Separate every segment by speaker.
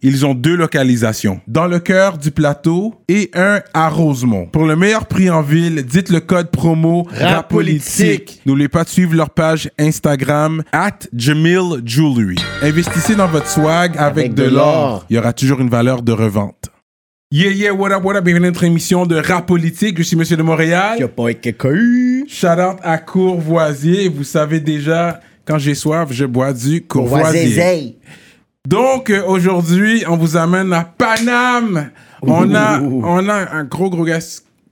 Speaker 1: ils ont deux localisations, dans le cœur du plateau et un à Rosemont. Pour le meilleur prix en ville, dites le code promo RAPOLITIQUE. N'oubliez pas de suivre leur page Instagram at Jamil Jewelry. Investissez dans votre swag avec,
Speaker 2: Avec
Speaker 1: de
Speaker 2: de
Speaker 1: l'or.
Speaker 2: l'or.
Speaker 1: Il y aura toujours une valeur de revente. Yeah, yeah, what up, what up. Bienvenue à notre émission de Rap Politique. Je suis Monsieur de
Speaker 2: Y'a
Speaker 1: Montréal.
Speaker 2: pas été que
Speaker 1: Shout out à Courvoisier. Vous savez déjà, quand j'ai soif, je bois du Courvoisier.
Speaker 2: Voisin.
Speaker 1: Donc, euh, aujourd'hui, on vous amène à Paname. On a,
Speaker 2: Ouh.
Speaker 1: on a un gros, gros gars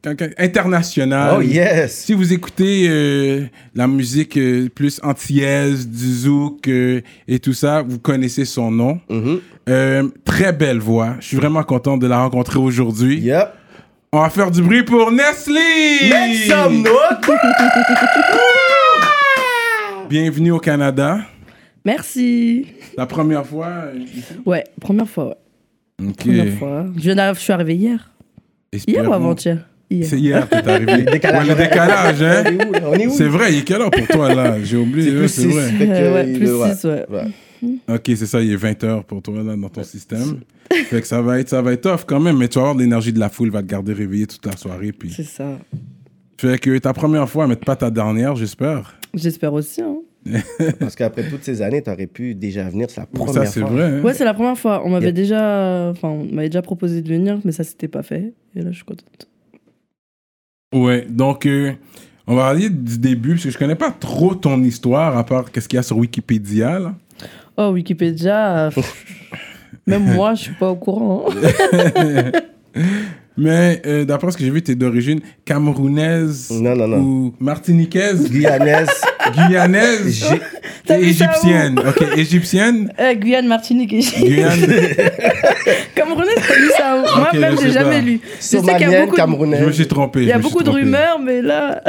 Speaker 1: quelqu'un international.
Speaker 2: Oh yes.
Speaker 1: Si vous écoutez euh, la musique euh, plus antillaise, du zouk euh, et tout ça, vous connaissez son nom.
Speaker 2: Mm-hmm.
Speaker 1: Euh, très belle voix. Je suis vraiment content de la rencontrer aujourd'hui.
Speaker 2: Yep.
Speaker 1: On va faire du bruit pour Nestlé!
Speaker 2: Make some noise.
Speaker 1: Bienvenue au Canada.
Speaker 3: Merci.
Speaker 1: La première fois. euh,
Speaker 3: Ouais, première fois. ouais.
Speaker 1: Ok.
Speaker 3: Première fois. Je, viens d'arriver- je suis arrivé hier. Hier
Speaker 1: Espérons-
Speaker 3: ou avant-hier Hier.
Speaker 1: C'est hier que t'es arrivé.
Speaker 2: Le décalage.
Speaker 1: Ouais, le décalage, hein?
Speaker 2: On est où, là? On est où?
Speaker 1: C'est vrai, il est quelle heure pour toi là? J'ai oublié, ouais, c'est
Speaker 2: six.
Speaker 1: vrai.
Speaker 2: Fait que,
Speaker 3: Euh, ouais,
Speaker 2: il
Speaker 3: plus
Speaker 2: devrait-
Speaker 3: six, ouais.
Speaker 1: Ok, c'est ça, il est 20h pour toi là dans ton système. Fait que ça va être ça va être tough quand même, mais tu vas avoir l'énergie de la foule, va te garder réveillé toute la soirée puis.
Speaker 3: C'est ça.
Speaker 1: Fait que ta première fois, mais pas ta dernière, j'espère.
Speaker 3: J'espère aussi. hein.
Speaker 2: Parce qu'après toutes ces années, t'aurais pu déjà venir c'est la première
Speaker 1: Ça
Speaker 2: fois.
Speaker 1: c'est vrai. hein?
Speaker 3: Ouais, c'est la première fois. On m'avait
Speaker 2: Yeah.
Speaker 3: déjà, enfin, on m'avait déjà proposé de venir, mais ça s'était pas fait. Et là, je suis contente.
Speaker 1: Ouais, donc euh, on va aller du début parce que je connais pas trop ton histoire à part qu'est-ce qu'il y a sur Wikipédia là.
Speaker 3: Oh, Wikipédia. euh, pff, Même moi, je suis pas au courant. hein.
Speaker 1: Mais euh, d'après ce que j'ai vu, t'es d'origine camerounaise
Speaker 2: Non, non, non.
Speaker 1: ou martiniquaise,
Speaker 2: Guyanaise.
Speaker 1: guyanaise,
Speaker 2: J'ai-
Speaker 3: T'as
Speaker 1: t'es
Speaker 3: vu ça où
Speaker 1: égyptienne. OK, égyptienne,
Speaker 3: Euh, Guyane, Martinique et
Speaker 1: Guyane.
Speaker 3: Camerounais, t'as lu ça où Moi-même,
Speaker 1: je sais
Speaker 3: j'ai jamais
Speaker 1: pas.
Speaker 3: lu. Je sais qu'il y a
Speaker 2: Somalienne,
Speaker 1: Je
Speaker 3: beaucoup de-
Speaker 1: me
Speaker 2: Camerounaise.
Speaker 1: suis trompé.
Speaker 3: il y a
Speaker 1: je me suis
Speaker 3: beaucoup de
Speaker 1: trompé.
Speaker 3: rumeurs, mais là.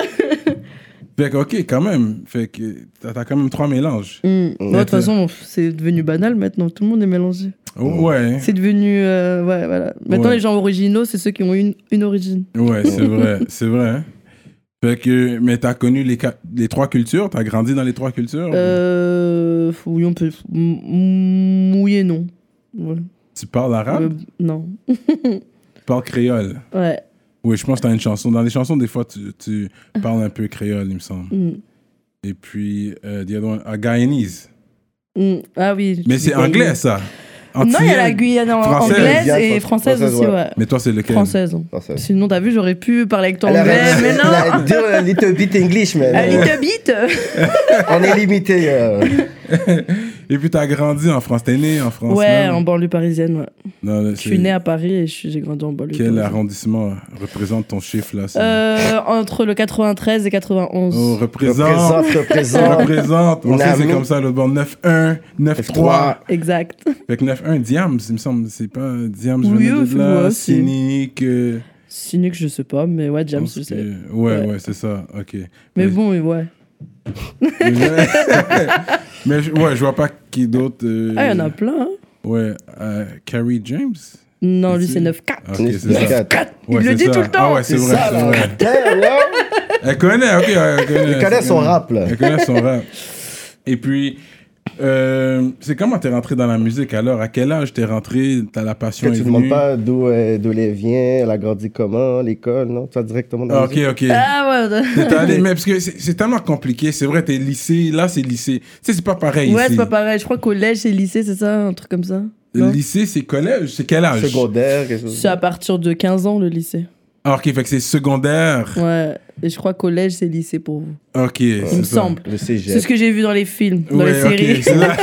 Speaker 1: Fait que, ok, quand même. Fait que t'as t'as quand même trois mélanges.
Speaker 3: Mm. Bon, De toute façon, pff, c'est devenu banal maintenant. Tout le monde est mélangé.
Speaker 1: Oh, ouais,
Speaker 3: C'est devenu. euh, ouais, voilà. Maintenant,
Speaker 1: Ouais.
Speaker 3: les gens originaux, c'est ceux qui ont une, une origine.
Speaker 1: ouais, c'est vrai, c'est vrai. hein. Fait que, mais t'as connu les, ca- les trois cultures, t'as grandi dans les trois cultures.
Speaker 3: Euh. f- Oui, on peut. f- m- m- Mouillé, non. Ouais.
Speaker 1: Tu parles arabe,
Speaker 3: Euh, non.
Speaker 1: tu parles créole.
Speaker 3: Ouais.
Speaker 1: Oui, je pense que t'as une chanson. Dans les chansons, des fois, tu, tu parles un peu créole, il me semble.
Speaker 3: Mm.
Speaker 1: Et puis, euh, the other one, ah, Guyanese.
Speaker 3: Mm. Ah oui.
Speaker 1: Mais c'est anglais, ça.
Speaker 3: Non, il y a la
Speaker 1: Antillais.
Speaker 3: Guyane en-
Speaker 1: Française.
Speaker 3: anglaise
Speaker 2: Guyane,
Speaker 3: et
Speaker 2: fran-
Speaker 3: française
Speaker 2: française,
Speaker 3: aussi,
Speaker 2: ouais.
Speaker 3: ouais.
Speaker 1: Mais toi, c'est lequel
Speaker 3: Française. hein.
Speaker 2: Non, ça-
Speaker 3: Sinon, t'as vu, j'aurais pu parler avec toi en
Speaker 2: Elle
Speaker 3: anglais,
Speaker 2: aurait-
Speaker 3: mais
Speaker 2: elle
Speaker 3: non.
Speaker 2: aurait dit un little bit English,
Speaker 3: A
Speaker 2: mais
Speaker 3: little bit.
Speaker 2: on est limité. euh.
Speaker 1: Et puis, t'as grandi en France. T'es né en France.
Speaker 3: Ouais,
Speaker 1: même.
Speaker 3: en banlieue parisienne. ouais.
Speaker 1: Non, là,
Speaker 3: Je
Speaker 1: c'est-
Speaker 3: suis née à Paris et je suis- j'ai grandi en banlieue.
Speaker 1: Quel
Speaker 3: parisienne.
Speaker 1: arrondissement représente ton chiffre, là c'est-
Speaker 3: Euh, entre le 93 et 91.
Speaker 1: Oh, représente.
Speaker 2: Représente, représente.
Speaker 1: représente. On
Speaker 2: On
Speaker 1: sait
Speaker 2: a
Speaker 1: c'est
Speaker 2: mis-
Speaker 1: comme ça, le bon 9-1, 9-3.
Speaker 2: 3.
Speaker 3: Exact.
Speaker 1: Fait que 9-1, Diams, il me semble. C'est pas euh, Diams,
Speaker 3: Oui,
Speaker 1: venait de
Speaker 3: oui,
Speaker 1: là,
Speaker 3: oui, c'est-
Speaker 1: cynique. euh,
Speaker 3: Cynique, je sais pas, mais ouais, James,
Speaker 1: pense
Speaker 3: je sais.
Speaker 1: que- Ouais, ouais,
Speaker 3: Ouais.
Speaker 1: c'est ça. Ok.
Speaker 3: Mais bon, et ouais.
Speaker 1: Mais, mais je- ouais, je vois pas qui d'autre. euh,
Speaker 3: Ah, il y en a plein. hein.
Speaker 1: Ouais, euh, Carrie James.
Speaker 3: Non, lui,
Speaker 1: C'est-
Speaker 3: c'est 9-4.
Speaker 1: Ah, Ok, c'est
Speaker 2: Neuf,
Speaker 1: ça.
Speaker 2: quatre.
Speaker 3: Il
Speaker 1: Ouais,
Speaker 3: le
Speaker 1: c'est
Speaker 3: dit
Speaker 1: ça.
Speaker 3: tout le temps.
Speaker 1: Ah ouais, c'est
Speaker 2: C'est
Speaker 1: vrai,
Speaker 2: ça,
Speaker 1: c'est
Speaker 2: là.
Speaker 1: vrai.
Speaker 2: Damn, là.
Speaker 1: Elle connaît, ok. Elle connaît,
Speaker 2: Il connaît son rap, là.
Speaker 1: Elle connaît son rap. Et puis, euh, c'est comment t'es rentré dans la musique alors À quel âge t'es rentré T'as la
Speaker 2: Que
Speaker 1: passion
Speaker 2: tu
Speaker 1: est
Speaker 2: ne
Speaker 1: venue
Speaker 2: demandes pas d'où euh, d'où elle vient, elle a grandi comment, l'école, non Tu vas directement dans
Speaker 1: Ah,
Speaker 2: la
Speaker 1: Ok,
Speaker 2: musique.
Speaker 1: ok.
Speaker 3: Ah ouais.
Speaker 1: T'es allé, mais parce que c'est c'est tellement compliqué, c'est vrai, t'es lycée, là c'est lycée. Tu sais, c'est pas pareil
Speaker 3: Ouais,
Speaker 1: ici.
Speaker 3: c'est pas pareil. Je crois collège et lycée, c'est ça, un truc comme ça.
Speaker 1: Le
Speaker 3: Non
Speaker 1: lycée, c'est collège, c'est quel âge
Speaker 2: Secondaire, quelque chose.
Speaker 3: C'est à partir de 15 ans, le lycée.
Speaker 1: Ah, ok, fait que c'est secondaire.
Speaker 3: Ouais. Et je crois collège, c'est lycée pour vous.
Speaker 1: Ok, c'est
Speaker 3: Il me
Speaker 1: ça.
Speaker 3: semble.
Speaker 2: Le
Speaker 3: C'est
Speaker 2: cégep.
Speaker 3: ce que j'ai vu dans les films, dans
Speaker 1: Ouais,
Speaker 3: les
Speaker 1: ok,
Speaker 3: séries.
Speaker 1: c'est ça.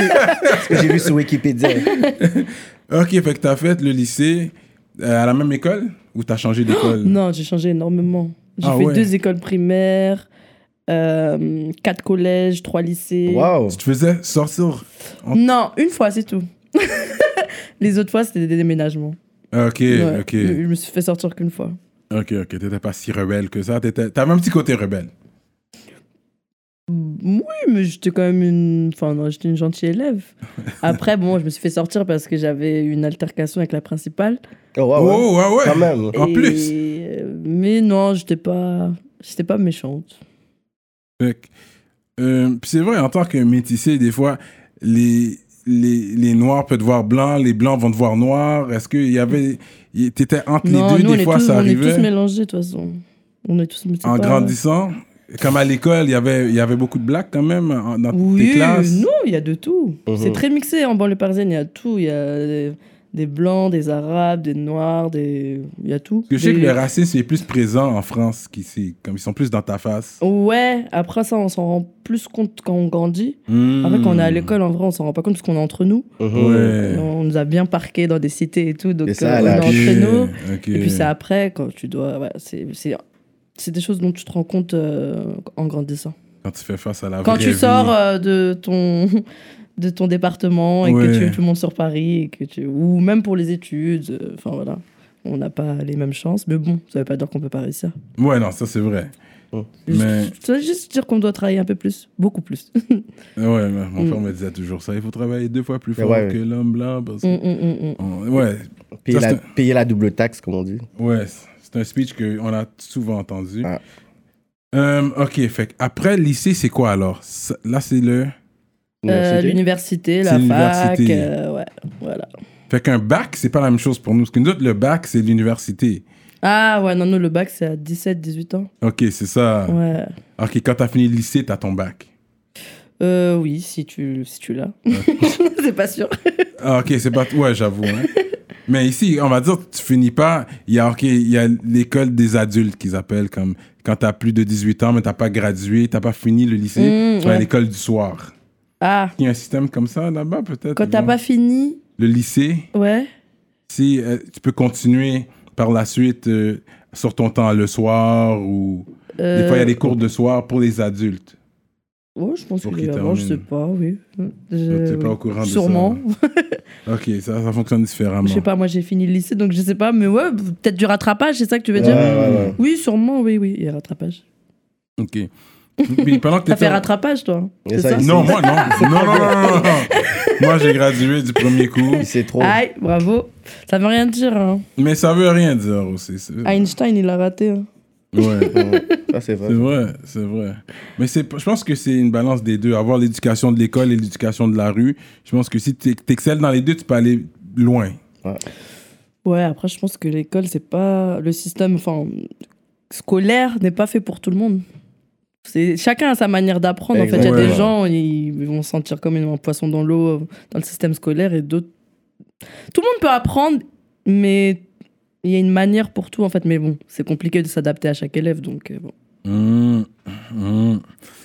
Speaker 2: ce que j'ai vu sur Wikipédia.
Speaker 1: ok, fait que t'as fait le lycée euh, à la même école ou t'as changé d'école
Speaker 3: Non, j'ai changé énormément. J'ai
Speaker 1: Ah
Speaker 3: fait
Speaker 1: ouais.
Speaker 3: deux écoles primaires, euh, quatre collèges, trois lycées.
Speaker 2: Waouh
Speaker 1: Tu te faisais sortir en-
Speaker 3: Non, une fois, c'est tout. Les autres fois, c'était des déménagements.
Speaker 1: Ah, Ok,
Speaker 3: Ouais. Mm-hmm.
Speaker 1: ok.
Speaker 3: Je je me suis fait sortir qu'une fois.
Speaker 1: Ok, ok, t'étais pas si rebelle que ça. T'étais- T'avais un petit côté rebelle.
Speaker 3: Mm, Oui, mais j'étais quand même une. Enfin, non, j'étais une gentille élève. Après, bon, je me suis fait sortir parce que j'avais eu une altercation avec la principale.
Speaker 2: Oh, ouais, ouais.
Speaker 1: Oh, ouais, ouais.
Speaker 2: Quand même.
Speaker 1: En
Speaker 3: Et-
Speaker 1: plus.
Speaker 3: euh, Mais non, j'étais pas. J'étais pas méchante.
Speaker 1: Fait que, euh, puis c'est vrai, en tant que métissé, des fois, les, les, les noirs peuvent te voir blanc, les blancs vont te voir noir. Est-ce qu'il y avait. y- T'étais entre
Speaker 3: non,
Speaker 1: les deux,
Speaker 3: nous, on,
Speaker 1: des
Speaker 3: est
Speaker 1: fois,
Speaker 3: tous,
Speaker 1: ça
Speaker 3: on est tous
Speaker 1: arrivait.
Speaker 3: mélangés, de toute façon. On est tous c'est
Speaker 1: En
Speaker 3: pas-
Speaker 1: grandissant, comme à l'école, il y avait- il y avait beaucoup de blacks quand même en- dans tes
Speaker 3: Oui,
Speaker 1: Ah, classes.
Speaker 3: non, il y a de tout.
Speaker 2: Mhm.
Speaker 3: C'est très mixé en banlieue parisienne, il y a tout. Il y a des, des blancs, des arabes, des noirs, des. Il y a tout.
Speaker 1: Parce que je sais que
Speaker 3: Des-
Speaker 1: le racisme est plus présent en France qu'ici, comme ils sont plus dans ta face.
Speaker 3: Ouais, après ça, on s'en rend plus compte quand on grandit. Après, quand on est à l'école, en vrai, on s'en rend pas compte parce qu'on est entre nous.
Speaker 2: Mhm.
Speaker 1: Hmm. Ouais.
Speaker 3: On nous a bien parqués dans des cités et tout, donc
Speaker 2: Et ça,
Speaker 3: euh, on
Speaker 2: là,
Speaker 3: est entre nous.
Speaker 1: Ok.
Speaker 3: Et puis c'est après, quand tu dois. ouais, c'est- c'est c'est des choses dont tu te rends compte euh, en grandissant.
Speaker 1: Quand tu fais face à la
Speaker 3: Quand
Speaker 1: vraie
Speaker 3: tu sors
Speaker 1: vie.
Speaker 3: euh, de ton de ton département et
Speaker 1: Ouais.
Speaker 3: que tu, tu montes sur Paris et que tu ou même pour les études euh, enfin voilà on n'a pas les mêmes chances mais bon ça veut pas dire qu'on peut pas réussir
Speaker 1: Ouais, non, ça c'est vrai. Mais-
Speaker 3: mais... ça veut juste dire qu'on doit travailler un peu plus beaucoup plus
Speaker 1: Ah Ouais, ma- mon
Speaker 3: Mm.
Speaker 1: frère me disait toujours ça. Il faut travailler deux fois plus
Speaker 2: Ouais,
Speaker 1: fort
Speaker 2: ouais.
Speaker 1: que l'homme blanc. Parce... que-
Speaker 3: Mm, mm, mm, mm.
Speaker 1: On- Ouais,
Speaker 2: Payer,
Speaker 1: Ça,
Speaker 2: la,
Speaker 1: c'est
Speaker 2: payer la double taxe, comme on dit.
Speaker 1: ouais c'est- c'est un speech qu'on a souvent entendu.
Speaker 2: Ah.
Speaker 1: Euh, ok, fait que après lycée, c'est quoi alors Ça- Là, c'est le.
Speaker 3: Euh,
Speaker 2: L'université.
Speaker 3: l'université
Speaker 1: C'est
Speaker 3: la fac
Speaker 1: l'université.
Speaker 3: euh, ouais voilà
Speaker 1: Fait qu'un bac, c'est pas la même chose pour nous. Parce que nous autres, le bac, c'est l'université.
Speaker 3: ah ouais non nous le bac c'est à 17 18 ans
Speaker 1: Ok, c'est ça.
Speaker 3: ouais
Speaker 1: Ok, quand t'as fini le lycée, t'as ton bac.
Speaker 3: Euh, oui si tu si tu l'as c'est pas sûr
Speaker 1: Ah, ok, c'est pas. Ouais, j'avoue. hein. Mais ici, on va dire, tu finis pas. Il y a, ok, il y a l'école des adultes qu'ils appellent comme quand t'as plus de 18 ans, mais t'as pas gradué, t'as pas fini le lycée,
Speaker 3: Mm,
Speaker 1: tu vas à
Speaker 3: ouais.
Speaker 1: l'école du soir.
Speaker 3: ah
Speaker 1: Il y a un système comme ça là-bas, peut-être.
Speaker 3: quand t'as
Speaker 1: non?
Speaker 3: pas fini
Speaker 1: Le lycée,
Speaker 3: ouais
Speaker 1: si euh, tu peux continuer par la suite euh, sur ton temps le soir ou. Des fois, il y a
Speaker 3: euh,
Speaker 1: des cours de soir pour les adultes.
Speaker 3: Ouais, je pense
Speaker 1: Pour
Speaker 3: que
Speaker 1: qu'il
Speaker 3: avant, je sais
Speaker 1: termine.
Speaker 3: pas, oui.
Speaker 1: Donc,
Speaker 3: Je-
Speaker 1: T'es pas
Speaker 3: oui.
Speaker 1: au courant
Speaker 3: euh, Sûrement.
Speaker 1: de hein. ça. Ok, ça, ça fonctionne différemment.
Speaker 3: Je sais pas, moi j'ai fini le lycée, donc je sais pas, mais ouais, peut-être du rattrapage, c'est ça que tu veux
Speaker 2: Ouais,
Speaker 3: dire
Speaker 2: ouais, ouais.
Speaker 3: Oui, sûrement, oui, oui, il y a rattrapage.
Speaker 1: Ok. Puis pendant que
Speaker 3: T'as fait
Speaker 1: t'étais-
Speaker 3: rattrapage, toi hein,
Speaker 2: Et
Speaker 3: C'est
Speaker 2: ça,
Speaker 3: ça
Speaker 2: il-
Speaker 1: Non, moi, non. non, non, non, non, non. Moi, j'ai gradué du premier coup.
Speaker 2: Il sait trop.
Speaker 3: Aïe, bravo. Ça veut rien dire, hein.
Speaker 1: Mais ça veut rien dire aussi. c'est- Ouais,
Speaker 3: Einstein, il a raté. hein.
Speaker 2: Mhm. Ça, c'est vrai.
Speaker 1: c'est vrai, c'est vrai. Mais c'est, je pense que c'est une balance des deux. Avoir l'éducation de l'école et l'éducation de la rue. Je pense que si tu excelles dans les deux, tu peux aller loin.
Speaker 3: Ouais, après, je pense que l'école, c'est pas. Le système, enfin, scolaire n'est pas fait pour tout le monde. C'est- Chacun a sa manière d'apprendre. En fait, il y a
Speaker 1: Exactement.
Speaker 3: des gens, ils ils vont se sentir comme un poisson dans l'eau euh, dans le système scolaire et d'autres. Tout le monde peut apprendre, mais il y a une manière pour tout, en fait. Mais bon, c'est compliqué de s'adapter à chaque élève, donc euh, bon.
Speaker 1: Mmh, mmh.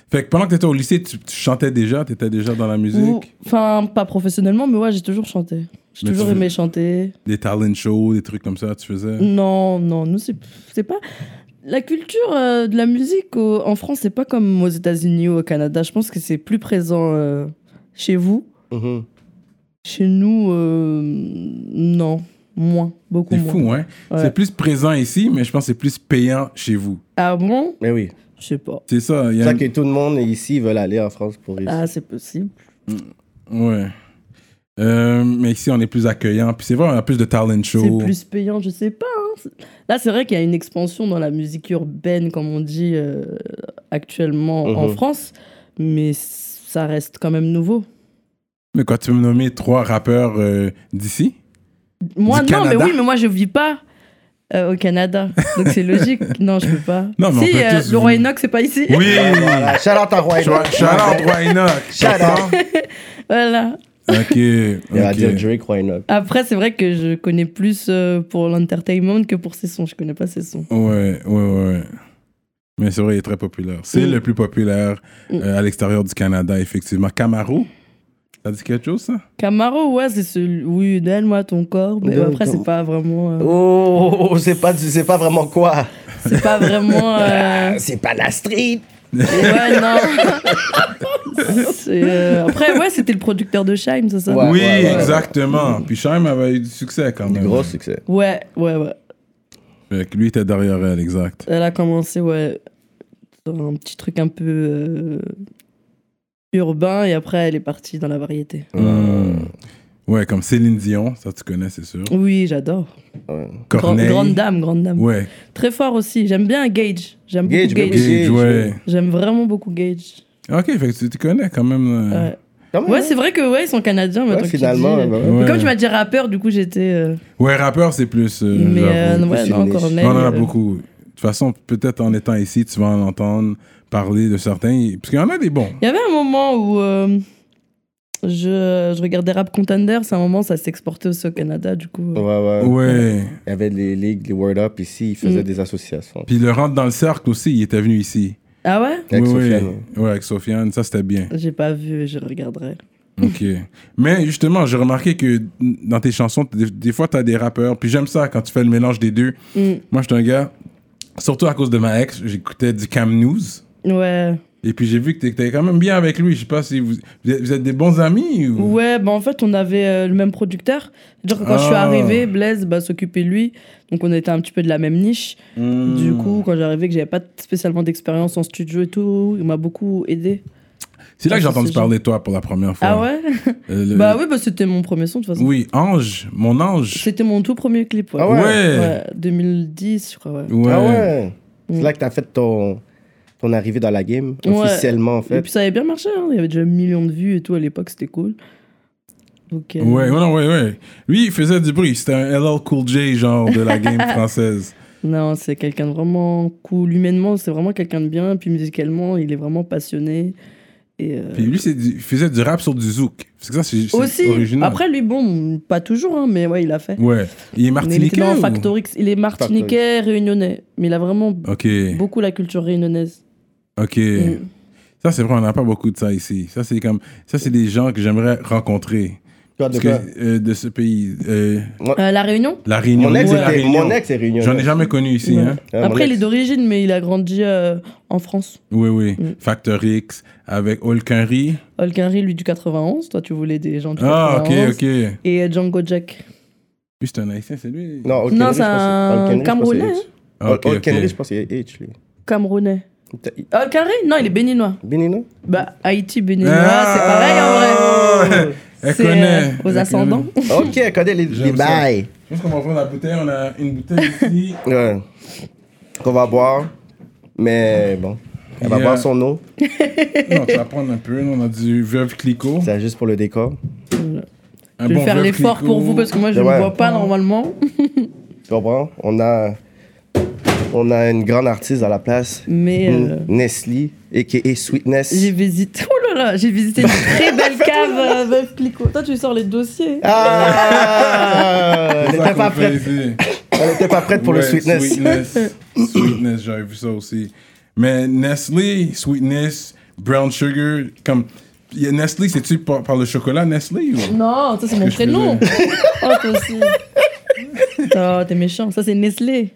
Speaker 1: Fait que pendant que tu étais au lycée, tu, tu chantais déjà, tu étais déjà dans la musique,
Speaker 3: Ou- Enfin, pas professionnellement, mais ouais, j'ai toujours chanté. J'ai
Speaker 1: Mais
Speaker 3: toujours
Speaker 1: tu-
Speaker 3: aimé chanter.
Speaker 1: des talent shows, des trucs comme ça, tu faisais.
Speaker 3: Non, non, nous, c'est c'est pas. La culture euh, de la musique au- en France, c'est pas comme aux États-Unis ou au Canada. Je pense que c'est plus présent euh, chez vous.
Speaker 2: Mhm.
Speaker 3: Chez nous, euh, non, moins, beaucoup
Speaker 1: C'est
Speaker 3: moins.
Speaker 1: fou, hein?
Speaker 3: Ouais.
Speaker 1: C'est plus présent ici, mais je pense que c'est plus payant chez vous.
Speaker 3: Ah bon
Speaker 2: Mais oui.
Speaker 3: Je sais pas.
Speaker 1: C'est ça. il y
Speaker 2: C'est
Speaker 1: a
Speaker 2: ça
Speaker 1: une-
Speaker 2: que tout le monde ici veut aller en France pour réussir.
Speaker 3: Ah, c'est possible.
Speaker 1: Ouais. Euh, mais ici, on est plus accueillant. Puis c'est vrai, on a plus de talent show.
Speaker 3: C'est plus payant, je sais pas. hein. C'est- Là, c'est vrai qu'il y a une expansion dans la musique urbaine, comme on dit euh, actuellement en
Speaker 1: Uh-huh.
Speaker 2: Mhm.
Speaker 3: France, mais ça reste quand même nouveau.
Speaker 1: Mais quand tu veux me nommer trois rappeurs euh, d'ici,
Speaker 3: Moi,
Speaker 1: Du
Speaker 3: non,
Speaker 1: Canada.
Speaker 3: mais oui, mais moi, je vis pas euh, au Canada. Donc, c'est logique. non, je peux pas.
Speaker 1: Non, mais on
Speaker 3: si,
Speaker 1: peut
Speaker 3: euh,
Speaker 1: tous
Speaker 3: le roi
Speaker 1: vivre.
Speaker 3: Enoch, c'est pas ici.
Speaker 1: oui!
Speaker 2: Voilà. Shout-out à Roy.
Speaker 1: Shout- Shout out Roy Enoch.
Speaker 2: Shout out.
Speaker 3: Voilà.
Speaker 1: Ok.
Speaker 2: Il va
Speaker 1: ok.
Speaker 2: dire Drake, why not?
Speaker 3: Après, c'est vrai que je connais plus euh, pour l'entertainment que pour ses sons. Je connais pas ses sons.
Speaker 1: Ouais, ouais, ouais. Mais c'est vrai, il est très populaire. C'est
Speaker 3: Mm.
Speaker 1: le plus populaire euh, à l'extérieur du Canada, effectivement. Camaro, ça dit quelque chose, ça?
Speaker 3: Camaro, ouais, c'est celui. Oui, donne-moi ton corps. Mais
Speaker 2: Donne
Speaker 3: après,
Speaker 2: ton-
Speaker 3: c'est pas vraiment. euh,
Speaker 2: Oh, c'est pas, c'est pas vraiment quoi?
Speaker 3: c'est pas vraiment. euh,
Speaker 2: C'est pas la street.
Speaker 3: Ouais, non. C'est, euh, Après, ouais, c'était le producteur de Shime, c'est ça
Speaker 2: Ouais.
Speaker 1: oui,
Speaker 2: ouais, ouais.
Speaker 1: exactement. Puis Shime avait eu du succès quand
Speaker 2: Du
Speaker 1: même.
Speaker 2: gros succès.
Speaker 3: Ouais, ouais, ouais.
Speaker 1: Fait que lui était derrière elle, exact.
Speaker 3: Elle a commencé, ouais, sur un petit truc un peu euh, urbain et après elle est partie dans la variété.
Speaker 2: Mm.
Speaker 1: Hmm. Ouais, comme Céline Dion, ça tu connais, c'est sûr.
Speaker 3: Oui, j'adore. Grand-
Speaker 1: Corneille.
Speaker 3: grande dame, grande dame.
Speaker 1: Ouais,
Speaker 3: Très fort aussi. J'aime bien Gage. J'aime
Speaker 2: Gage,
Speaker 3: beaucoup
Speaker 2: baby.
Speaker 3: Gage.
Speaker 1: Gage,
Speaker 2: Gage,
Speaker 1: ouais.
Speaker 3: J'aime vraiment beaucoup Gage.
Speaker 1: Ok, fait que tu tu connais quand même. euh,
Speaker 3: Ouais, Ouais, c'est vrai que ouais, ils sont canadiens.
Speaker 2: Ouais,
Speaker 3: maintenant que tu
Speaker 2: finalement,
Speaker 3: dis.
Speaker 2: bah ouais.
Speaker 3: Mais
Speaker 1: Ouais.
Speaker 3: Comme tu m'as dit rappeur, du coup j'étais. euh,
Speaker 1: Ouais, rappeur, c'est plus. euh,
Speaker 3: mais euh,
Speaker 1: j'avoue.
Speaker 3: non, ouais,
Speaker 2: c'est
Speaker 3: non,
Speaker 2: une
Speaker 3: encore
Speaker 2: niche.
Speaker 3: même,
Speaker 1: on en a
Speaker 3: euh,
Speaker 1: beaucoup. De toute façon, peut-être en étant ici, tu vas en entendre parler de certains. Parce qu'il y en a des bons.
Speaker 3: Il y avait un moment où euh, je, je regardais Rap Contender. C'est un moment, ça s'exportait aussi au Canada, du coup.
Speaker 2: Ouais, ouais.
Speaker 1: Ouais.
Speaker 2: Il y avait les ligues, les Word Up ici, ils faisaient
Speaker 3: Mm.
Speaker 2: des associations.
Speaker 1: Puis le rentre dans le cercle aussi, il était venu ici.
Speaker 3: Ah ouais
Speaker 2: Avec
Speaker 1: oui,
Speaker 2: Sofiane,
Speaker 1: oui. Ouais, avec Sofiane, ça c'était bien.
Speaker 3: J'ai pas vu, je regarderai.
Speaker 1: Ok. Mais justement, j'ai remarqué que dans tes chansons, des, des fois, t'as des rappeurs. Puis j'aime ça quand tu fais le mélange des deux.
Speaker 3: Mm.
Speaker 1: Moi, j'étais un gars, surtout à cause de ma ex, j'écoutais du Cam News.
Speaker 3: Ouais.
Speaker 1: Et puis j'ai vu que t'étais quand même bien avec lui. Je sais pas si vous, vous êtes, vous êtes des bons amis ou.
Speaker 3: Ouais, bah en fait, on avait euh, le même producteur. Genre, que quand je suis
Speaker 1: Ah.
Speaker 3: arrivée, Blaise bah, s'occupait de lui. Donc, on était un petit peu de la même niche.
Speaker 1: Hmm.
Speaker 3: Du coup, quand j'arrivais, que j'avais pas spécialement d'expérience en studio et tout, il m'a beaucoup aidé.
Speaker 1: C'est là que j'ai
Speaker 3: Ça, c'est
Speaker 1: entendu
Speaker 3: génial.
Speaker 1: parler de toi pour la première fois.
Speaker 3: Ah ouais
Speaker 1: Euh, le-
Speaker 3: Bah oui, bah, c'était mon premier son, de toute façon.
Speaker 1: Oui, Ange, mon ange.
Speaker 3: C'était mon tout premier clip. Ouais.
Speaker 2: Ah
Speaker 1: Ouais.
Speaker 3: Ouais, 2010, je crois. ouais.
Speaker 1: Ouais.
Speaker 2: Ah ouais.
Speaker 3: Mm.
Speaker 2: C'est là que t'as fait ton, ton arrivée dans la game,
Speaker 3: Ouais.
Speaker 2: officiellement, en
Speaker 3: Et
Speaker 2: fait.
Speaker 3: puis, ça avait bien marché. hein. Il y avait déjà un million de vues et tout à l'époque, c'était cool. Donc, euh,
Speaker 1: Ouais, ouais, non, ouais, ouais. Lui, il faisait du bruit. C'était un LL Cool J, genre, de la game française.
Speaker 3: Non, c'est quelqu'un de vraiment cool. Humainement, c'est vraiment quelqu'un de bien. Puis musicalement, il est vraiment passionné. Et euh,
Speaker 1: Puis lui, c'est du- il faisait du rap sur du zouk. Parce que ça, c'est c'est
Speaker 3: aussi,
Speaker 1: original.
Speaker 3: après lui, bon, pas toujours, hein, mais ouais, il a fait.
Speaker 1: Ouais. Il est
Speaker 3: Mais il était dans
Speaker 1: martiniquais. ou-
Speaker 3: Factorix. Il est martiniquais, réunionnais. Mais il a vraiment
Speaker 1: Ok,
Speaker 3: beaucoup la culture réunionnaise.
Speaker 1: ok.
Speaker 3: Mm.
Speaker 1: Ça, c'est vrai, on n'a pas beaucoup de ça ici. Ça, c'est comme. Ça, c'est des gens que j'aimerais rencontrer.
Speaker 2: Toi, Ah, de
Speaker 1: Parce
Speaker 2: quoi?
Speaker 1: que, euh, de ce pays. euh,
Speaker 3: Euh, la Réunion
Speaker 1: la Réunion.
Speaker 2: Mon ex,
Speaker 1: Oui, la
Speaker 2: était-
Speaker 1: Réunion.
Speaker 2: mon ex est réunionnais.
Speaker 1: J'en ai jamais connu ici,
Speaker 3: Ouais.
Speaker 1: hein.
Speaker 2: Ouais, mon
Speaker 3: Après, il est
Speaker 2: ex.
Speaker 3: d'origine, mais il a grandi euh, en France.
Speaker 1: Oui, oui.
Speaker 3: Mm.
Speaker 1: Factor X avec Hulkenry.
Speaker 3: Olkinry, lui, du 91. Toi, tu voulais des gens du
Speaker 1: Ah, ok,
Speaker 3: 91.
Speaker 1: ok. Lui,
Speaker 3: Et Django Jack.
Speaker 1: c'est un haïtien, c'est lui.
Speaker 2: Non, Hulkenry,
Speaker 3: Non,
Speaker 2: je pense
Speaker 3: c'est
Speaker 2: que-
Speaker 3: un
Speaker 2: Hulkenry, je pense que c'est
Speaker 3: Camerounais,
Speaker 2: H.
Speaker 1: Ah, ok, ok.
Speaker 2: Hulkenry, je pense que c'est H, lui.
Speaker 3: Camerounais.
Speaker 2: T'as-
Speaker 3: Olkinry Non, il est béninois.
Speaker 2: Béninois?
Speaker 3: Bah, Haïti, Béninois,
Speaker 1: Ah
Speaker 3: c'est pareil en vrai.
Speaker 1: Ouais. Elle
Speaker 3: C'est,
Speaker 1: connaît.
Speaker 3: euh, aux
Speaker 1: Elle
Speaker 3: ascendants.
Speaker 1: connaît.
Speaker 2: Ok, elle connaît les, les
Speaker 1: J'aime ça.
Speaker 2: bails.
Speaker 1: Je pense qu'on va ouvrir la bouteille. On a une bouteille ici.
Speaker 2: Ouais. Qu'on va boire. Mais bon. Elle va
Speaker 1: Yeah.
Speaker 2: boire son
Speaker 1: non,
Speaker 2: eau.
Speaker 1: tu vas prendre un peu. On a du veuve Clicquot.
Speaker 2: C'est juste pour le décor.
Speaker 1: Un
Speaker 3: je vais
Speaker 1: bon
Speaker 3: faire
Speaker 1: Veuve
Speaker 3: l'effort
Speaker 1: Clicquot.
Speaker 3: pour vous parce que moi je ne
Speaker 2: Ouais.
Speaker 3: vois pas normalement.
Speaker 2: Tu comprends? On a, on a une grande artiste à la place.
Speaker 3: Mais
Speaker 2: Mm.
Speaker 3: euh,
Speaker 2: Nestlé, a.k.a.
Speaker 3: j'ai
Speaker 2: Sweetness.
Speaker 3: visité. Oh là là, j'ai visité une très belle cave euh, Veuve Clicquot. Toi tu sors les dossiers.
Speaker 2: Ah!
Speaker 1: C'est
Speaker 2: Elle
Speaker 1: ça
Speaker 2: n'était
Speaker 1: qu'on
Speaker 2: pas
Speaker 1: fait
Speaker 2: prête.
Speaker 1: ici.
Speaker 2: Elle était pas prête pour le
Speaker 1: Ouais,
Speaker 2: Sweetness.
Speaker 1: Sweetness, Sweetness, j'avais vu ça aussi. Mais Nestlé, Sweetness, Brown Sugar, comme. y a Nestlé, c'est-tu par, par le chocolat Nestlé ou.
Speaker 3: Non, ça c'est mon
Speaker 1: que je
Speaker 3: prénom. Oh toi aussi. Oh t'es méchant. Ça c'est Nestlé.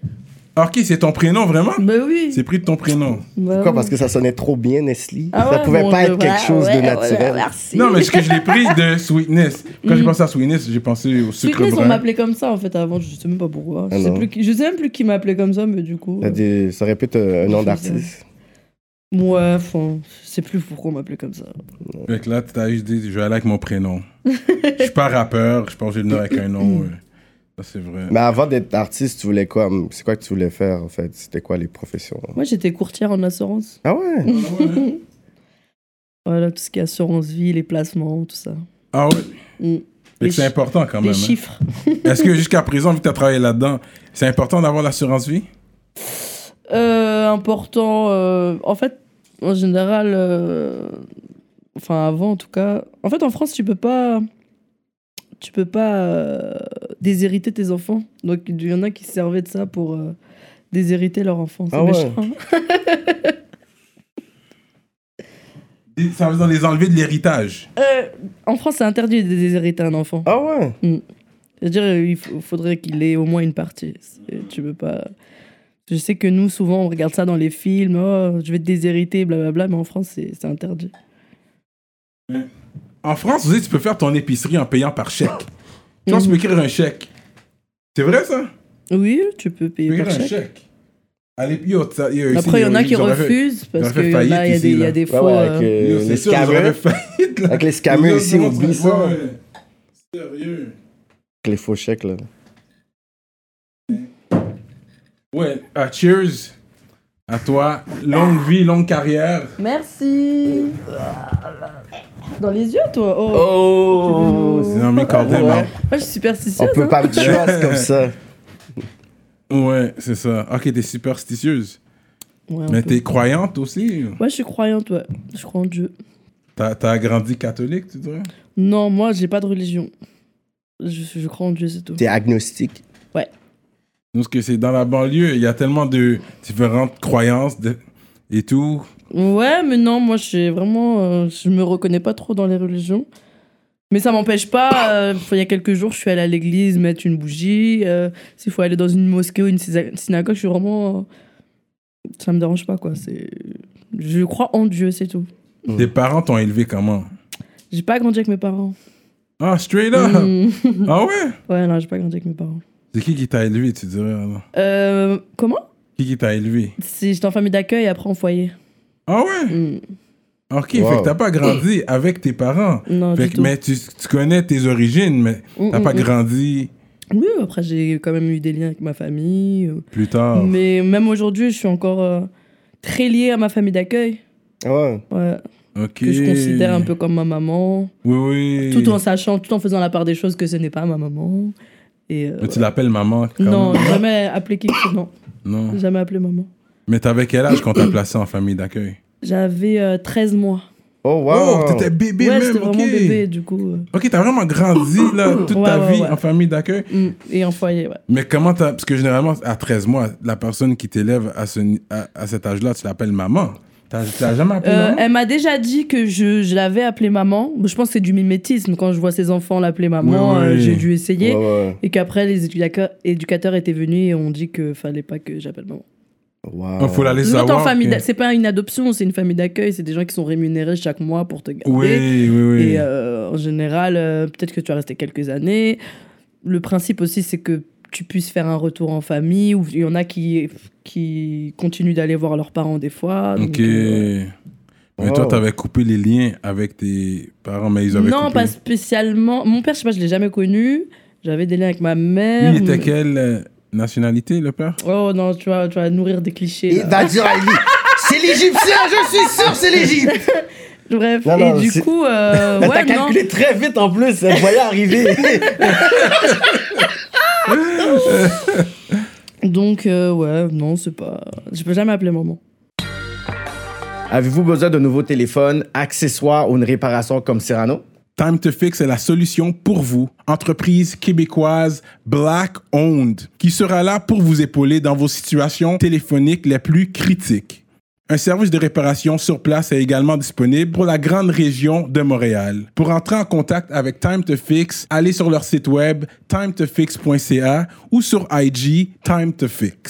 Speaker 1: Ah, ok, c'est ton prénom vraiment
Speaker 3: Bah oui.
Speaker 1: C'est pris de ton prénom.
Speaker 3: Bah
Speaker 2: Pourquoi?
Speaker 3: oui.
Speaker 2: Parce que ça sonnait trop bien, Nestlé.
Speaker 3: Ah
Speaker 2: ça
Speaker 3: ouais,
Speaker 2: pouvait
Speaker 3: bon,
Speaker 2: pas
Speaker 3: je-
Speaker 2: être quelque
Speaker 3: ouais,
Speaker 2: chose
Speaker 3: ouais,
Speaker 2: de
Speaker 3: ouais,
Speaker 2: naturel.
Speaker 3: merci.
Speaker 1: Non, mais ce que je l'ai pris de Sweetness. Quand j'ai pensé à Sweetness, j'ai pensé au sucre
Speaker 3: Mm-hmm. Sweetness, on
Speaker 1: brun.
Speaker 3: m'appelait comme ça en fait avant, je sais même pas pourquoi. Je,
Speaker 2: Ah
Speaker 3: sais,
Speaker 2: non. Eh
Speaker 3: plus qui- je sais même plus qui m'appelait comme ça, mais du coup.
Speaker 2: Ça
Speaker 3: euh,
Speaker 2: dit- Ça répète euh, un nom d'artiste.
Speaker 3: Moi, enfin, je sais plus pourquoi on m'appelait comme ça.
Speaker 1: Fait que là, t'as eu dit, je vais aller avec mon prénom. Je suis pas rappeur, je pense que j'ai le nom avec un nom. ouais. Ça, c'est vrai.
Speaker 2: Mais avant d'être artiste, tu voulais quoi? C'est quoi que tu voulais faire, en fait? C'était quoi les professions?
Speaker 3: Moi, j'étais courtière en assurance.
Speaker 2: Ah ouais?
Speaker 3: Voilà, tout ce qui est assurance vie, les placements, tout ça.
Speaker 1: Ah ouais?
Speaker 3: Mm.
Speaker 1: Fait
Speaker 3: Les
Speaker 1: que c'est
Speaker 3: chi-
Speaker 1: important quand
Speaker 3: les
Speaker 1: même. hein.
Speaker 3: chiffres.
Speaker 1: Est-ce que jusqu'à présent, vu que t'as travaillé là-dedans, c'est important d'avoir l'assurance vie?
Speaker 3: Euh, important. euh, en fait, en général, euh, enfin avant en tout cas. En fait, en France, tu peux pas, tu peux pas euh, déshériter tes enfants. Donc il y en a qui se servaient de ça pour euh, déshériter leurs enfants. C'est
Speaker 2: Ah ouais.
Speaker 3: méchant. hein.
Speaker 1: Ça veut dire les enlever de l'héritage.
Speaker 3: Euh, en France, c'est interdit de déshériter un enfant.
Speaker 2: Ah ouais?
Speaker 3: C'est-à-dire, euh, il faut- faudrait qu'il ait au moins une partie. C'est- Tu peux pas. Je sais que nous, souvent, on regarde ça dans les films. Oh, je vais te déshériter, blablabla. Mais en France, c'est c'est interdit.
Speaker 1: En France, vous savez, tu
Speaker 3: Mm.
Speaker 1: peux faire ton épicerie en payant par chèque. Tu vois, tu peux écrire un chèque. C'est vrai, ça?
Speaker 3: Oui, tu peux payer
Speaker 1: Payer
Speaker 3: par
Speaker 1: un
Speaker 3: chèque.
Speaker 1: chèque. Allez, yo, ça- yo, ici,
Speaker 3: Après, il y en a
Speaker 1: yo,
Speaker 3: qui
Speaker 1: ils auraient fait-
Speaker 3: refusent parce
Speaker 1: auraient fait
Speaker 3: qu'il y en a, il y a
Speaker 1: faillite
Speaker 3: des- il
Speaker 1: ici,
Speaker 3: y
Speaker 1: là. Ah
Speaker 3: a des
Speaker 2: Ouais,
Speaker 3: fois.
Speaker 2: ouais,
Speaker 3: euh,
Speaker 2: avec euh,
Speaker 1: Yo, c'est
Speaker 2: les
Speaker 1: sûr, ils auraient
Speaker 2: scammers.
Speaker 1: fait faillite, là.
Speaker 2: Avec les scammers
Speaker 1: Yo,
Speaker 2: aussi,
Speaker 1: non,
Speaker 2: oublie
Speaker 1: ouais,
Speaker 2: ça. Avec
Speaker 1: ouais. Sérieux.
Speaker 2: les faux chèques, là.
Speaker 1: Ouais, ah, cheers à toi. Longue vie, longue carrière.
Speaker 3: Merci. Dans les yeux, toi. Oh.
Speaker 2: Oh!
Speaker 1: Non, mais quand même.
Speaker 2: Ouais.
Speaker 1: hein.
Speaker 3: Moi, je suis superstitieuse.
Speaker 2: On peut
Speaker 3: hein.
Speaker 2: pas me tuer comme ça.
Speaker 1: Ouais, c'est ça. Ok, t'es superstitieuse.
Speaker 3: Ouais, un
Speaker 1: Mais
Speaker 3: peu.
Speaker 1: t'es croyante aussi.
Speaker 3: Ouais, je suis croyante, ouais. Je crois en Dieu.
Speaker 1: T'as t'as grandi catholique, tu dirais
Speaker 3: Non, moi, j'ai pas de religion. Je, je crois en Dieu, c'est tout.
Speaker 2: T'es agnostique.
Speaker 1: Nous, ce que c'est dans la banlieue, il y a tellement de différentes croyances de- et tout.
Speaker 3: Ouais, mais non, moi, je suis vraiment. euh, je me reconnais pas trop dans les religions. Mais ça m'empêche pas. euh, il y a quelques jours, je suis allée à l'église mettre une bougie. euh, S'il faut aller dans une mosquée ou une syna- synagogue, je suis vraiment. euh, ça me dérange pas, quoi. C'est. Je crois en Dieu, c'est tout.
Speaker 2: Mm.
Speaker 1: Tes parents t'ont élevé comment
Speaker 3: J'ai pas grandi avec mes parents.
Speaker 1: Ah, straight up
Speaker 3: Hmm.
Speaker 1: Ah ouais
Speaker 3: Ouais, non, j'ai pas grandi avec mes parents.
Speaker 1: C'est qui qui t'a élevé, tu dirais alors?
Speaker 3: Euh, comment
Speaker 1: Qui qui t'a élevé
Speaker 3: Si j'étais en famille d'accueil et après en foyer.
Speaker 1: Ah ouais
Speaker 3: Hmm.
Speaker 1: Ok,
Speaker 2: Wow.
Speaker 1: fait que t'as pas grandi avec tes parents.
Speaker 3: Non,
Speaker 1: Fait
Speaker 3: du
Speaker 1: que-
Speaker 3: tout.
Speaker 1: mais tu, tu connais tes origines, mais
Speaker 3: Mm,
Speaker 1: t'as
Speaker 3: mm,
Speaker 1: pas
Speaker 3: mm.
Speaker 1: grandi
Speaker 3: Oui, après j'ai quand même eu des liens avec ma famille. euh.
Speaker 1: plus tard.
Speaker 3: Mais même aujourd'hui, je suis encore euh, très liée à ma famille d'accueil.
Speaker 2: Ah Ouais.
Speaker 3: Ouais,
Speaker 1: Ok.
Speaker 3: que je considère un peu comme ma maman.
Speaker 1: Oui, oui.
Speaker 3: Tout en sachant, tout en faisant la part des choses que ce n'est pas ma maman. Et, euh,
Speaker 1: Mais tu l'appelles maman quand
Speaker 3: non,
Speaker 1: même.
Speaker 3: jamais appelé qui que ce- Non,
Speaker 1: Non.
Speaker 3: jamais appelé maman.
Speaker 1: Mais t'avais quel âge quand t'as placé en famille d'accueil
Speaker 3: J'avais euh, 13 mois.
Speaker 2: Oh,
Speaker 1: Oh,
Speaker 2: wow!
Speaker 1: t'étais bébé
Speaker 3: ouais,
Speaker 1: même,
Speaker 3: j'étais
Speaker 1: ok.
Speaker 3: vraiment bébé, du coup. euh.
Speaker 1: Ok, t'as vraiment grandi là, toute
Speaker 3: Ouais,
Speaker 1: ta
Speaker 3: ouais,
Speaker 1: vie
Speaker 3: ouais.
Speaker 1: en famille d'accueil.
Speaker 3: Mm, Et en foyer, ouais.
Speaker 1: Mais comment t'as. Parce que généralement, à 13 mois, la personne qui t'élève à, ce... ni- à, à cet âge-là, tu l'appelles maman. T'as tu l'as jamais appelé
Speaker 3: Euh,
Speaker 1: maman
Speaker 3: elle m'a déjà dit que je, je l'avais appelée maman. Je pense que c'est du mimétisme. Quand je vois ses enfants l'appeler maman,
Speaker 1: Oui, oui.
Speaker 3: euh, j'ai dû
Speaker 2: Ouais,
Speaker 3: essayer.
Speaker 2: ouais.
Speaker 3: Et qu'après, les éducateurs, éducateurs étaient venus et ont dit que fallait pas que j'appelle maman.
Speaker 1: Il
Speaker 2: Wow.
Speaker 1: faut la
Speaker 3: Parce
Speaker 1: laisser
Speaker 3: que quand t'es en
Speaker 1: savoir.
Speaker 3: famille
Speaker 1: que-
Speaker 3: d'a- C'est pas une adoption, c'est une famille d'accueil. C'est des gens qui sont rémunérés chaque mois pour te garder.
Speaker 1: Oui, oui, oui.
Speaker 3: Et euh, en général, euh, peut-être que tu vas rester quelques années. Le principe aussi, c'est que tu puisses faire un retour en famille. Ou il y en a qui, qui continuent d'aller voir leurs parents des fois. donc,
Speaker 1: Ok.
Speaker 3: euh,
Speaker 1: Mais toi,
Speaker 2: Oh.
Speaker 1: t'avais coupé les liens avec tes parents, mais ils avaient
Speaker 3: non,
Speaker 1: coupé.
Speaker 3: pas spécialement. Mon père, je sais pas, je l'ai jamais connu. J'avais des liens avec ma mère.
Speaker 1: Lui, il était
Speaker 3: mais-
Speaker 1: quelle euh, nationalité, le père
Speaker 3: Oh non, tu vas, tu vas nourrir des clichés.
Speaker 2: Il
Speaker 3: là.
Speaker 2: va dire à lui, c'est l'Égyptien, je suis sûr, c'est l'Égypte!
Speaker 3: Bref,
Speaker 2: Non, non,
Speaker 3: et du
Speaker 2: c'est-
Speaker 3: coup, euh, ouais,
Speaker 2: Elle t'a
Speaker 3: non.
Speaker 2: calculé très vite en plus, elle voyait arriver.
Speaker 3: Donc, euh, ouais, non, c'est pas. Je peux jamais appeler maman.
Speaker 2: Avez-vous besoin d'un nouveau téléphone, accessoire ou une réparation comme Cyrano?
Speaker 1: Time to Fix est la solution pour vous, entreprise québécoise Black Owned, qui sera là pour vous épauler dans vos situations téléphoniques les plus critiques. Un service de réparation sur place est également disponible pour la grande région de Montréal. Pour entrer en contact avec Time to Fix, allez sur leur site web timetofix.ca ou sur IG Time to Fix.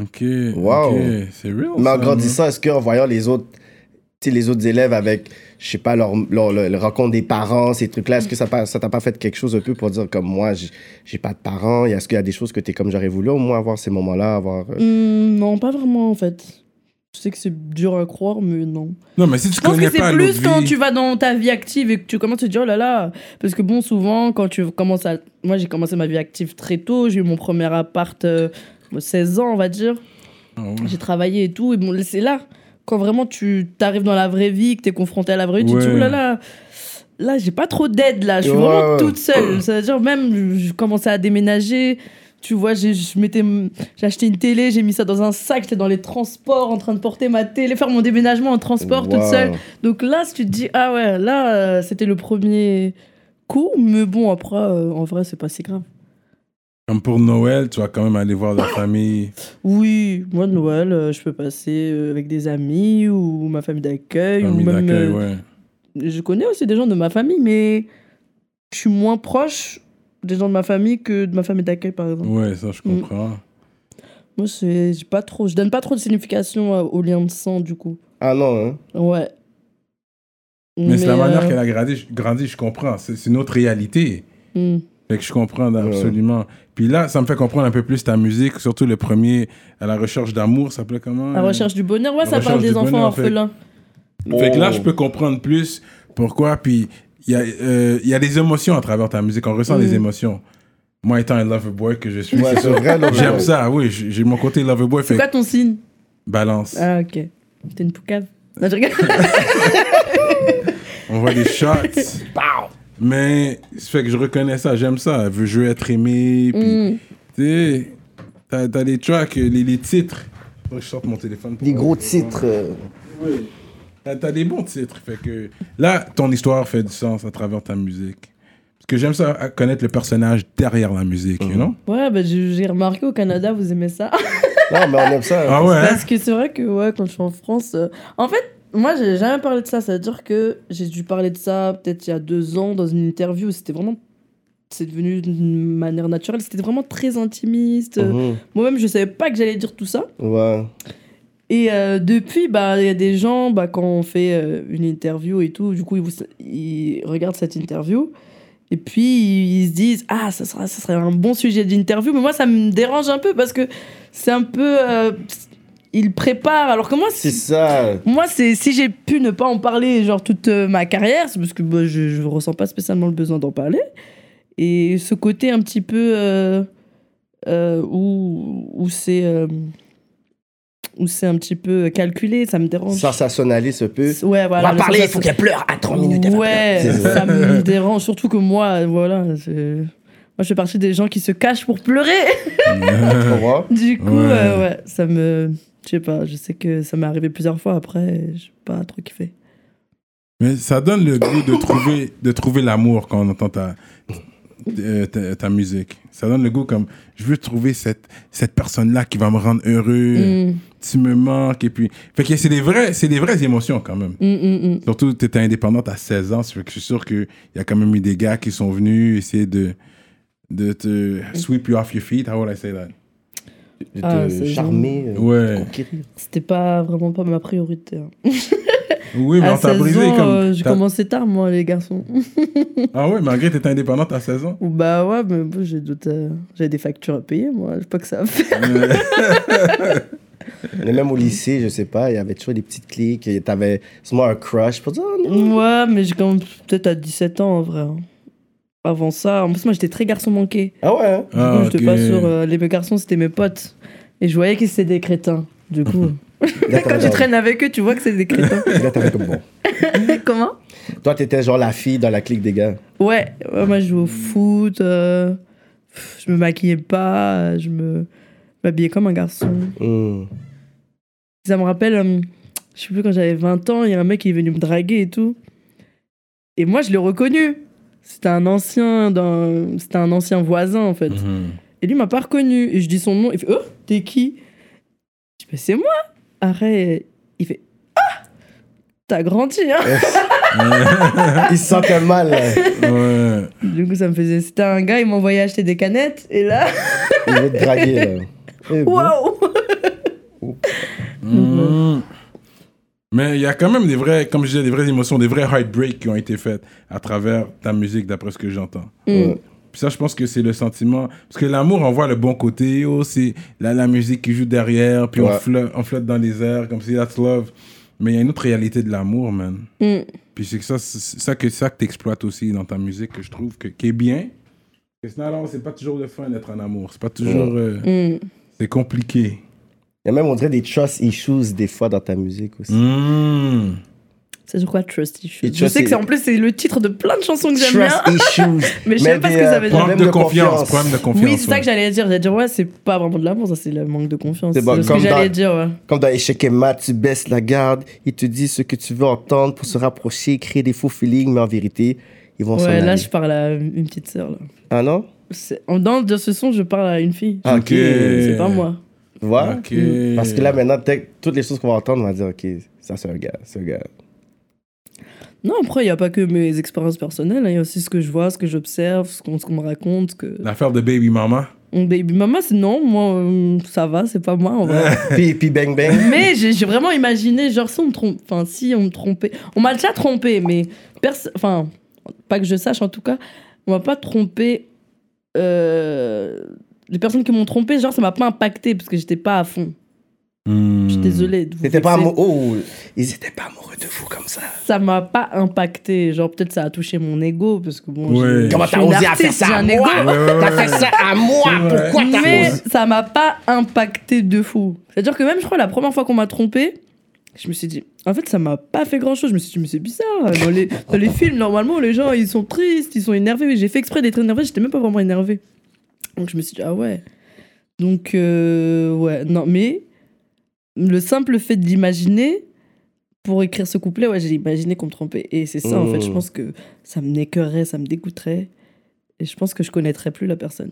Speaker 1: Ok.
Speaker 2: Wow.
Speaker 1: ok, C'est real.
Speaker 2: Mais en
Speaker 1: ça,
Speaker 2: grandissant, est-ce qu'en voyant les autres, tu sais, les autres élèves avec, je sais pas, leur, leur- leur- leur rencontre des parents, ces trucs-là, est-ce que ça pas- ça t'a pas fait quelque chose un peu pour dire comme moi, j'ai j'ai pas de parents, et est-ce qu'il y a des choses que t'es comme j'aurais voulu au moins avoir ces moments-là, avoir. euh,
Speaker 3: Hmm, non, pas vraiment en fait. Je sais que c'est dur à croire, mais non.
Speaker 1: non? Non, mais si tu
Speaker 3: Je pense que
Speaker 1: connais pas
Speaker 3: c'est
Speaker 1: l'autre
Speaker 3: plus quand
Speaker 1: vie-
Speaker 3: tu vas dans ta vie active et que tu commences à te dire oh là là. Parce que bon, souvent, quand tu commences à. Moi, j'ai commencé ma vie active très tôt. J'ai eu mon premier appart, euh, 16 ans, on va dire.
Speaker 1: Ah ouais.
Speaker 3: J'ai travaillé et tout. Et bon, c'est là, quand vraiment tu t'arrives dans la vraie vie, que t'es confronté à la vraie vie, tu te dis,
Speaker 1: Ouais.
Speaker 3: oh là là, là, j'ai pas trop d'aide, là. Je suis
Speaker 2: Ouais,
Speaker 3: vraiment
Speaker 2: ouais.
Speaker 3: toute seule. C'est-à-dire, même, je commençais à déménager. Tu vois, j'ai je m'étais- j'ai acheté une télé, j'ai mis ça dans un sac, j'étais dans les transports en train de porter ma télé, faire mon déménagement en transport toute
Speaker 2: wow.
Speaker 3: seule. Donc là, si tu te dis, ah ouais, là, euh, c'était le premier cool, mais bon, après, euh, en vrai, c'est pas si grave.
Speaker 1: Comme pour Noël, tu vas quand même aller voir la famille.
Speaker 3: Oui, moi, de Noël, euh, je peux passer euh, avec des amis ou ma famille d'accueil. ou
Speaker 1: famille
Speaker 3: même,
Speaker 1: d'accueil,
Speaker 3: euh,
Speaker 1: ouais.
Speaker 3: Je connais aussi des gens de ma famille, mais je suis moins proche des gens de ma famille que de ma famille d'accueil, par exemple.
Speaker 1: Ouais, ça, je
Speaker 3: Mm.
Speaker 1: comprends.
Speaker 3: Moi, c'est- j'ai pas trop, je donne pas trop de signification euh, au lien de sang, du coup.
Speaker 2: Ah non, hein.
Speaker 3: Ouais.
Speaker 1: Mais, c'est la manière
Speaker 3: euh,
Speaker 1: qu'elle a grandi, je, grandi, je comprends. C'est c'est une autre réalité.
Speaker 3: hmm.
Speaker 1: Fait que je comprends
Speaker 2: ouais.
Speaker 1: absolument. Puis là, ça me fait comprendre un peu plus ta musique, surtout le premier, à la recherche d'amour, ça s'appelait comment
Speaker 3: La
Speaker 1: euh?
Speaker 3: recherche du bonheur,
Speaker 1: La
Speaker 3: ouais, ça parle
Speaker 1: recherche
Speaker 3: des
Speaker 1: du
Speaker 3: enfants
Speaker 1: bonheur, en fait.
Speaker 3: orphelins.
Speaker 1: Fait que là,
Speaker 2: Oh.
Speaker 1: je peux comprendre plus pourquoi. Puis il y, a, euh, il y a des émotions à travers ta musique. On ressent
Speaker 3: Mm.
Speaker 1: des émotions. Moi, étant un lover boy que je suis,
Speaker 2: Ouais,
Speaker 1: c'est
Speaker 2: c'est
Speaker 1: sûr.
Speaker 2: vrai, là,
Speaker 1: J'aime
Speaker 2: ouais.
Speaker 1: ça, oui. J'ai j'ai mon côté lover boy.
Speaker 3: C'est
Speaker 1: Fait
Speaker 3: quoi ton signe
Speaker 1: balance.
Speaker 3: Ah, ok. T'es une poucave. Non, je rigole.
Speaker 1: On voit des shots. Mais ça fait que je reconnais ça. J'aime ça. Je veux- Je veux être aimé. Puis
Speaker 3: Mm.
Speaker 1: Tu sais, t'as, t'as les tracks, euh, les, les titres. Faudrait que je sorte mon téléphone. pour
Speaker 2: Des
Speaker 1: voir.
Speaker 2: gros titres. euh,
Speaker 1: Oui. T'as, t'as des bons titres. Fait que là, ton histoire fait du sens à travers ta musique. Parce que j'aime ça, à connaître le personnage derrière la musique, you know?
Speaker 3: Ouais, bah, j'ai j'ai remarqué au Canada, vous aimez ça.
Speaker 2: Non, mais on aime ça. hein.
Speaker 1: Ah ouais? hein?
Speaker 3: Parce que c'est vrai que, ouais, quand je suis en France. euh, En fait, moi, j'ai jamais parlé de ça. C'est-à-dire que j'ai dû parler de ça peut-être il y a deux ans dans une interview. C'était vraiment. C'est devenu d'une manière naturelle. C'était vraiment très intimiste.
Speaker 2: Mhm.
Speaker 3: Moi-même, je savais pas que j'allais dire tout ça.
Speaker 2: Ouais.
Speaker 3: Et euh, depuis, bah, il y a des gens, bah, quand on fait euh, une interview et tout, du coup, ils, vous- ils regardent cette interview. Et puis, ils se disent Ah, ça, sera, ça serait un bon sujet d'interview. Mais moi, ça me dérange un peu parce que c'est un peu. euh, ils préparent. Alors que moi,
Speaker 2: C'est
Speaker 3: si,
Speaker 2: ça.
Speaker 3: moi c'est, si j'ai pu ne pas en parler, genre toute euh, ma carrière, c'est parce que bah, je ne ressens pas spécialement le besoin d'en parler. Et ce côté un petit peu. euh, euh, où, où c'est euh, où c'est un petit peu calculé, ça me dérange.
Speaker 2: Sensationnaliste un peu.
Speaker 3: ouais, voilà, le sensation-
Speaker 2: pleure à 30
Speaker 3: Ouais,
Speaker 2: C'est ça.
Speaker 3: ça me dérange, surtout que moi, voilà, je- moi je fais partie des gens qui se cachent pour pleurer.
Speaker 2: Tu comprends?
Speaker 3: Du coup,
Speaker 1: Ouais.
Speaker 3: euh, ouais, ça me, je sais pas, je sais que ça m'est arrivé plusieurs fois. Après, je pas trop kiffé.
Speaker 1: Mais ça donne le goût de trouver, de trouver l'amour quand on entend ta, euh, ta, ta musique. Ça donne le goût comme je veux trouver cette, cette personne-là qui va me rendre heureux,
Speaker 3: Mm,
Speaker 1: tu me manques. Et puis, fait que c'est des, vrais, c'est des vraies émotions quand même.
Speaker 3: mm, mm, mm.
Speaker 1: Surtout, tu étais indépendante à 16 ans, ça fait que je suis sûr qu'il y a quand même eu des gars qui sont venus essayer de, de te sweep you off your feet. How would I say that?
Speaker 2: De
Speaker 3: Ah,
Speaker 2: te
Speaker 3: c'est
Speaker 2: charmer. euh,
Speaker 1: Ouais.
Speaker 2: conquérir.
Speaker 3: C'était pas vraiment pas ma priorité. hein.
Speaker 1: Oui, mais
Speaker 3: à
Speaker 1: on t'a
Speaker 3: 16
Speaker 1: brisé
Speaker 3: ans,
Speaker 1: comme.
Speaker 3: euh, j'ai
Speaker 1: t'as-
Speaker 3: commencé tard, moi, les garçons.
Speaker 1: Ah ouais, malgré que tu étais indépendante à 16 ans.
Speaker 3: Ou bah ouais, mais bon, j'ai d'autres, euh, j'ai des factures à payer, moi. Je sais pas que ça fait.
Speaker 1: Euh,
Speaker 2: Mais même au lycée, je sais pas, il y avait toujours des petites cliques. et T'avais sûrement un crush pour dire, oh, non.
Speaker 3: Ouais, mais j'ai quand même peut-être à 17 ans en vrai. hein. Avant ça, en plus, moi j'étais très garçon manqué.
Speaker 2: Ah ouais, hein?
Speaker 3: Du coup,
Speaker 1: ah,
Speaker 3: j'étais
Speaker 1: ok.
Speaker 3: pas sur euh, les mecs garçons, c'était mes potes. Et je voyais que c'était des crétins. Du coup,
Speaker 2: Là,
Speaker 3: quand tu
Speaker 2: t'avais-
Speaker 3: traînes avec eux, tu vois que c'est des crétins.
Speaker 2: Là, t'avais comme bon.
Speaker 3: Comment
Speaker 2: Toi, t'étais genre la fille dans la clique des gars.
Speaker 3: ouais, ouais, moi je jouais au foot, euh, pff, je me maquillais pas, euh, je me m'habillais comme un garçon.
Speaker 2: Hmm.
Speaker 3: Ça me rappelle, euh, je sais plus, quand j'avais 20 ans, il y a un mec qui est venu me draguer et tout. Et moi, je l'ai reconnu. C'était un ancien, d'un- c'était un ancien voisin en fait.
Speaker 1: Mhm.
Speaker 3: Et lui m'a pas reconnu. Et je dis son nom. Il fait Oh, t'es qui Je dis Bah, C'est moi. Arrête. Il fait Ah T'as grandi, hein
Speaker 2: Il se sentait mal. là.
Speaker 1: Ouais.
Speaker 3: Du coup, ça me faisait. C'était un gars, il m'envoyait acheter des canettes. Et là,
Speaker 2: Il veut te draguer, là. Eh, bon.
Speaker 3: waouh
Speaker 1: Mhm. Mais il y a quand même des vrais, comme je disais, des vraies émotions, des vrais heartbreaks qui ont été faites à travers ta musique, d'après ce que j'entends.
Speaker 3: Mm.
Speaker 1: Puis ça, je pense que c'est le sentiment. Parce que l'amour, on voit le bon côté. Oh, c'est la, la musique qui joue derrière. Puis on,
Speaker 2: Ouais.
Speaker 1: flotte, on flotte dans les airs, comme si that's love. Mais il y a une autre réalité de l'amour, man.
Speaker 3: Mm.
Speaker 1: Puis c'est que ça, c'est ça que, ça que t'exploites aussi dans ta musique, que je trouve que, qui est bien. Parce que sinon, alors, c'est pas toujours le fun d'être en amour. C'est pas toujours. euh,
Speaker 3: Mm.
Speaker 1: c'est compliqué.
Speaker 2: Il y a même, on dirait, des trust issues des fois dans ta musique
Speaker 3: Hmm.
Speaker 2: aussi.
Speaker 1: Mmh.
Speaker 3: C'est sur quoi Trust Issues
Speaker 2: Et
Speaker 3: Je
Speaker 2: Trust,
Speaker 3: sais que c'est
Speaker 2: c'est-
Speaker 3: en plus c'est le titre de plein de chansons que j'aime bien.
Speaker 2: Trust issues.
Speaker 3: Mais je sais pas ce
Speaker 2: des,
Speaker 3: que ça
Speaker 2: euh,
Speaker 3: veut dire.
Speaker 1: Problème de, confiance, Problème de confiance.
Speaker 3: Oui, c'est ça
Speaker 1: ouais.
Speaker 3: que j'allais dire. J'allais dire, ouais, c'est pas vraiment de l'amour, ça, c'est le manque de confiance.
Speaker 2: C'est
Speaker 3: C'est
Speaker 2: bon,
Speaker 3: ce que
Speaker 2: comme
Speaker 3: j'allais
Speaker 2: dans-
Speaker 3: dire, ouais.
Speaker 2: Comme dans Échec et Mat, tu baisses la garde, il te dit ce que tu veux entendre pour se rapprocher, créer des faux feelings, mais en vérité, ils vont s'en
Speaker 3: ouais, là,
Speaker 2: aller.
Speaker 3: je parle à une petite sœur. Là.
Speaker 2: Ah non
Speaker 3: C'est- En dans de ce son, je parle à une fille.
Speaker 2: Ah,
Speaker 1: Ok.
Speaker 3: C'est pas moi.
Speaker 2: Tu vois
Speaker 1: Ok.
Speaker 2: Parce que là, maintenant, peut-être toutes les choses qu'on va entendre, on va dire, OK, ça, c'est un gars, c'est un gars.
Speaker 3: Non, après, il n'y a pas que mes expériences personnelles. hein, Il y a aussi ce que je vois, ce que j'observe, ce qu'on ce qu'on me raconte. ce
Speaker 2: Bah.
Speaker 3: que...
Speaker 1: L'affaire de Baby Mama.
Speaker 3: Mon baby maman, c'est non, moi, euh, ça va, c'est pas moi. en vrai.
Speaker 2: puis, puis bang, bang.
Speaker 3: mais j'ai j'ai vraiment imaginé, genre, si on me trompe. Enfin, si on me trompait. On m'a déjà trompé, mais. perso- Enfin, pas que je sache en tout cas. On m'a pas trompé. euh, Les personnes qui m'ont trompé, genre, ça m'a pas impacté parce que j'étais pas à fond.
Speaker 1: Hmm.
Speaker 3: Je suis désolée. de vous
Speaker 2: Hmm. T'étais pas
Speaker 3: vexer.
Speaker 2: amoureux. Oh, ils étaient pas amoureux de vous comme ça.
Speaker 3: ça m'a pas impacté. Genre, peut-être ça a touché mon ego, parce que bon.
Speaker 1: Ouais.
Speaker 3: j'ai-
Speaker 1: Comment
Speaker 3: je suis une artiste, j'ai un ego.
Speaker 1: T'as fait ça à moi, pourquoi
Speaker 3: Mais ça m'a pas impacté de fou. C'est-à-dire que même, je crois, la première fois qu'on m'a trompé, je me suis dit, en fait, ça m'a pas fait grand-chose. Je me suis dit, mais c'est bizarre. Dans les, dans les films, normalement, les gens, ils sont tristes, ils sont énervés. Mais j'ai fait exprès d'être énervé, j'étais même pas vraiment énervé. Donc, je me suis dit, ah ouais. Donc, euh, ouais, non, mais le simple fait de l'imaginer, pour écrire ce couplet, ouais, j'ai imaginé qu'on me trompait. Et c'est ça, en fait, je
Speaker 2: Mmh.
Speaker 3: pense que ça me n'écœurerait, ça me dégoûterait. Et je pense que je connaîtrais plus la personne.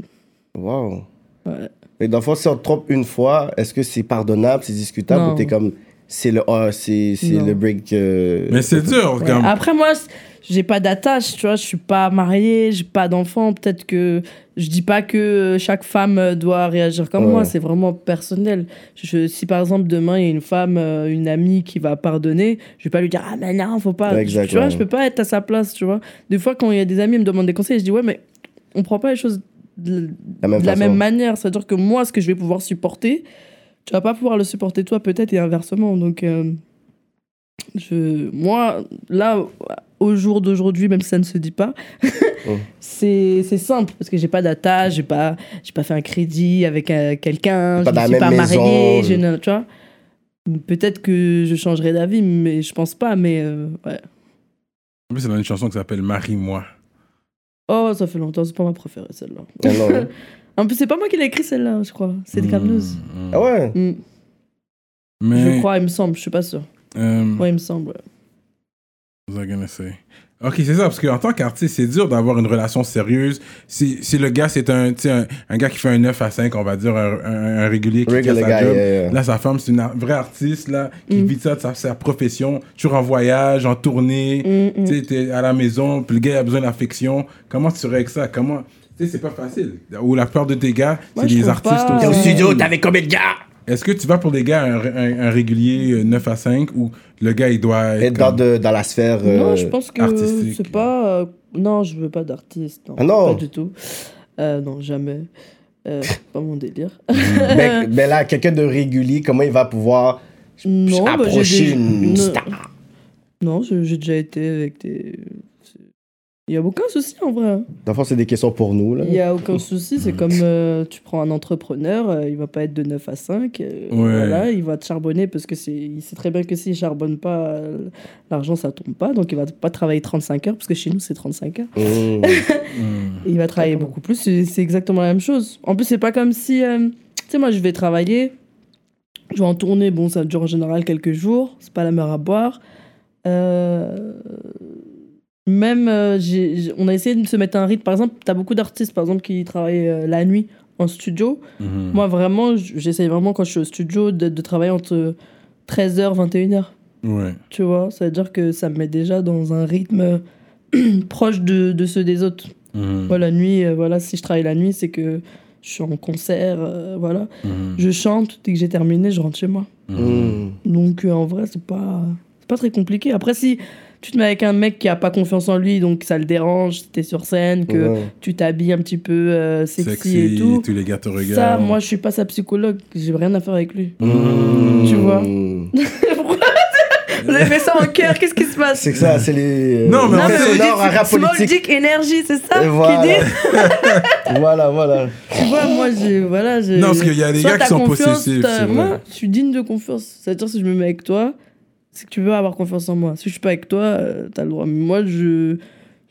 Speaker 2: Wow.
Speaker 3: Ouais.
Speaker 2: Mais dans le fond, si on te trompe une fois, est-ce que c'est pardonnable, c'est discutable
Speaker 3: Non.
Speaker 2: ou t'es comme, c'est le, ah, c'est, c'est
Speaker 3: Non.
Speaker 2: le break. euh,
Speaker 1: Mais c'est dur,
Speaker 3: Ouais.
Speaker 1: comme.
Speaker 3: Après, moi, c- j'ai pas d'attache, tu vois, je suis pas mariée, j'ai pas d'enfant. Peut-être que je dis pas que chaque femme euh, doit réagir comme
Speaker 2: Ouais.
Speaker 3: moi, c'est vraiment personnel. Je, si par exemple, demain, il y a une femme, euh, une amie qui va pardonner, je vais pas lui dire Ah, mais non, faut pas.
Speaker 2: Ouais, exact,
Speaker 3: tu vois,
Speaker 2: ouais.
Speaker 3: je peux pas être à sa place, tu vois. Des fois, quand il y a des amis, ils me demandent des conseils, je dis Ouais, mais on prend pas les choses de,
Speaker 2: La même
Speaker 3: de la
Speaker 2: façon.
Speaker 3: même manière. C'est-à-dire que moi, ce que je vais pouvoir supporter, tu vas pas pouvoir le supporter toi, peut-être, et inversement. Donc. euh, je, moi, là, au jour d'aujourd'hui, même si ça ne se dit pas,
Speaker 2: Mm.
Speaker 3: c'est c'est simple parce que j'ai pas d'attache, j'ai pas, j'ai pas fait un crédit avec euh, quelqu'un,
Speaker 2: Pas
Speaker 3: je
Speaker 2: dans
Speaker 3: ne
Speaker 2: la
Speaker 3: suis
Speaker 2: même
Speaker 3: pas
Speaker 2: maison,
Speaker 3: mariée, je
Speaker 2: je-
Speaker 3: ne- tu vois. Peut-être que je changerai d'avis, mais je pense pas, mais euh, ouais.
Speaker 1: En plus, c'est dans une chanson qui s'appelle Marie-moi.
Speaker 3: Oh, ça fait longtemps, c'est pas ma préférée celle-là.
Speaker 2: Ah non, hein.
Speaker 3: En plus, c'est pas moi qui l'ai écrit celle-là, je crois. C'est
Speaker 2: Hmm.
Speaker 3: des Camneuse.
Speaker 1: Mm, mm.
Speaker 2: Ah ouais.
Speaker 3: Mm.
Speaker 1: Mais,
Speaker 3: Je crois, il me semble, je suis pas sûre.
Speaker 1: euh,
Speaker 3: Ouais, il me semble.
Speaker 1: what was I gonna say? Ok, c'est ça, parce qu'en tant qu'artiste, c'est dur d'avoir une relation sérieuse. Si, si le gars, c'est un, tu sais, un, un gars qui fait un 9 à 5, on va dire, un, un- un régulier qui fait
Speaker 2: Regular
Speaker 1: sa
Speaker 2: guy,
Speaker 1: job.
Speaker 2: yeah, yeah.
Speaker 1: Là, sa femme, c'est une ar- vraie artiste, là, qui
Speaker 3: Mm.
Speaker 1: vit ça de sa, sa profession. Tu es en voyage, en tournée,
Speaker 3: Mm, mm.
Speaker 1: tu sais, t'es à la maison, puis le gars il a besoin d'affection. Comment tu serais avec ça? Comment... Tu sais, c'est pas facile. Ou la peur de tes gars,
Speaker 3: Moi,
Speaker 1: c'est
Speaker 3: je
Speaker 1: des
Speaker 3: trouve
Speaker 1: artistes
Speaker 3: pas-
Speaker 1: aussi.
Speaker 3: T'es au studio,
Speaker 2: t'avais combien de gars
Speaker 1: Est-ce que tu vas pour des gars un, un- un régulier euh, 9 à 5 ou le gars il doit
Speaker 2: Être
Speaker 1: être
Speaker 2: dans,
Speaker 1: comme-
Speaker 2: de- dans la sphère.
Speaker 3: Non,
Speaker 2: euh,
Speaker 3: je pense que
Speaker 1: artistique.
Speaker 3: c'est pas. euh, non, je veux pas d'artiste. Non,
Speaker 2: Ah non.
Speaker 3: Pas du tout. Euh, non, jamais. Euh, c'est pas mon délire.
Speaker 2: Mais, mais ben, là, quelqu'un de régulier, comment il va pouvoir
Speaker 3: non, bah, j'ai
Speaker 2: approcher
Speaker 3: des-
Speaker 2: une
Speaker 3: non.
Speaker 2: star
Speaker 3: Non, je- j'ai déjà été avec des. Il y a aucun souci en vrai. hein.
Speaker 2: Dans le fond, c'est des questions pour nous. Là.
Speaker 3: Il y a aucun souci. C'est comme euh, tu prends un entrepreneur, euh, il va pas être de 9 à 5.
Speaker 1: Ouais.
Speaker 3: euh, Voilà, il va te charbonner parce que c'est, il sait très bien que s'il charbonne pas, euh, l'argent ça tombe pas. Donc il va pas travailler 35 heures parce que chez nous c'est 35 heures.
Speaker 2: Mmh.
Speaker 1: Hmm.
Speaker 3: Et Il va travailler beaucoup plus, c'est c'est exactement la même chose. En plus, c'est pas comme si. euh, tu sais, moi, je vais travailler, je vais en tournée, bon, ça dure en général quelques jours, c'est pas la mer à boire. Euh, Même, euh, j'ai- j'ai- on a essayé de se mettre un rythme. Par exemple, t'as beaucoup d'artistes, par exemple, qui travaillent euh, la nuit en studio.
Speaker 1: Mhm.
Speaker 3: Moi, vraiment, j- j'essaye vraiment, quand je suis au studio, de, de travailler entre 13h, 21h.
Speaker 1: Ouais.
Speaker 3: Tu vois, ça veut dire que ça me met déjà dans un rythme euh, proche de- de ceux des autres.
Speaker 2: Mm.
Speaker 1: Mhm.
Speaker 3: Moi, la nuit, euh, voilà, si je travaille la nuit, c'est que je suis en concert, euh,
Speaker 2: Mm.
Speaker 3: voilà.
Speaker 1: Mhm.
Speaker 3: Je chante, dès que j'ai terminé, je rentre chez moi.
Speaker 1: Mhm.
Speaker 2: Mmh.
Speaker 3: Donc, euh, en vrai, c'est pas, c'est pas très compliqué. Après, si tu te mets avec un mec qui a pas confiance en lui, donc ça le dérange, t'es sur scène, que
Speaker 2: Ouais.
Speaker 3: tu t'habilles un petit peu euh, sexy, et
Speaker 1: Sexy,
Speaker 3: tout.
Speaker 1: tous les gars te regardent.
Speaker 3: Ça, moi, je suis pas sa psychologue, j'ai rien à faire avec lui.
Speaker 1: Mhm.
Speaker 3: Tu vois.
Speaker 2: Mmh.
Speaker 3: Vous avez fait ça en cœur, qu'est-ce qui se passe
Speaker 2: Ah, C'est que ça, c'est les. euh,
Speaker 1: Non, mais
Speaker 3: Non,
Speaker 1: en
Speaker 3: mais
Speaker 1: fait,
Speaker 3: vous
Speaker 2: c'est
Speaker 3: dites
Speaker 2: un rap
Speaker 3: small
Speaker 2: politique.
Speaker 3: dick energy, c'est ça
Speaker 2: Et
Speaker 3: qu'ils
Speaker 2: voilà.
Speaker 3: disent
Speaker 2: Voilà, voilà.
Speaker 3: Tu vois, moi, j'ai. Voilà, j'ai.
Speaker 1: Non, parce qu'il y a des
Speaker 3: Soit
Speaker 1: gars qui
Speaker 3: t'as
Speaker 1: sont
Speaker 3: confiance,
Speaker 1: possessifs,
Speaker 3: t'as-
Speaker 1: c'est vrai.
Speaker 3: Moi, je suis digne de confiance. C'est-à-dire, si je me mets avec toi, c'est que tu veux avoir confiance en moi. Si je suis pas avec toi, euh, t'as le droit. Mais moi, je.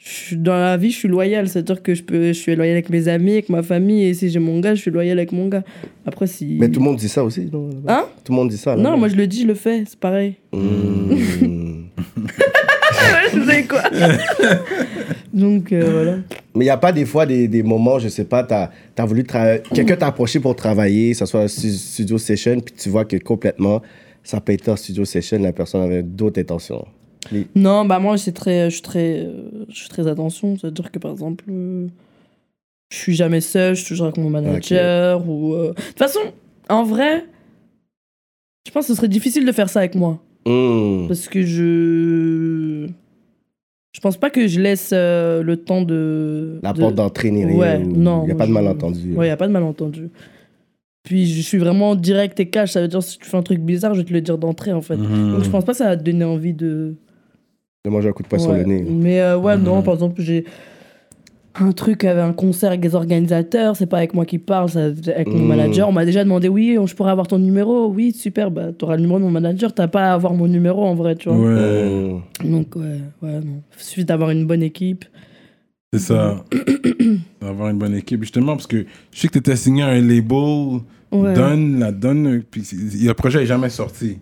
Speaker 3: je suis- dans la vie, je suis loyal. C'est-à-dire que je, peux, je suis loyal avec mes amis, avec ma famille. Et si j'ai mon gars, je suis loyal avec mon gars. Après, si.
Speaker 2: Mais tout le monde dit ça aussi. Non
Speaker 3: Hein
Speaker 2: Tout le monde dit ça. Là, Hmm.
Speaker 3: Non, moi, je le dis, je le fais. C'est pareil.
Speaker 2: Mmh.
Speaker 3: vous savez quoi Donc euh, voilà.
Speaker 2: Mais il n'y a pas des fois des, des moments, je sais pas, t'as as voulu travailler, quelqu'un t'a approché pour travailler, que ce soit un stu- studio session, puis tu vois que complètement, ça peut être un studio session, la personne avait d'autres intentions.
Speaker 3: Non, bah moi, c'est très, je suis très, euh, je suis très attention. C'est-à-dire que par exemple, euh, je suis jamais seule, je suis toujours avec mon manager. Ou, euh, De toute façon, en vrai, je pense que ce serait difficile de faire ça avec moi.
Speaker 2: Hmm.
Speaker 3: Parce que je. Je pense pas que je laisse euh, le temps de.
Speaker 2: La
Speaker 3: de-
Speaker 2: porte d'entrée n'est rien.
Speaker 3: Ouais, non,
Speaker 2: Il n'y a
Speaker 3: moi,
Speaker 2: pas de
Speaker 3: je-
Speaker 2: malentendu.
Speaker 3: Ouais, y a pas de malentendu. Puis je suis vraiment direct et cash. Ça veut dire si tu fais un truc bizarre, je vais te le dire d'entrée en fait.
Speaker 1: Mhm.
Speaker 3: Donc je pense pas que ça va te donner envie de.
Speaker 2: De manger un coup de poing sur le
Speaker 3: Ouais.
Speaker 2: nez.
Speaker 3: Mais euh, ouais, non,
Speaker 1: Mhm.
Speaker 3: par exemple, j'ai un truc avec un concert avec des organisateurs, c'est pas avec moi qui parle, c'est avec mon
Speaker 2: Mhm.
Speaker 3: manager. On m'a déjà demandé, oui, je pourrais avoir ton numéro, oui, super, bah t'auras le numéro de mon manager, t'as pas à avoir mon numéro en vrai, tu vois.
Speaker 1: Ouais,
Speaker 2: Hmm.
Speaker 3: Donc ouais, ouais, non. Suffit d'avoir une bonne équipe.
Speaker 1: c'est ça. D'avoir une bonne équipe, justement, parce que je sais que tu étais signé à un label,
Speaker 3: Ouais.
Speaker 1: donne, la donne, puis c'est- le projet n'est jamais sorti.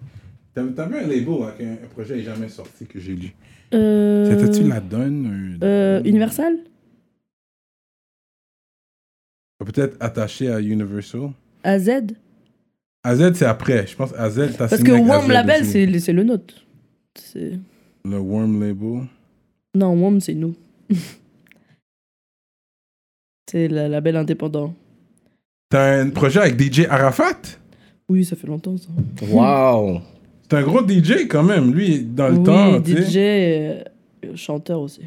Speaker 1: T'as t'as vu un label avec un, un projet n'est jamais sorti que j'ai lu.
Speaker 3: Euh,
Speaker 1: C'était-tu la donne un-
Speaker 3: euh, Universal euh,
Speaker 1: Peut-être attaché à Universal.
Speaker 3: AZ
Speaker 1: AZ, c'est après. Je pense AZ, t'as
Speaker 3: Parce
Speaker 1: signé
Speaker 3: que
Speaker 1: avec
Speaker 3: WOM
Speaker 1: AZ
Speaker 3: Label,
Speaker 1: aussi.
Speaker 3: c'est c'est le nôtre. C'est-
Speaker 1: Le Worm Label.
Speaker 3: Non, WOM, c'est nous. c'est le label indépendant.
Speaker 1: T'as un projet avec DJ Arafat
Speaker 3: Oui, ça fait longtemps ça.
Speaker 2: Wow!
Speaker 1: C'est un gros DJ quand même, lui, dans le
Speaker 3: oui,
Speaker 1: temps. tu sais.
Speaker 3: DJ, euh, chanteur aussi.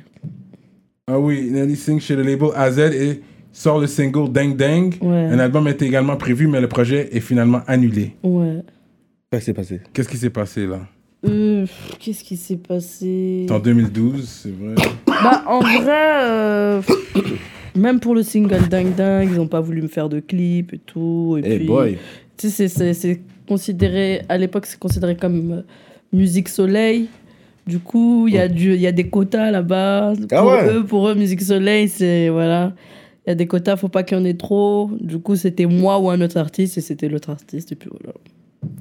Speaker 1: Ah oui, Nelly signe chez le label AZ et sort le single Dang Dang.
Speaker 3: Ouais.
Speaker 1: Un album était également prévu, mais le projet est finalement annulé.
Speaker 3: Ouais.
Speaker 2: Qu'est-ce qui s'est passé?
Speaker 1: Qu'est-ce qui s'est passé là
Speaker 3: Euh, pff, Qu'est-ce qui s'est passé
Speaker 1: C'est en 2012, c'est vrai.
Speaker 3: Bah, en vrai, euh, même pour le single Ding Ding, ils ont pas voulu me faire de clip et tout. Et
Speaker 2: Hey
Speaker 3: puis,
Speaker 2: Eh, boy!
Speaker 3: Tu sais, c'est- c'est- c'est considéré, à l'époque, c'est considéré comme euh, musique soleil. Du coup, il y, a du- il y a des quotas là-bas.
Speaker 2: Oh. Ah
Speaker 3: pour,
Speaker 2: ouais.
Speaker 3: eux, pour eux, musique soleil, c'est. Voilà. Il y a des quotas, faut pas qu'il y en ait trop. Du coup, c'était moi ou un autre artiste, et c'était l'autre artiste. Et puis voilà.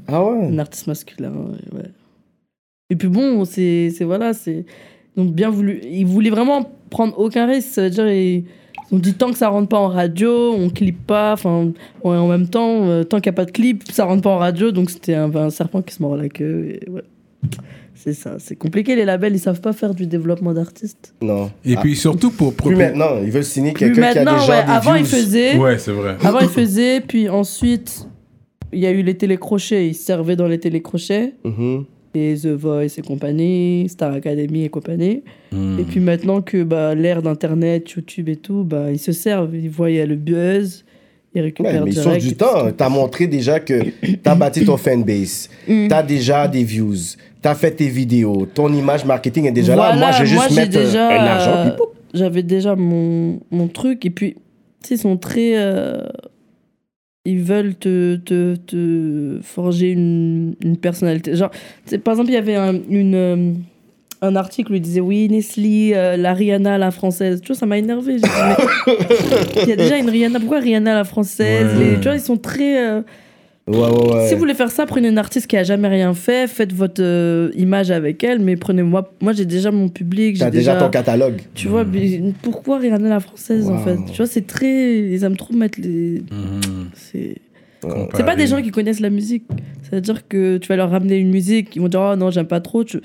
Speaker 2: Ah ouais?
Speaker 3: Un artiste masculin, ouais, ouais. Et puis bon, c'est c'est- voilà, c'est ils ont bien voulu. Ils voulaient vraiment prendre aucun risque. Ça veut dire ils ils ont dit tant que ça rentre pas en radio, on clip pas. Enfin, ouais, en même temps, euh, tant qu'il n'y a pas de clip, ça rentre pas en radio. Donc c'était un, un serpent qui se mord la queue. et ouais. C'est ça, c'est compliqué. Les labels, ils savent pas faire du développement d'artistes.
Speaker 2: Non.
Speaker 1: Et
Speaker 2: Ah,
Speaker 1: puis surtout pour.
Speaker 2: Plus maintenant, ils veulent signer
Speaker 3: Plus
Speaker 2: quelqu'un qui a
Speaker 3: maintenant,
Speaker 2: déjà
Speaker 3: ouais.
Speaker 2: des
Speaker 3: Avant, ils
Speaker 2: views.
Speaker 3: faisaient.
Speaker 1: Ouais, c'est vrai.
Speaker 3: Avant, ils faisaient, puis ensuite, il y a eu les télécrochets. Ils servaient dans les télécrochets.
Speaker 2: Mhm.
Speaker 3: et The Voice et compagnie, Star Academy et compagnie. Et puis maintenant que bah, l'ère d'Internet, YouTube et tout, bah, ils se servent, ils voient il y a le buzz, ils
Speaker 2: Ouais,
Speaker 3: récupèrent
Speaker 2: mais ils
Speaker 3: direct.
Speaker 2: sauvent
Speaker 3: et
Speaker 2: du
Speaker 3: puis
Speaker 2: temps.
Speaker 3: c'est tout.
Speaker 2: T'as montré déjà que t'as bâti ton fanbase.
Speaker 3: Mm.
Speaker 2: T'as déjà des views. T'as fait tes vidéos. Ton image marketing est déjà là. Moi,
Speaker 3: Voilà,
Speaker 2: je vais juste mettre euh,
Speaker 3: déjà,
Speaker 2: un argent.
Speaker 3: euh, J'avais déjà mon, mon truc et puis, tu sais, ils sont très... euh, ils veulent te, te, te forger une, une personnalité. Genre, tu sais, par exemple, il y avait un, une, euh, un article où il disait Oui, Nestlé, euh, la Rihanna, la française. Tu vois, ça m'a énervé. Il y a déjà une Rihanna. Pourquoi Rihanna, la française
Speaker 1: Ouais.
Speaker 3: Les- Tu vois, ils sont très. euh,
Speaker 2: Ouais, ouais, ouais.
Speaker 3: si vous voulez faire ça, prenez une artiste qui a jamais rien fait, faites votre euh, image avec elle, mais prenez-moi. Moi, j'ai déjà mon public, j'ai
Speaker 2: T'as déjà ton catalogue.
Speaker 3: Tu vois, mais pourquoi Rihanna la française en
Speaker 2: Wow. Mmh.
Speaker 3: fait Tu vois, c'est très. Ils aiment trop mettre les.
Speaker 1: Mmh,
Speaker 3: C'est
Speaker 1: Bah
Speaker 3: c'est pas des gens qui connaissent la musique. C'est-à-dire que tu vas leur ramener une musique, ils vont dire Oh non, j'aime pas trop. Tu-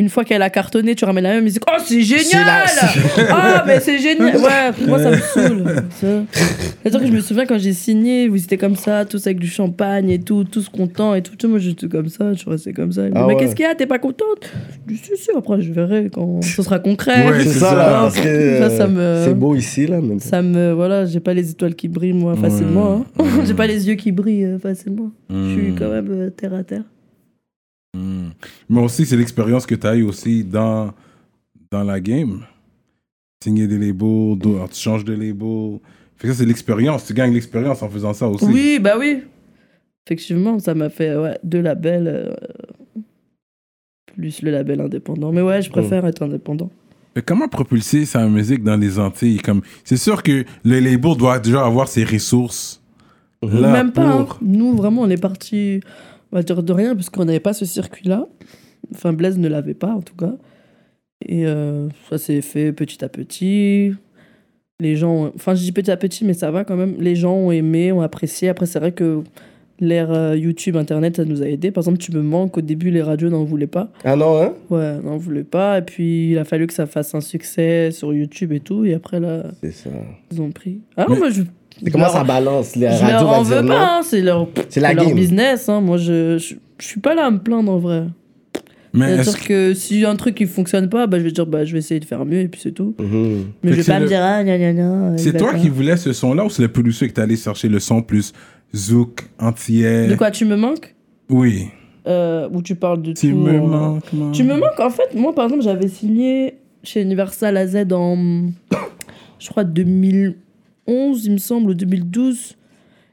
Speaker 3: Une fois qu'elle a cartonné, tu ramènes la même musique. Oh, c'est
Speaker 2: C'est la-
Speaker 3: génial Ah, mais c'est génial Ouais, moi ça me saoule. ça. C'est-à-dire que je me souviens quand j'ai signé, vous étiez comme ça, tous avec du champagne et tout, tous contents et tout. Tu sais, moi j'étais comme ça, je restais comme ça. Ils me disent,
Speaker 2: Ah
Speaker 3: mais
Speaker 2: ouais.
Speaker 3: qu'est-ce qu'il y a T'es pas contente Je dis Si, si, après je verrai quand ce sera concret.
Speaker 1: Ouais,
Speaker 2: C'est
Speaker 1: c'est
Speaker 2: ça,
Speaker 1: ça.
Speaker 2: là. parce que, euh,
Speaker 3: Ça, ça me-
Speaker 2: C'est beau ici, là. Même.
Speaker 3: Ça me. Voilà, j'ai pas les étoiles qui brillent moi facilement. hein.
Speaker 1: Ouais. Hmm.
Speaker 3: j'ai pas les yeux qui brillent euh, facilement. Je
Speaker 1: Mmh.
Speaker 3: suis quand même euh, terre à terre.
Speaker 1: Mm. Mais aussi, c'est l'expérience que tu as eu aussi dans, dans la game. Signer des labels, d'o- alors tu changes de label. Fait que ça, c'est l'expérience. Tu gagnes l'expérience en faisant ça aussi.
Speaker 3: Oui, bah oui. Effectivement, ça m'a fait ouais, deux labels, euh, plus le label indépendant. Mais ouais, je préfère être indépendant.
Speaker 1: Mais comment propulser sa musique dans les Antilles comme... C'est sûr que le label doit déjà avoir ses ressources. Là,
Speaker 3: Même pas. hein.
Speaker 1: pour-
Speaker 3: Nous, vraiment, on est parti, on va dire de rien, parce qu'on n'avait pas ce circuit-là. Enfin, Blaise ne l'avait pas, en tout cas. Et euh, ça s'est fait petit à petit. Les gens, ont- enfin je dis petit à petit, mais ça va quand même. Les gens ont aimé, ont apprécié. Après c'est vrai que l'ère euh, YouTube, Internet, ça nous a aidé. Par exemple, tu me manques. Au début, les radios n'en voulaient pas.
Speaker 2: Ah non, hein
Speaker 3: Ouais, n'en voulaient pas. Et puis il a fallu que ça fasse un succès sur YouTube et tout. Et après là,
Speaker 2: C'est ça.
Speaker 3: ils ont pris. Ah
Speaker 1: Mais-
Speaker 3: moi je.
Speaker 2: C'est comment
Speaker 3: leur-
Speaker 2: ça balance Les
Speaker 3: Je
Speaker 2: radios
Speaker 3: leur
Speaker 2: va
Speaker 3: en
Speaker 2: dire
Speaker 3: veux
Speaker 2: non.
Speaker 3: pas. hein, c'est leur,
Speaker 2: C'est la
Speaker 3: c'est leur
Speaker 2: game.
Speaker 3: business. hein. Moi je, je je suis pas là à me plaindre en vrai.
Speaker 1: Mais est-ce
Speaker 3: C'est-à-dire que si un truc qui fonctionne pas, bah, je vais dire bah, je vais essayer de faire mieux et puis c'est tout.
Speaker 2: Mhm.
Speaker 3: Mais
Speaker 1: Fait
Speaker 3: je vais
Speaker 1: que
Speaker 3: pas
Speaker 1: c'est
Speaker 3: me
Speaker 1: le-
Speaker 3: dire ah gna gna gna.
Speaker 1: C'est
Speaker 3: il va
Speaker 1: toi
Speaker 3: pas.
Speaker 1: qui voulais ce son-là ou c'est le producer qui t'es allé chercher le son plus Zouk, Antillais
Speaker 3: De quoi tu me manques
Speaker 1: Oui.
Speaker 3: Euh, Ou tu parles de
Speaker 1: Tu
Speaker 3: tout
Speaker 1: me
Speaker 3: en-
Speaker 1: manques, moi.
Speaker 3: Tu me manques en fait. Moi par exemple j'avais signé chez Universal AZ en je crois 2011 il me semble ou 2012.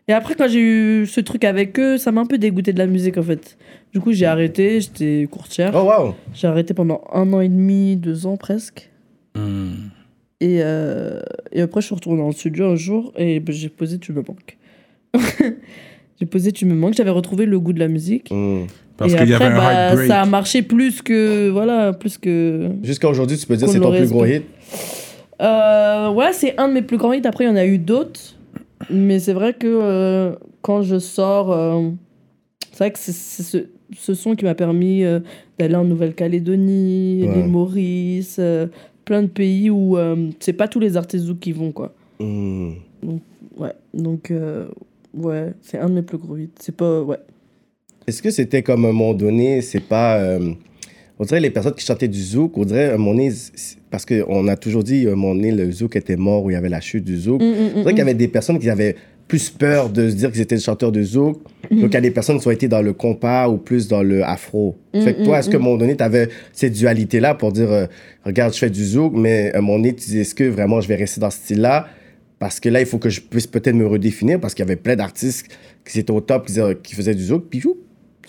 Speaker 3: Et après quand j'ai eu ce truc avec eux ça m'a un peu dégoûté de la musique en fait. Du coup j'ai arrêté j'étais courtière.
Speaker 2: Oh, wow.
Speaker 3: J'ai arrêté pendant un an et demi deux ans presque.
Speaker 1: Hmm.
Speaker 3: Et, euh, et après, je suis retournée en studio un jour et ben, j'ai posé Tu me manques. j'ai posé Tu me manques. J'avais retrouvé le goût de la musique.
Speaker 2: Mhm.
Speaker 1: Parce
Speaker 3: et
Speaker 1: qu'il y avait un
Speaker 3: après, bah,
Speaker 1: heartbreak.
Speaker 3: ça a marché plus que. Voilà, plus que.
Speaker 2: Jusqu'à aujourd'hui, tu peux dire
Speaker 3: Qu'on
Speaker 2: c'est ton
Speaker 3: le
Speaker 2: plus gros hit.
Speaker 3: Euh, ouais, c'est un de mes plus grands hits. Après, il y en a eu d'autres. Mais c'est vrai que euh, quand je sors. euh, c'est vrai que c'est c'est ce, ce son qui m'a permis euh, d'aller en Nouvelle-Calédonie,
Speaker 2: Ouais.
Speaker 3: l'île Maurice, euh, plein de pays où euh, c'est pas tous les artistes zouk qui vont, quoi.
Speaker 2: Mhm.
Speaker 3: Ouais, donc euh, ouais, c'est un de mes plus gros hits. C'est pas ouais.
Speaker 2: Est-ce que c'était comme à un moment donné, c'est pas. euh, on dirait les personnes qui chantaient du zouk, on dirait à un moment donné, c'est- parce qu'on a toujours dit à un moment donné, le zouk était mort ou il y avait la chute du
Speaker 3: Mm,
Speaker 2: zouk. C'est vrai qu'il y avait des personnes qui avaient plus peur de se dire qu'ils étaient chanteurs de zouk. Donc, il y a des personnes qui ont été dans le compas ou plus dans le afro. Fait que
Speaker 3: Mm,
Speaker 2: toi,
Speaker 3: mm,
Speaker 2: est-ce qu'à un moment donné, tu avais cette dualité-là pour dire, euh, regarde, je fais du zouk, mais à un moment donné, tu dis, est-ce que vraiment je vais rester dans ce style-là? Parce que là, il faut que je puisse peut-être me redéfinir parce qu'il y avait plein d'artistes qui étaient au top, qui, disaient- qui faisaient du zouk, puis ouh,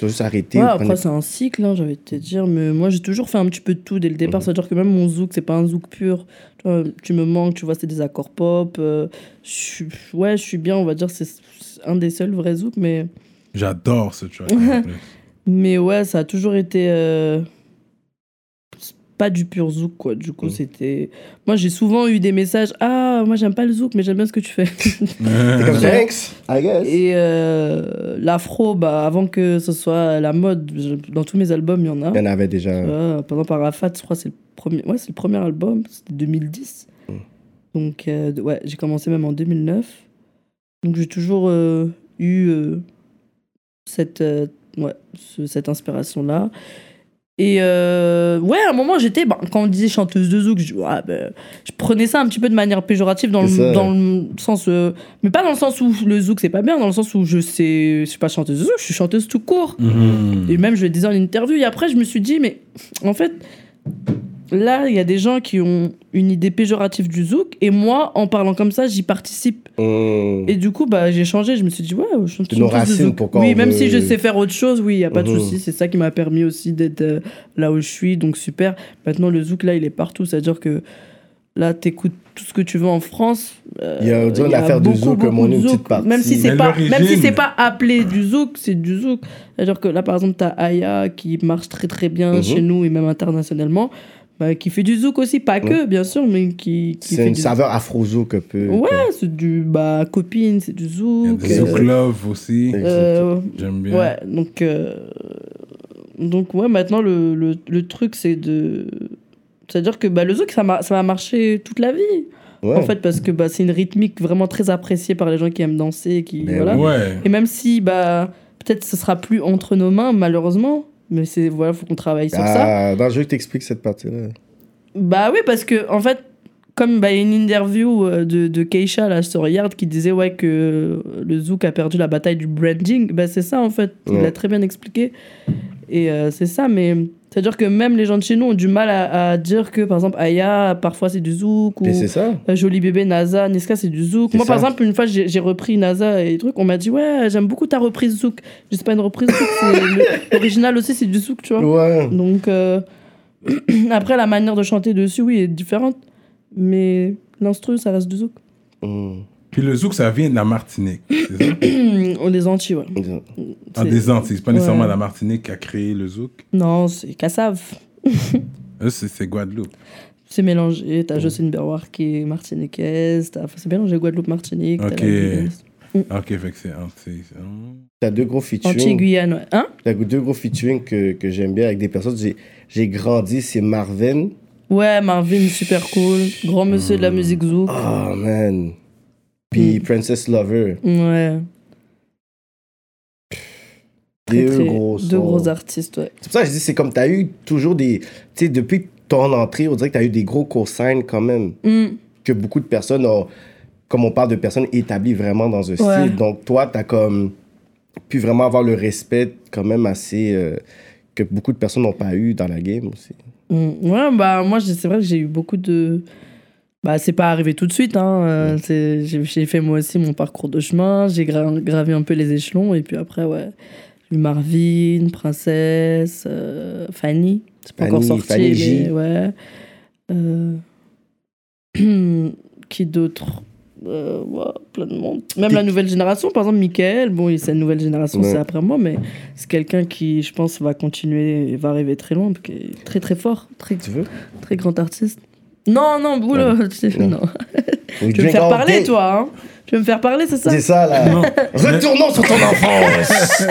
Speaker 2: ils ont juste arrêté.
Speaker 3: Ouais,
Speaker 2: ils
Speaker 3: après
Speaker 2: prenaient-
Speaker 3: c'est un cycle, hein, j'avais te dire, mais moi j'ai toujours fait un petit peu de tout dès le départ, c'est-à-dire que même mon zouk, c'est pas un zouk pur. Tu, vois, tu me manques, tu vois, c'est des accords pop. euh, je suis- ouais, je suis bien, on va dire, c'est c'est un des seuls vrais zouks, mais
Speaker 1: J'adore ce track. en plus.
Speaker 3: mais ouais, ça a toujours été euh, c'est pas du pur zouk quoi. Du coup,
Speaker 2: Mhm.
Speaker 3: c'était moi j'ai souvent eu des messages, ah moi j'aime pas le zouk, mais j'aime bien ce que tu fais.
Speaker 2: C'est comme
Speaker 1: Euh,
Speaker 2: Thanks, I guess.
Speaker 3: Et euh, l'afro, bah, avant que ce soit la mode, je- dans tous mes albums, il y en a.
Speaker 2: Il y en avait déjà.
Speaker 3: Euh, pendant Parafat, je crois que c'est le premier, ouais, c'est le premier album, c'était 2010.
Speaker 2: Mm.
Speaker 3: Donc, euh, ouais, j'ai commencé même en 2009. Donc, j'ai toujours euh, eu euh, cette, euh, ouais, ce- cette inspiration-là. Et euh, ouais, à un moment, j'étais, bah, quand on disait chanteuse de zouk, je, ouais, bah, je prenais ça un petit peu de manière péjorative dans,
Speaker 2: C'est ça.
Speaker 3: le, dans le sens. euh, mais pas dans le sens où le zouk, c'est pas bien, dans le sens où je sais, je suis pas chanteuse de zouk, je suis chanteuse tout court.
Speaker 1: Mhm.
Speaker 2: Mm.
Speaker 3: Et même, je le disais en interview. Et après, je me suis dit, mais en fait, là, il y a des gens qui ont une idée péjorative du zouk. Et moi, en parlant comme ça, j'y participe.
Speaker 2: Mmh.
Speaker 3: Et du coup, bah, j'ai changé. Je me suis dit, ouais, je suis
Speaker 2: De nos
Speaker 3: chanteuse de
Speaker 2: racines,
Speaker 3: zouk.
Speaker 2: pourquoi
Speaker 3: Oui,
Speaker 2: on
Speaker 3: même
Speaker 2: veut-
Speaker 3: si je sais faire autre chose, oui, il n'y a pas de
Speaker 2: Mhm.
Speaker 3: souci. C'est ça qui m'a permis aussi d'être euh, là où je suis. Donc, super. Maintenant, le zouk, là, il est partout. C'est-à-dire que. Là, t'écoutes tout ce que tu veux en France. Euh,
Speaker 2: Il y a- on dirait
Speaker 3: il
Speaker 2: une affaire de
Speaker 3: beaucoup,
Speaker 2: zouk,
Speaker 3: beaucoup
Speaker 2: mon
Speaker 3: de
Speaker 2: une petite
Speaker 3: zouk.
Speaker 2: partie.
Speaker 3: Même si c'est
Speaker 1: Mais
Speaker 3: pas, même si
Speaker 1: l'origine-
Speaker 3: c'est pas appelé du zouk, c'est du zouk. C'est-à-dire que là, par exemple, t'as Aya qui marche très très bien
Speaker 2: Mhm.
Speaker 3: chez nous et même internationalement, bah, qui fait du zouk aussi, pas que bien sûr, mais qui,
Speaker 2: C'est
Speaker 3: qui fait
Speaker 2: une
Speaker 3: du
Speaker 2: saveur afro-zouk un peu.
Speaker 3: Ouais, c'est du bah, copine, c'est du
Speaker 1: Il y a
Speaker 3: zouk.
Speaker 1: des
Speaker 3: euh,
Speaker 1: Zouk Love aussi.
Speaker 3: euh,
Speaker 1: J'aime bien.
Speaker 3: ouais, donc, euh, donc ouais, maintenant le, le, le truc c'est de. C'est-à-dire que bah, le zouk, ça, m'a- ça va marcher toute la vie.
Speaker 2: Ouais.
Speaker 3: En fait, parce que bah, c'est une rythmique vraiment très appréciée par les gens qui aiment danser. et Qui,
Speaker 2: Mais
Speaker 3: voilà.
Speaker 1: Ouais.
Speaker 3: Et même si, bah, peut-être ce sera plus entre nos mains, malheureusement, mais c'est voilà, faut qu'on travaille sur ça.
Speaker 2: Ah, dans le jeu, je t'explique cette partie-là.
Speaker 3: Bah oui, parce que en fait, comme bah, il y a une interview euh, de, de Keisha là sur Yard qui disait ouais que euh, le Zouk a perdu la bataille du branding, bah c'est ça en fait. Il
Speaker 2: Ouais.
Speaker 3: l'a très bien expliqué. Et euh, c'est ça, mais c'est à dire que même les gens de chez nous ont du mal à, à dire que par exemple Aya, parfois c'est du Zouk ou.
Speaker 2: Mais c'est ça.
Speaker 3: Euh, Joli bébé, NASA, Niska, c'est du zouk.
Speaker 2: C'est
Speaker 3: Moi, par
Speaker 2: ça.
Speaker 3: exemple, une fois, j'ai j'ai repris NASA et des trucs. On m'a dit, ouais, j'aime beaucoup ta reprise zouk. Je sais pas une reprise zouk, c'est le- l'original aussi, c'est du zouk, tu vois.
Speaker 2: Ouais.
Speaker 3: Donc, euh, après, la manière de chanter dessus, oui, est différente. Mais l'instru, ça reste du zouk.
Speaker 2: Mmh.
Speaker 1: Puis le Zouk, ça vient de la Martinique. C'est ça
Speaker 3: On Oh, les Antilles, ouais.
Speaker 1: Ah,
Speaker 3: C'est-
Speaker 1: des Antilles. C'est pas
Speaker 3: Ouais.
Speaker 1: nécessairement la Martinique qui a créé le Zouk.
Speaker 3: Non, c'est Kassav.
Speaker 1: Eux, c'est c'est Guadeloupe.
Speaker 3: C'est mélangé. T'as Jocelyne Berroir qui est martiniquaise. t'as- enfin, c'est mélangé Guadeloupe-Martinique. t'as la
Speaker 1: Ok.
Speaker 3: Guyanaise.
Speaker 1: Ah, Ok, fait que c'est anti. hmm.
Speaker 2: T'as deux gros featuring.
Speaker 3: Antilles-Guyane, ouais. Hein
Speaker 2: T'as deux gros featuring que, que j'aime bien avec des personnes. J'ai, j'ai grandi, c'est Marvin.
Speaker 3: Ouais, Marvin, super cool. Grand monsieur de la musique zouk.
Speaker 2: Oh man. Puis
Speaker 3: Hmm.
Speaker 2: Princess Lover.
Speaker 3: Ouais.
Speaker 2: Deux
Speaker 3: Très, très-
Speaker 2: gros
Speaker 3: deux
Speaker 2: sons.
Speaker 3: gros artistes, ouais.
Speaker 2: C'est pour ça que je dis, c'est comme t'as eu toujours des. Tu sais, depuis ton entrée, on dirait que t'as eu des gros cosignes quand même.
Speaker 3: Mm.
Speaker 2: Que beaucoup de personnes ont. Comme on parle de personnes établies vraiment dans un
Speaker 3: Ouais.
Speaker 2: style. Donc toi, t'as comme. pu vraiment avoir le respect quand même assez. euh, que beaucoup de personnes n'ont pas eu dans la game aussi.
Speaker 3: Mm. Ouais, bah moi, j'ai- c'est vrai que j'ai eu beaucoup de. Bah, c'est pas arrivé tout de suite, hein. euh, c'est- J'ai j'ai fait moi aussi mon parcours de chemin, j'ai gra- gravi un peu les échelons, et puis après, ouais. j'ai eu Marvin, Princesse, euh, Fanny, c'est pas encore
Speaker 2: Fanny,
Speaker 3: sorti,
Speaker 2: Fanny J.
Speaker 3: mais ouais. Euh, Qui d'autre Euh, ouais, plein de monde. Même
Speaker 2: Qui-
Speaker 3: la nouvelle génération, par exemple, Michael, bon, il- c'est la nouvelle génération,
Speaker 2: Ouais.
Speaker 3: c'est après moi, mais c'est quelqu'un qui, je pense, va continuer et va arriver très loin, parce qu'il est très très fort, très,
Speaker 2: Tu veux
Speaker 3: très grand artiste. Non, non, boulot,
Speaker 2: Non.
Speaker 3: non.
Speaker 2: We
Speaker 3: Tu veux me
Speaker 2: drink
Speaker 3: faire
Speaker 2: all
Speaker 3: parler,
Speaker 2: day.
Speaker 3: toi, hein Tu veux me faire parler, c'est ça
Speaker 2: C'est ça là.
Speaker 1: Non.
Speaker 2: Retournons sur ton enfance.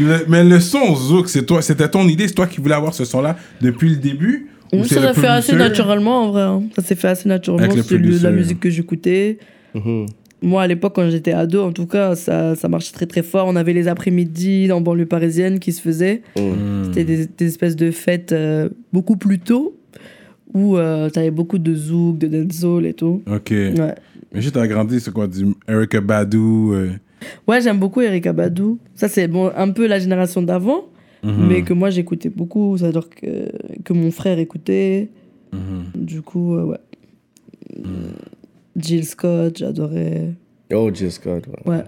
Speaker 1: Le- mais le son Zouk, c'est toi, c'était ton idée, c'est toi qui voulais avoir ce son-là depuis le début
Speaker 3: Oui,
Speaker 1: Ou c'est
Speaker 3: ça
Speaker 1: le
Speaker 3: s'est fait assez
Speaker 1: producer
Speaker 3: naturellement en vrai. hein. Ça s'est fait assez naturellement.
Speaker 1: Avec le
Speaker 3: C'est le- la
Speaker 1: producer.
Speaker 3: musique que j'écoutais.
Speaker 2: Mhm.
Speaker 3: Moi, à l'époque, quand j'étais ado, en tout cas, ça, ça marchait très très fort. On avait les après-midi en banlieue parisienne qui se faisaient.
Speaker 1: Hmm.
Speaker 3: C'était des, des espèces de fêtes euh, beaucoup plus tôt où euh, t'avais beaucoup de zouk, de dancehall et tout.
Speaker 1: Ok.
Speaker 3: Ouais,
Speaker 1: Mais j'ai grandi, c'est quoi Du Erika Badu. euh,
Speaker 3: ouais j'aime beaucoup Erika Badou. Ça, c'est bon, un peu la génération d'avant,
Speaker 1: mhm,
Speaker 3: mais que moi j'écoutais beaucoup. C'est-à-dire que, que mon frère écoutait.
Speaker 1: mhm.
Speaker 3: Du coup, euh, ouais.
Speaker 1: Hmm.
Speaker 3: Jill Scott, j'adorais.
Speaker 2: Oh, Jill Scott. ouais.
Speaker 3: Ouais.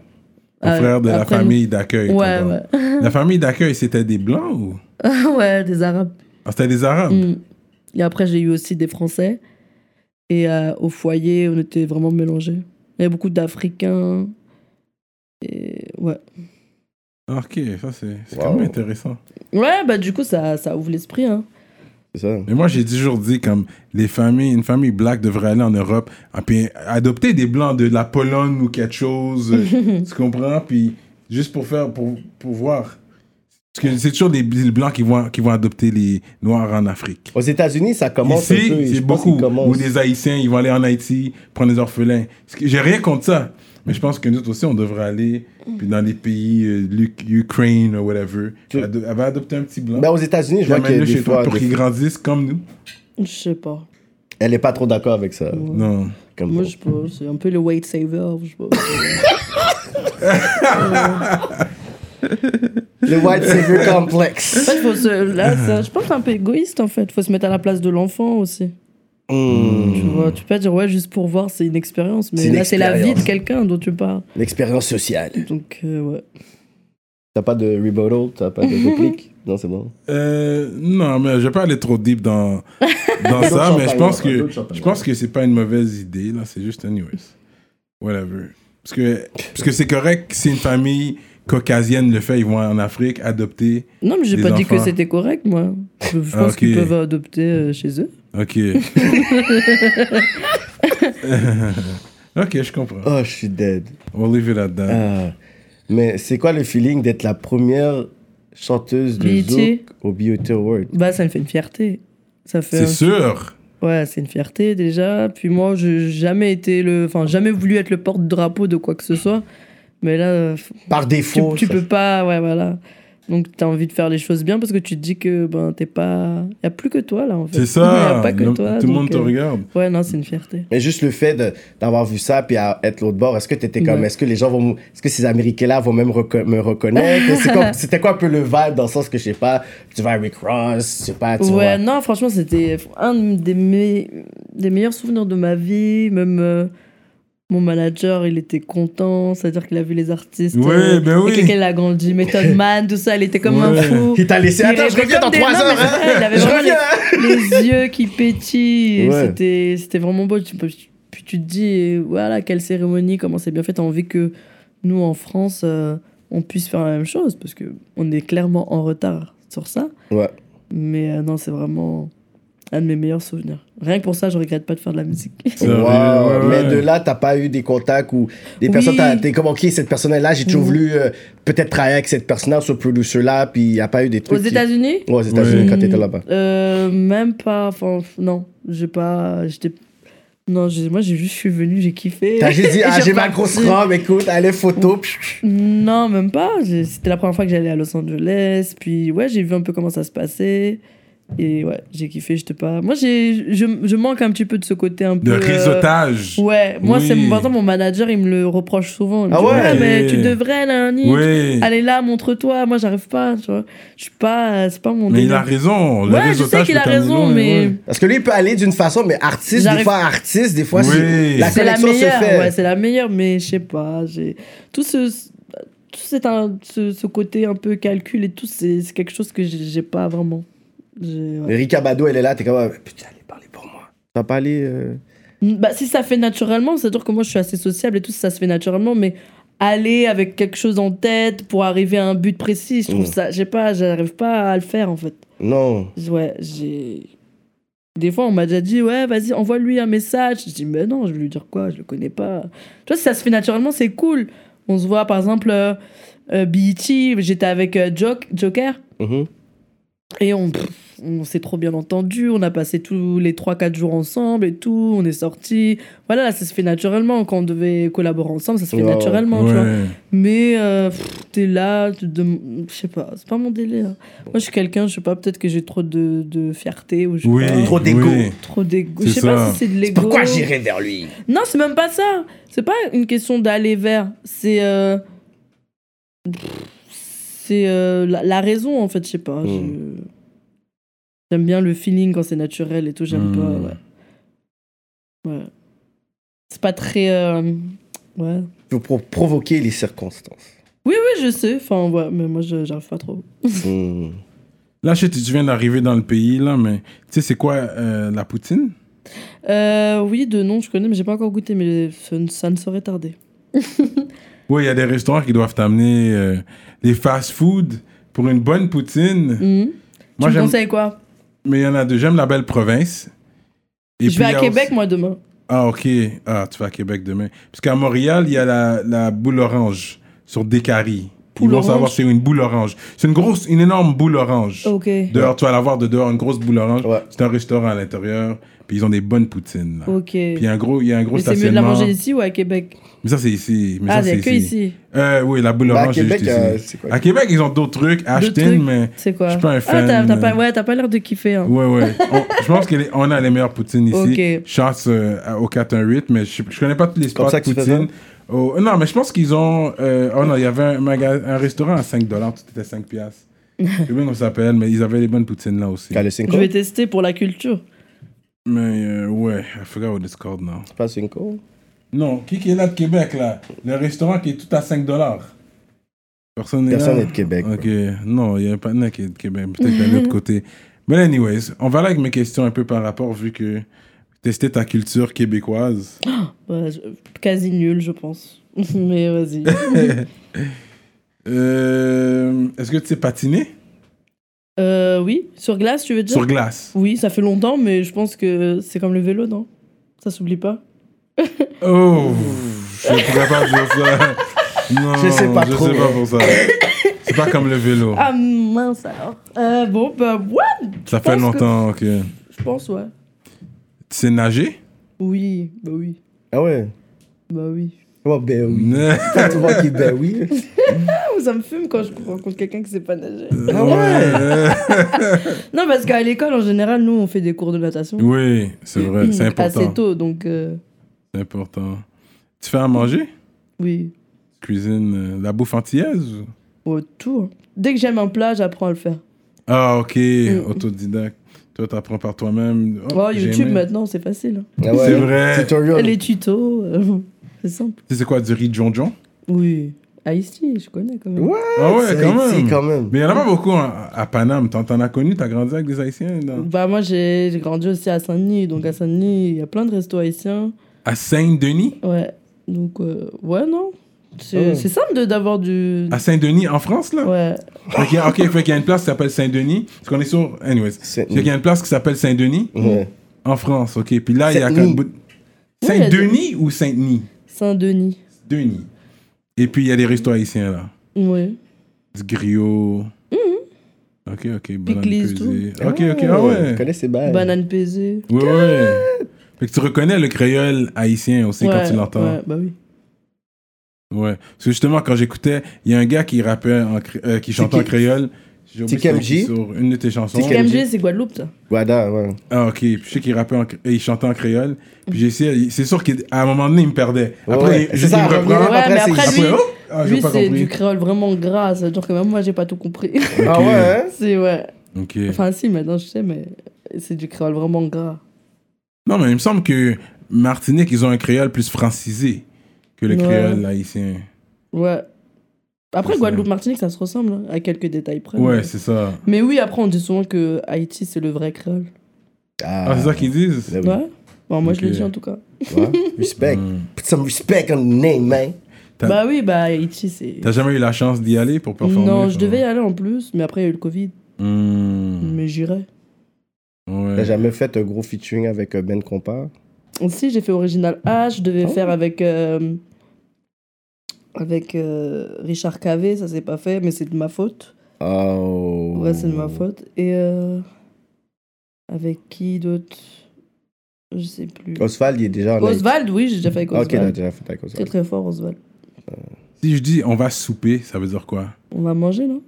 Speaker 3: Euh,
Speaker 1: Ton frère de la
Speaker 3: après,
Speaker 1: famille d'accueil.
Speaker 3: Ouais,
Speaker 1: pardon.
Speaker 3: ouais.
Speaker 1: La famille d'accueil, c'était des Blancs ou
Speaker 3: ouais, des Arabes.
Speaker 1: Ah, C'était des Arabes
Speaker 3: Mm. Et après, j'ai eu aussi des Français. Et euh, au foyer, on était vraiment mélangés. Il y avait beaucoup d'Africains. Et ouais.
Speaker 1: Ah, Ok, ça c'est c'est
Speaker 2: Wow.
Speaker 1: quand même intéressant.
Speaker 3: Ouais, bah du coup, ça, ça ouvre l'esprit. Hein.
Speaker 2: C'est ça.
Speaker 1: Mais moi, j'ai toujours dit comme les familles, une famille black devrait aller en Europe, ah, puis adopter des blancs de la Pologne ou quelque chose, euh, tu comprends? Puis juste pour faire, pour, pour voir. Parce que c'est toujours des les blancs qui vont, qui vont adopter les noirs en Afrique.
Speaker 2: Aux États-Unis, ça commence un peu.
Speaker 1: Ici,
Speaker 2: je
Speaker 1: c'est
Speaker 2: pense
Speaker 1: beaucoup.
Speaker 2: qu'ils commencent.
Speaker 1: Ou des Haïtiens, ils vont aller en Haïti, prendre des orphelins. Ce que- J'ai rien contre ça. Mais je pense que nous aussi, on devrait aller puis dans les pays, euh, l'Uk- Ukraine ou whatever,
Speaker 2: Tu-
Speaker 1: ado- elle va adopter un petit blanc.
Speaker 2: Ben, aux États-Unis, je
Speaker 1: Puis
Speaker 2: vois qu'il y a
Speaker 1: amène-le
Speaker 2: des
Speaker 1: chez toi
Speaker 2: fois.
Speaker 1: pour
Speaker 2: des-
Speaker 1: qu'ils grandissent comme nous.
Speaker 3: Je sais pas.
Speaker 2: Elle est pas trop d'accord avec ça.
Speaker 3: Ouais.
Speaker 1: Non.
Speaker 2: Comme
Speaker 3: Moi, je pense. C'est un peu le weight saver. Je sais pas.
Speaker 2: Le White Savior Complex.
Speaker 3: En fait, faut se- là, ça- je pense que c'est un peu égoïste en fait. Faut se mettre à la place de l'enfant aussi.
Speaker 2: Hmm.
Speaker 3: Tu vois, tu peux pas dire ouais juste pour voir, c'est une expérience,
Speaker 2: C'est
Speaker 3: mais
Speaker 2: une
Speaker 3: là c'est la vie de
Speaker 2: expérience.
Speaker 3: quelqu'un dont tu parles.
Speaker 2: L'expérience sociale.
Speaker 3: Donc euh, ouais.
Speaker 2: T'as pas de rebuttal, t'as pas de réplique. non, c'est bon.
Speaker 1: Euh, non, mais je vais pas aller trop deep dans, dans
Speaker 2: D'autres
Speaker 1: ça, mais je
Speaker 2: champagnes,
Speaker 1: pense que
Speaker 2: d'autres champagnes.
Speaker 1: je pense que c'est pas une mauvaise idée là, c'est juste anyways. Whatever. Parce que parce que c'est correct si une famille caucasienne le fait, ils vont en Afrique adopter.
Speaker 3: Non mais j'ai
Speaker 1: Des
Speaker 3: pas dit que
Speaker 1: enfants.
Speaker 3: c'était correct moi. Je, je
Speaker 1: Ah,
Speaker 3: pense
Speaker 1: ok.
Speaker 3: qu'ils peuvent adopter euh, chez eux.
Speaker 1: OK. OK, je comprends.
Speaker 2: Oh, je suis dead.
Speaker 1: We'll leave it at that.
Speaker 2: Ah. Mais c'est quoi le feeling d'être la première chanteuse de
Speaker 3: BET?
Speaker 2: Zouk au BET Award?
Speaker 3: Bah ça me fait une fierté. Ça fait.
Speaker 1: C'est
Speaker 3: un-
Speaker 1: sûr.
Speaker 3: Ouais, c'est une fierté déjà. Puis moi, j'ai jamais été le, enfin jamais voulu être le porte-drapeau de quoi que ce soit. Mais là, euh,
Speaker 2: Par
Speaker 3: tu,
Speaker 2: défaut.
Speaker 3: tu
Speaker 2: ça-
Speaker 3: peux pas, ouais, voilà. Donc, tu as envie de faire les choses bien parce que tu te dis que ben, t'es pas. Il a plus que toi, là, en fait.
Speaker 1: C'est
Speaker 3: Y a
Speaker 1: ça.
Speaker 3: pas que
Speaker 1: Le-
Speaker 3: toi.
Speaker 1: Tout le
Speaker 3: donc,
Speaker 1: monde te
Speaker 3: euh,
Speaker 1: regarde.
Speaker 3: Ouais, non, c'est une fierté.
Speaker 2: Mais juste le fait de- d'avoir vu ça puis à être l'autre bord, est-ce que t'étais comme,
Speaker 3: Ouais.
Speaker 2: est-ce que les gens vont, est-ce que ces Américains-là vont même reco- me reconnaître? C'est comme- C'était quoi un peu le vibe dans le sens que je sais pas, tu vas à Rick Ross, je sais pas, tu vois.
Speaker 3: ouais, non, franchement, c'était un des, me- des meilleurs souvenirs de ma vie. Même euh, mon manager, il était content. C'est-à-dire qu'il a vu les artistes. euh,
Speaker 1: Ouais, ben oui.
Speaker 3: Avec lesquels il a grandi. Method Man, tout ça, il était comme un
Speaker 1: Ouais.
Speaker 3: fou.
Speaker 2: Il t'a laissé.
Speaker 3: Il
Speaker 2: Attends, je
Speaker 3: rêvait
Speaker 2: reviens dans
Speaker 3: comme des-
Speaker 2: trois
Speaker 3: non,
Speaker 2: heures,
Speaker 3: mais c'est
Speaker 2: hein.
Speaker 3: vrai, il avait
Speaker 2: Je
Speaker 3: vraiment
Speaker 2: reviens,
Speaker 3: les yeux qui pétillent. et
Speaker 2: Ouais.
Speaker 3: C'était, c'était vraiment beau. Tu peux- Puis tu te dis, et voilà, quelle cérémonie, comment c'est bien fait. T'as envie que nous, en France, euh, on puisse faire la même chose parce que on est clairement en retard sur ça.
Speaker 2: Ouais.
Speaker 3: Mais euh, non, c'est vraiment un de mes meilleurs souvenirs. Rien que pour ça, je regrette pas de faire de la musique.
Speaker 1: Sérieux,
Speaker 2: Wow.
Speaker 1: ouais,
Speaker 2: Mais
Speaker 1: ouais.
Speaker 2: de là, t'as pas eu des contacts ou des
Speaker 3: Oui.
Speaker 2: personnes, t'as- t'es comme, ok, cette personne-là, j'ai toujours
Speaker 3: Mhm.
Speaker 2: voulu euh, peut-être travailler avec cette personne-là ou ce producer-là, puis il n'y a pas eu des
Speaker 3: Aux
Speaker 2: trucs. qui-
Speaker 3: États-Unis
Speaker 2: Ouais, aux États-Unis
Speaker 1: Ouais.
Speaker 2: quand t'étais là-bas.
Speaker 3: Euh, Même pas. Enfin, f- non, j'ai pas. J'étais. Non, j'ai- moi, j'ai juste, je suis venu, j'ai kiffé.
Speaker 2: T'as juste dit,
Speaker 3: Et
Speaker 2: ah,
Speaker 3: j'ai
Speaker 2: j'ai ma
Speaker 3: reparti.
Speaker 2: grosse robe, écoute, allez, photo. pfiou.
Speaker 3: Non, même pas. J'ai- C'était la première fois que j'allais à Los Angeles. Puis ouais, j'ai vu un peu comment ça se passait. Et ouais, j'ai kiffé, j'étais pas. Moi, j'ai, je, je manque un petit peu de ce côté un
Speaker 1: De
Speaker 3: peu. euh,
Speaker 1: réseautage.
Speaker 3: Ouais, moi,
Speaker 1: Oui.
Speaker 3: c'est par exemple, mon manager, il me le reproche souvent. Il me
Speaker 2: Ah
Speaker 3: dit,
Speaker 2: ouais
Speaker 3: mais tu devrais, là, Nick.
Speaker 1: Oui.
Speaker 3: Allez là, montre-toi. Moi, j'arrive pas, tu vois. Je suis pas. C'est pas mon.
Speaker 1: Mais il
Speaker 3: délire.
Speaker 1: a raison. Le
Speaker 3: Ouais, je sais
Speaker 1: réseautage
Speaker 3: qu'il a
Speaker 1: peut terminer
Speaker 3: raison,
Speaker 1: long,
Speaker 3: mais.
Speaker 1: ouais.
Speaker 2: Parce que lui, il peut aller d'une façon, mais artiste, des
Speaker 3: J'arrive-
Speaker 2: fois artiste, des fois,
Speaker 1: Oui.
Speaker 2: c'est- la
Speaker 3: C'est la
Speaker 2: connexion se
Speaker 3: meilleure,
Speaker 2: fait.
Speaker 3: ouais, c'est la meilleure, mais je sais pas, j'ai tout ce tout cet un- ce, ce côté un peu calcul et tout, c'est c'est quelque chose que j'ai j'ai pas vraiment. J'ai- ouais.
Speaker 2: Erika Bado, elle est là, t'es comme, ah, putain, elle est parlée pour moi. T'as pas allé. euh,
Speaker 3: Bah, si ça fait naturellement, c'est-à-dire que moi je suis assez sociable et tout, ça se fait naturellement, mais aller avec quelque chose en tête pour arriver à un but précis, je trouve
Speaker 2: Mm.
Speaker 3: ça, je sais pas, j'arrive pas à le faire en fait.
Speaker 2: Non.
Speaker 3: Ouais, j'ai. Des fois, on m'a déjà dit, ouais, vas-y, envoie-lui un message. Je dis, mais non, je vais lui dire quoi Je le connais pas. Tu vois, si ça se fait naturellement, c'est cool. On se voit, par exemple, euh, euh, BET, j'étais avec euh, Jok- Joker,
Speaker 2: Mhm.
Speaker 3: et on, pff, on s'est trop bien entendu. On a passé tous les 3-4 jours ensemble et tout. On est sortis. Voilà, là, ça se fait naturellement. Quand on devait collaborer ensemble, ça se
Speaker 2: Ouais,
Speaker 3: fait
Speaker 2: ouais.
Speaker 3: naturellement, tu vois.
Speaker 1: Ouais.
Speaker 3: Mais euh, pff, t'es là, tu te demandes- je sais pas, c'est pas mon délire. Moi, je suis quelqu'un, je sais pas, peut-être que j'ai trop de, de fierté ou je sais
Speaker 1: Oui.
Speaker 3: pas,
Speaker 2: Trop d'égo.
Speaker 1: oui.
Speaker 3: trop d'ego.
Speaker 1: C'est
Speaker 3: Je sais pas
Speaker 1: ça.
Speaker 3: si c'est de l'ego.
Speaker 2: Pourquoi j'irais vers lui
Speaker 3: Non, c'est même pas ça. C'est pas une question d'aller vers. C'est euh, pff, c'est euh, la, la raison en fait, je sais pas. je-
Speaker 1: Hmm.
Speaker 2: Mm.
Speaker 3: J'aime bien le feeling quand c'est naturel et tout. J'aime
Speaker 1: Mm.
Speaker 3: pas. Ouais. Ouais. C'est pas très. euh, Ouais.
Speaker 2: Pour pro- provoquer les circonstances.
Speaker 3: Oui, oui, je sais. Enfin, ouais, mais moi, je- j'arrive pas trop.
Speaker 2: Mhm.
Speaker 1: Là, je sais, tu viens d'arriver dans le pays, là, mais tu sais, c'est quoi euh, la poutine
Speaker 3: Euh, oui, de nom, je connais, mais j'ai pas encore goûté, mais ça, ne- ça ne saurait tarder.
Speaker 1: Oui, il y a des restaurants qui doivent t'amener euh, des fast-food pour une bonne poutine.
Speaker 3: Mhm.
Speaker 1: Moi,
Speaker 3: tu me
Speaker 1: j'aime.
Speaker 3: conseilles quoi
Speaker 1: Mais il y en a deux. J'aime la belle province. Et
Speaker 3: Je vais
Speaker 1: il y
Speaker 3: à
Speaker 1: a
Speaker 3: Québec,
Speaker 1: aussi-
Speaker 3: moi, demain.
Speaker 1: Ah, ok. Ah, tu vas à Québec demain. Parce qu'à Montréal, il y a la, la boule orange sur Décari. Ils
Speaker 3: Boule
Speaker 1: vont
Speaker 3: orange? Oh.
Speaker 1: savoir c'est une boule orange. C'est une grosse, une énorme boule orange.
Speaker 3: Ok.
Speaker 1: Dehors, tu vas la voir de dehors, une grosse boule orange.
Speaker 2: Ouais.
Speaker 1: C'est un restaurant à l'intérieur. Puis ils ont des bonnes poutines. Là.
Speaker 3: Ok.
Speaker 1: Puis il y a un gros, il y a un gros
Speaker 3: Mais c'est mieux de la
Speaker 1: stationnement.
Speaker 3: manger ici ou à Québec
Speaker 1: Mais ça, c'est ici. Mais
Speaker 3: Ah,
Speaker 1: ça,
Speaker 3: il y a
Speaker 1: c'est
Speaker 3: que ici.
Speaker 1: Euh, oui, la boule
Speaker 2: Bah, à
Speaker 1: orange, c'est
Speaker 2: Québec,
Speaker 1: juste ici.
Speaker 2: euh, c'est quoi
Speaker 1: À Québec, ils ont d'autres trucs. Ashton,
Speaker 3: trucs.
Speaker 1: mais.
Speaker 3: C'est quoi
Speaker 1: Je suis pas un
Speaker 3: Ah, t'as-
Speaker 1: fan,
Speaker 3: t'as pas,
Speaker 1: euh.
Speaker 3: ouais, t'as pas l'air de kiffer. Hein.
Speaker 1: Ouais, ouais. On- je pense qu'on a les meilleures poutines ici.
Speaker 3: Ok.
Speaker 1: Chance euh, à- au 418, mais je, je connais pas tous les spots
Speaker 2: Comme ça que tu fais
Speaker 1: poutine. Oh, non, mais je pense qu'ils ont. euh, oh non, il y avait un, maga- un restaurant à 5 tout était 5 piastres. Je sais pas comment ça s'appelle, mais ils avaient les bonnes poutines là aussi.
Speaker 2: T'as le cinco
Speaker 3: Je vais tester pour la culture.
Speaker 1: Mais euh, ouais, I forgot what it's called now.
Speaker 2: Pas cinco
Speaker 1: Non, qui, qui est là de Québec là Le restaurant qui est tout à 5 Personne n'est là.
Speaker 2: Personne n'est de Québec.
Speaker 1: Ok, non, il y a un partenaire qui est de Québec, peut-être d'un autre côté. Mais anyways, on va là avec mes questions un peu par rapport, vu que tester ta culture québécoise.
Speaker 3: Ouais, Bah, je- Quasi nul, je pense. mais vas-y.
Speaker 1: Euh, Est-ce que tu sais patiner
Speaker 3: euh, oui, sur glace, tu veux dire
Speaker 1: Sur glace.
Speaker 3: Oui, ça fait longtemps, mais je pense que c'est comme le vélo, non Ça s'oublie pas.
Speaker 1: Oh, je ne pourrais pas dire ça. Non,
Speaker 2: Je sais pas
Speaker 1: je
Speaker 2: trop,
Speaker 1: sais pas
Speaker 2: hein.
Speaker 1: pour ça. C'est pas comme le vélo.
Speaker 3: Ah mince alors. Euh, bon, bah, what
Speaker 1: ça fait
Speaker 3: pense que-
Speaker 1: longtemps que...
Speaker 3: Je pense, ouais.
Speaker 1: Tu sais nager
Speaker 3: Oui, bah oui,
Speaker 2: Ah ouais
Speaker 3: bah oui.
Speaker 2: Oh, ben oui.
Speaker 1: Ouais,
Speaker 2: Tout le monde qui ben oui.
Speaker 3: Ah, ça me fume quand je rencontre quelqu'un qui sait pas nager.
Speaker 2: Ah
Speaker 1: euh,
Speaker 3: Non, parce qu'à l'école, en général, nous, on fait des cours de natation.
Speaker 1: Oui, c'est vrai, c'est important.
Speaker 3: Assez tôt, donc euh,
Speaker 1: C'est important. Tu fais à manger
Speaker 3: oui.
Speaker 1: Cuisine, euh, la bouffe antillaise ou-
Speaker 3: Ouais, tout. hein. Dès que j'aime un plat, j'apprends à le faire.
Speaker 1: Ah, ok,
Speaker 3: Mm.
Speaker 1: autodidacte. Toi, t'apprends par toi-même.
Speaker 3: Oh,
Speaker 1: j'ai
Speaker 3: YouTube,
Speaker 1: aimé.
Speaker 3: maintenant, c'est facile. hein.
Speaker 2: Ah ouais.
Speaker 1: C'est vrai.
Speaker 2: Tutorial.
Speaker 3: Les tutos, euh, c'est
Speaker 1: Tu
Speaker 3: simple.
Speaker 1: sais, c'est quoi, du riz de jonjon
Speaker 3: Oui. Ice-T, je connais quand même.
Speaker 2: Ouais,
Speaker 1: Ah ouais,
Speaker 2: c'est
Speaker 1: quand
Speaker 2: Haïti,
Speaker 1: même.
Speaker 2: quand même.
Speaker 1: Mais il y en a pas beaucoup à, à Paname. T'en, t'en as connu, t'as grandi avec des Haïtiens dans-
Speaker 3: Bah, moi, j'ai j'ai grandi aussi à Saint-Denis. Donc, à Saint-Denis, il y a plein de restos haïtiens.
Speaker 1: À Saint-Denis
Speaker 3: Ouais. Donc, euh, ouais, non.
Speaker 1: Oh.
Speaker 3: C'est c'est simple de- d'avoir du.
Speaker 1: À Saint-Denis, en France, là?
Speaker 3: Ouais.
Speaker 1: Fait qu'il y a- ok, fait qu'il y a une place qui s'appelle Saint-Denis. Parce qu'on est sur. Anyways. Fait qu'il y a une place qui s'appelle Saint-Denis
Speaker 2: Ouais.
Speaker 1: en France, ok. Puis là, il y a
Speaker 2: Saint-Denis.
Speaker 1: comme. bout-
Speaker 3: il y a
Speaker 1: Saint-Denis ou Saint-Denis?
Speaker 3: Saint-Denis.
Speaker 1: Denis. Et puis, il y a des restos haïtiens, là.
Speaker 3: Ouais.
Speaker 1: Du griot. Ok, ok. Banane
Speaker 3: Pickles,
Speaker 1: pesée. Ok, ok. Ah ouais.
Speaker 2: Je connais ces balles.
Speaker 3: Banane pesée.
Speaker 1: Ouais, ouais. Fait que tu reconnais le créole haïtien aussi quand
Speaker 3: Ouais,
Speaker 1: tu l'entends.
Speaker 3: Ouais, bah oui.
Speaker 1: Ouais. Parce que justement, quand j'écoutais, il y a un gars qui rappait, en cré- euh, qui chantait en
Speaker 2: Tiki-
Speaker 1: créole. J'ai oublié
Speaker 2: TKMJ?
Speaker 1: c'est qui sur une de tes chansons.
Speaker 2: TKMJ.
Speaker 3: KMG, c'est Guadeloupe, ça.
Speaker 2: Guada, ouais.
Speaker 1: Ah, ok. Puis je sais qu'il rappait en cré- et il chantait en créole. Puis
Speaker 3: Mm.
Speaker 1: j'ai essayé. C'est sûr qu'à un moment donné, il me perdait. Après,
Speaker 2: Ouais,
Speaker 1: il-
Speaker 2: c'est
Speaker 1: il
Speaker 2: ça,
Speaker 1: me
Speaker 2: revenir
Speaker 1: reprend.
Speaker 3: Ouais, mais après,
Speaker 2: c'est-
Speaker 3: lui-
Speaker 1: Après, oh, ah, j'ai
Speaker 3: Lui,
Speaker 1: pas
Speaker 3: c'est
Speaker 1: compris.
Speaker 3: du créole vraiment gras. Ça veut dire que même moi, j'ai pas tout compris.
Speaker 2: Ah
Speaker 1: Ok.
Speaker 2: ouais, hein?
Speaker 3: c'est ouais.
Speaker 1: Ok.
Speaker 3: Enfin, si, maintenant, je sais, mais c'est du créole vraiment gras.
Speaker 1: Non, mais il me semble que Martinique, ils ont un créole plus francisé que le
Speaker 3: Ouais.
Speaker 1: créole haïtien.
Speaker 3: Ouais. Après,
Speaker 1: C'est ça.
Speaker 3: Guadeloupe, Martinique, ça se ressemble hein, à quelques détails près.
Speaker 1: Ouais,
Speaker 3: mais-
Speaker 1: c'est ça.
Speaker 3: Mais oui, après, on dit souvent que Haïti, c'est le vrai créole.
Speaker 1: Ah, c'est ça qu'ils disent?
Speaker 2: Là, oui.
Speaker 3: Ouais. Bon, moi, je
Speaker 1: Ok.
Speaker 3: le dis en tout cas.
Speaker 2: ben Ouais. Respect.
Speaker 1: Hmm.
Speaker 2: Put some respect on the name, man.
Speaker 1: T'as-
Speaker 3: Bah oui, bah Haïti, c'est.
Speaker 1: T'as jamais eu la chance d'y aller pour performer?
Speaker 3: Non, je devais y aller en plus, mais après, il y a eu le Covid.
Speaker 1: Hmm.
Speaker 3: Mais j'irai.
Speaker 2: T'as
Speaker 1: Ouais.
Speaker 2: jamais fait un gros featuring avec euh, Ben Compa
Speaker 3: Si, j'ai fait Original H, je devais
Speaker 2: Oh.
Speaker 3: faire avec. euh, Avec euh, Richard Cavé, ça s'est pas fait, mais c'est de ma faute.
Speaker 2: Oh.
Speaker 3: Ouais, c'est de ma faute. Et euh, avec qui d'autre Je sais plus.
Speaker 2: Oswald, il est déjà en
Speaker 3: Oswald, oui, j'ai déjà fait avec
Speaker 2: Ah, Ok, t'as
Speaker 3: Oswald.
Speaker 2: déjà fait avec
Speaker 3: très
Speaker 2: Oswald.
Speaker 3: très fort, Oswald.
Speaker 1: Si je dis on va souper, ça veut dire quoi?
Speaker 3: On va manger, non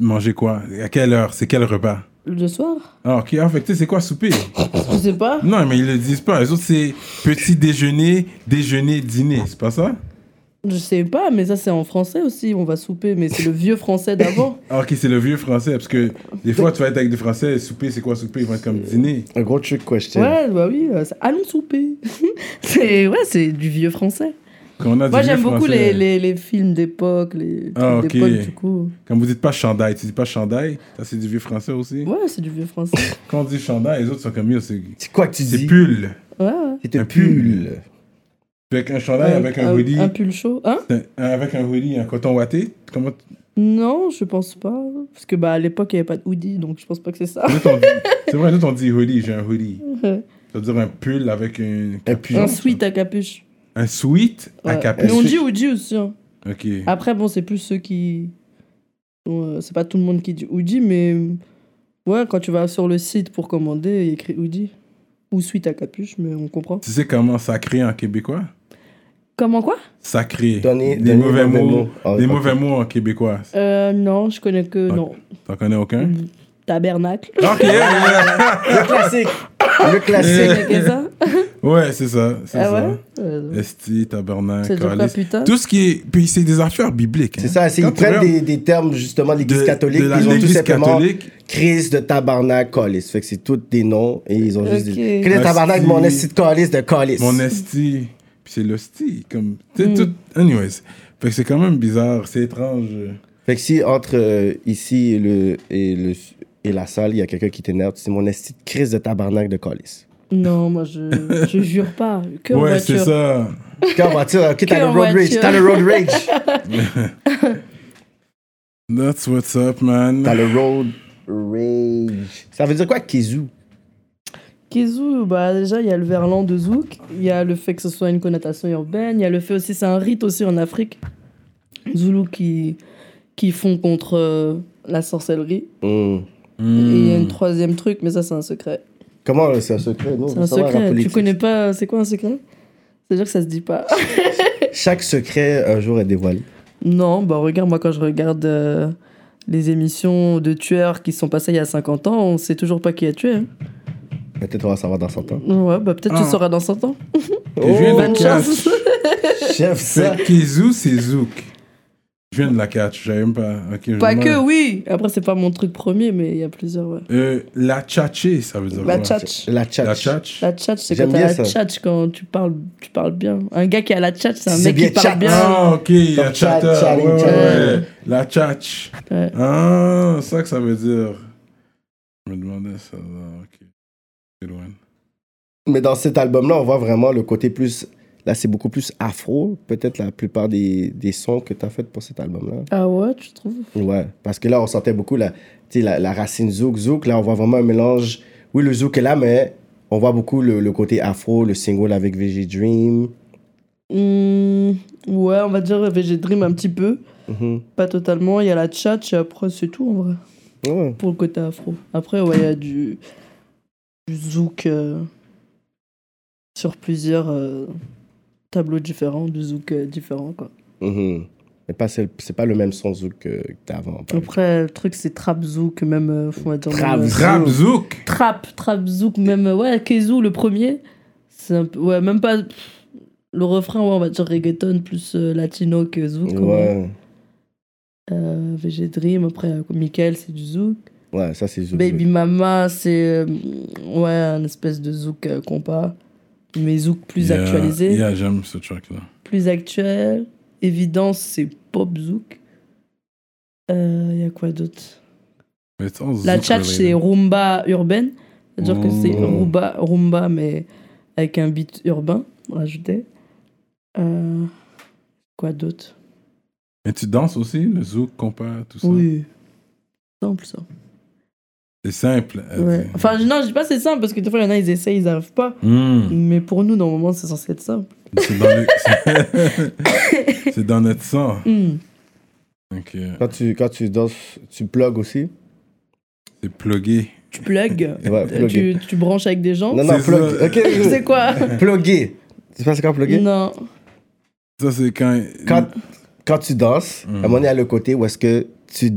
Speaker 1: Manger quoi? À quelle heure? C'est quel repas?
Speaker 3: Le soir
Speaker 1: Ah, ok. Ah, fait que tu sais, c'est quoi souper?
Speaker 3: Je sais pas.
Speaker 1: non, mais ils le disent pas. Les autres, c'est petit déjeuner, déjeuner, dîner. C'est pas ça?
Speaker 3: Je sais pas, mais ça c'est en français aussi. On va souper, mais c'est le vieux français d'avant.
Speaker 1: Ah, ok, c'est le vieux français. Parce que des fois, tu vas être avec des français, souper, c'est quoi souper? Ils vont être comme dîner.
Speaker 2: Un gros truc question.
Speaker 3: ouais, bah oui. euh, c'est- Allons souper. c'est ouais, c'est du vieux français.
Speaker 1: Quand on a
Speaker 3: Moi
Speaker 1: Ah, du vieux
Speaker 3: j'aime beaucoup
Speaker 1: français-
Speaker 3: les, les, les films d'époque, les
Speaker 1: Ah,
Speaker 3: trucs
Speaker 1: ok.
Speaker 3: d'époque du coup.
Speaker 1: Quand vous dites pas chandail, tu dis pas chandail, ça c'est du vieux français aussi.
Speaker 3: Ouais, c'est du vieux français.
Speaker 1: Quand on dit chandail, les autres sont comme yo, c'est
Speaker 2: C'est quoi que tu
Speaker 1: c'est
Speaker 2: dis
Speaker 1: pull.
Speaker 3: Ouais, ouais.
Speaker 2: C'est un
Speaker 1: Un pull.
Speaker 2: pull.
Speaker 1: Avec un chandail, Ah avec un hoodie,
Speaker 3: Un pull chaud, hein
Speaker 1: c'est un- avec un hoodie, un coton watté. Comment tu-
Speaker 3: Non, je pense pas, parce que bah à l'époque il y avait pas de hoodie, donc je pense pas que c'est ça.
Speaker 1: les autres, on dit- C'est vrai, les autres on dit hoodie, j'ai un hoodie.
Speaker 3: Ouais.
Speaker 1: Ça veut dire un pull avec une capuche.
Speaker 3: Un sweat à capuche.
Speaker 1: Un sweat à
Speaker 3: Ouais.
Speaker 1: capuche.
Speaker 3: Mais on dit hoodie aussi. hein.
Speaker 1: Ok.
Speaker 3: Après, bon, c'est plus ceux qui. Bon, euh, c'est pas tout le monde qui dit hoodie, mais. euh, Ouais, quand tu vas sur le site pour commander, il y a écrit hoodie. Ou suite à capuche, mais on comprend.
Speaker 1: Tu sais comment sacré en québécois
Speaker 3: Comment quoi
Speaker 1: Sacré.
Speaker 2: Donnez-
Speaker 1: des
Speaker 2: donnez
Speaker 1: mauvais
Speaker 2: les mauvais
Speaker 1: mots.
Speaker 2: mots. Ah,
Speaker 1: des
Speaker 2: ok. Ah.
Speaker 1: mauvais mots en québécois.
Speaker 3: euh, Non, je connais que.
Speaker 1: Ah.
Speaker 3: Non.
Speaker 1: T'en connais
Speaker 2: Mm.
Speaker 1: aucun
Speaker 3: Tabernacle.
Speaker 1: Ok, yeah, yeah.
Speaker 2: Le classique. Le
Speaker 3: Tu
Speaker 2: classique.
Speaker 3: connais que ça
Speaker 1: Ouais, c'est ça. C'est
Speaker 3: Ah
Speaker 1: ça.
Speaker 3: ouais Euh,
Speaker 1: Esti, tabernacle,
Speaker 3: Ça veut dire quoi,
Speaker 1: calice.
Speaker 3: putain
Speaker 1: Tout ce qui est. Puis c'est des affaires bibliques. hein.
Speaker 2: C'est ça, c'est,
Speaker 1: Quand
Speaker 2: ils
Speaker 1: tu
Speaker 2: prennent
Speaker 1: regardes
Speaker 2: des, des termes justement de l'église
Speaker 1: de-
Speaker 2: catholique,
Speaker 1: de la-
Speaker 2: puis ils ont tout
Speaker 1: l'Église
Speaker 2: simplement
Speaker 1: catholique.
Speaker 2: crise de tabarnak colis. Fait que c'est tous des noms et ils ont juste
Speaker 3: Ok.
Speaker 2: dit crise de tabarnak,
Speaker 1: Hostie.
Speaker 2: mon esti de colis de colis.
Speaker 1: Mon esti. Puis c'est l'hostie. Comme. tu sais,
Speaker 3: Mm.
Speaker 1: tout. Anyways. Fait que c'est quand même bizarre. C'est étrange.
Speaker 2: Fait que si entre euh, ici et, le, et, le, et la salle, il y a quelqu'un qui t'énerve, c'est mon esti de crise de tabarnak de colis.
Speaker 3: Non, moi je, je jure pas. Que en
Speaker 1: ouais, c'est
Speaker 3: voiture.
Speaker 1: ça.
Speaker 2: Quand en voiture, ok,
Speaker 3: Que
Speaker 2: t'as le
Speaker 3: en
Speaker 2: road rage,
Speaker 3: voiture.
Speaker 2: t'as le road rage.
Speaker 1: That's what's up, man.
Speaker 2: T'as le road rage. Ça veut dire quoi, Kizu?
Speaker 3: Kizou, bah déjà il y a le verlan de Zouk, il y a le fait que ce soit une connotation urbaine, il y a le fait aussi c'est un rite aussi en Afrique. Zoulou qui qui font contre euh, la sorcellerie.
Speaker 2: Hmm.
Speaker 3: Et euh, il y a
Speaker 1: Hmm.
Speaker 3: un troisième truc, mais ça c'est un secret.
Speaker 2: Comment euh, c'est un secret? Non,
Speaker 3: C'est un secret. Tu connais pas c'est quoi un secret C'est-à-dire que ça se dit pas.
Speaker 2: Chaque secret un jour est dévoilé.
Speaker 3: non, bah regarde moi quand je regarde euh, les émissions de tueurs qui sont passées il y a 50 ans, on sait toujours pas qui a tué. hein.
Speaker 2: Peut-être on va savoir dans 100 ans.
Speaker 3: Ouais, bah peut-être
Speaker 1: Ah.
Speaker 3: tu sauras dans 100 ans.
Speaker 1: Je viens de la
Speaker 3: bonne
Speaker 1: catch.
Speaker 3: chance.
Speaker 2: chef, ça.
Speaker 1: Fait que Kizou, c'est Zouk. Je viens de la catch. J'avais même pas. ok, je
Speaker 3: Pas
Speaker 1: demande.
Speaker 3: que oui. Après c'est pas mon truc premier mais il y a plusieurs ouais.
Speaker 1: Euh, la tchatché, ça veut dire
Speaker 3: La
Speaker 1: quoi?
Speaker 3: tchatch.
Speaker 2: La chat.
Speaker 1: La tchatch.
Speaker 3: La tchatch, c'est
Speaker 2: J'aime
Speaker 3: quand t'as
Speaker 2: bien
Speaker 3: la
Speaker 2: ça.
Speaker 3: tchatch, quand tu parles, tu parles bien. Un gars qui a la tchatch, c'est un
Speaker 2: C'est
Speaker 3: mec
Speaker 2: bien
Speaker 3: qui parle
Speaker 2: tchatch.
Speaker 3: bien.
Speaker 1: Ah, ok, la
Speaker 2: Comme chat,
Speaker 1: chatter.
Speaker 2: chat,
Speaker 1: ouais, ouais,
Speaker 2: chat.
Speaker 1: ouais. La tchatch.
Speaker 3: Ouais.
Speaker 1: Ah, c'est ça que ça veut dire. Je me demandais ça. là, Ok. Good one.
Speaker 2: Mais dans cet album-là, on voit vraiment le côté plus. la- Là, c'est beaucoup plus afro, peut-être la plupart des, des sons que tu as fait pour cet album-là.
Speaker 3: Ah ouais, tu trouves
Speaker 2: Ouais, parce que là, on sentait beaucoup la, tu sais, la, la racine zouk, zouk. Là, on voit vraiment un mélange. Oui, le zouk est là, mais on voit beaucoup le, le côté afro, le single avec VG Dream.
Speaker 3: Hmm, Ouais, on va dire VG Dream un petit peu.
Speaker 2: Mhm.
Speaker 3: Pas totalement. Il y a la tchatch et après, c'est tout en vrai.
Speaker 2: Ouais.
Speaker 3: Pour le côté afro. Après, ouais, il y a du, du zouk euh, sur plusieurs euh, tableaux différents, du zouk euh, différent quoi.
Speaker 2: Mhm. Mais pas, c'est, c'est pas le même son zouk que, que t'as avant. par exemple.
Speaker 3: Après, le truc, c'est trap zouk, même, euh, on va dire.
Speaker 2: Trap
Speaker 3: même, euh,
Speaker 2: zouk.
Speaker 1: Rap Zouk.
Speaker 3: Trap, trap zouk, même, euh, ouais, Kezou, le premier. C'est un peu, ouais, même pas. pff, Le refrain, ouais, on va dire reggaeton plus euh, latino que zouk. ouais.
Speaker 2: Ouais.
Speaker 3: Euh, VG Dream, après, euh, Michael, c'est du zouk.
Speaker 2: ouais, ça c'est zouk.
Speaker 3: Baby
Speaker 2: zouk.
Speaker 3: Mama, c'est euh, ouais, un espèce de zouk euh, compas, mais zouk plus
Speaker 1: Yeah,
Speaker 3: actualisé,
Speaker 1: Yeah, j'aime ce track-là.
Speaker 3: plus actuel. Évidence, c'est pop zouk. Il y a quoi d'autre
Speaker 1: Mais it's all
Speaker 3: La
Speaker 1: Zouk
Speaker 3: chat,
Speaker 1: related.
Speaker 3: c'est rumba urbaine, c'est-à-dire que c'est
Speaker 1: Mmh.
Speaker 3: rumba, rumba, mais avec un beat urbain rajouté. Euh, quoi d'autre
Speaker 1: Mais tu danses aussi, le Zouk, compas, tout ça.
Speaker 3: Oui. Simple ça.
Speaker 1: C'est simple. euh,
Speaker 3: Ouais.
Speaker 1: c'est-
Speaker 3: Enfin, je- non, je dis pas c'est simple parce que des fois, il y en a, ils essayent, ils arrivent pas.
Speaker 1: Hmm.
Speaker 3: Mais pour nous, normalement, c'est censé être simple.
Speaker 1: C'est dans, le- c'est dans notre sang. euh,
Speaker 3: Hmm.
Speaker 1: Ok.
Speaker 2: Quand tu, quand tu danses, tu plugs aussi.
Speaker 1: C'est plugué.
Speaker 3: Tu plugs,
Speaker 2: Ouais, plugger.
Speaker 3: tu, tu branches avec des gens.
Speaker 2: Non, non,
Speaker 1: C'est
Speaker 2: plug.
Speaker 1: ça.
Speaker 2: Ok, je-
Speaker 3: C'est quoi
Speaker 2: Plugger. Tu sais c'est quand plugger?
Speaker 3: Non.
Speaker 1: Ça, c'est quand.
Speaker 2: Quand, quand tu danses,
Speaker 1: Mm.
Speaker 2: à un moment donné, il y a le côté où est-ce que tu.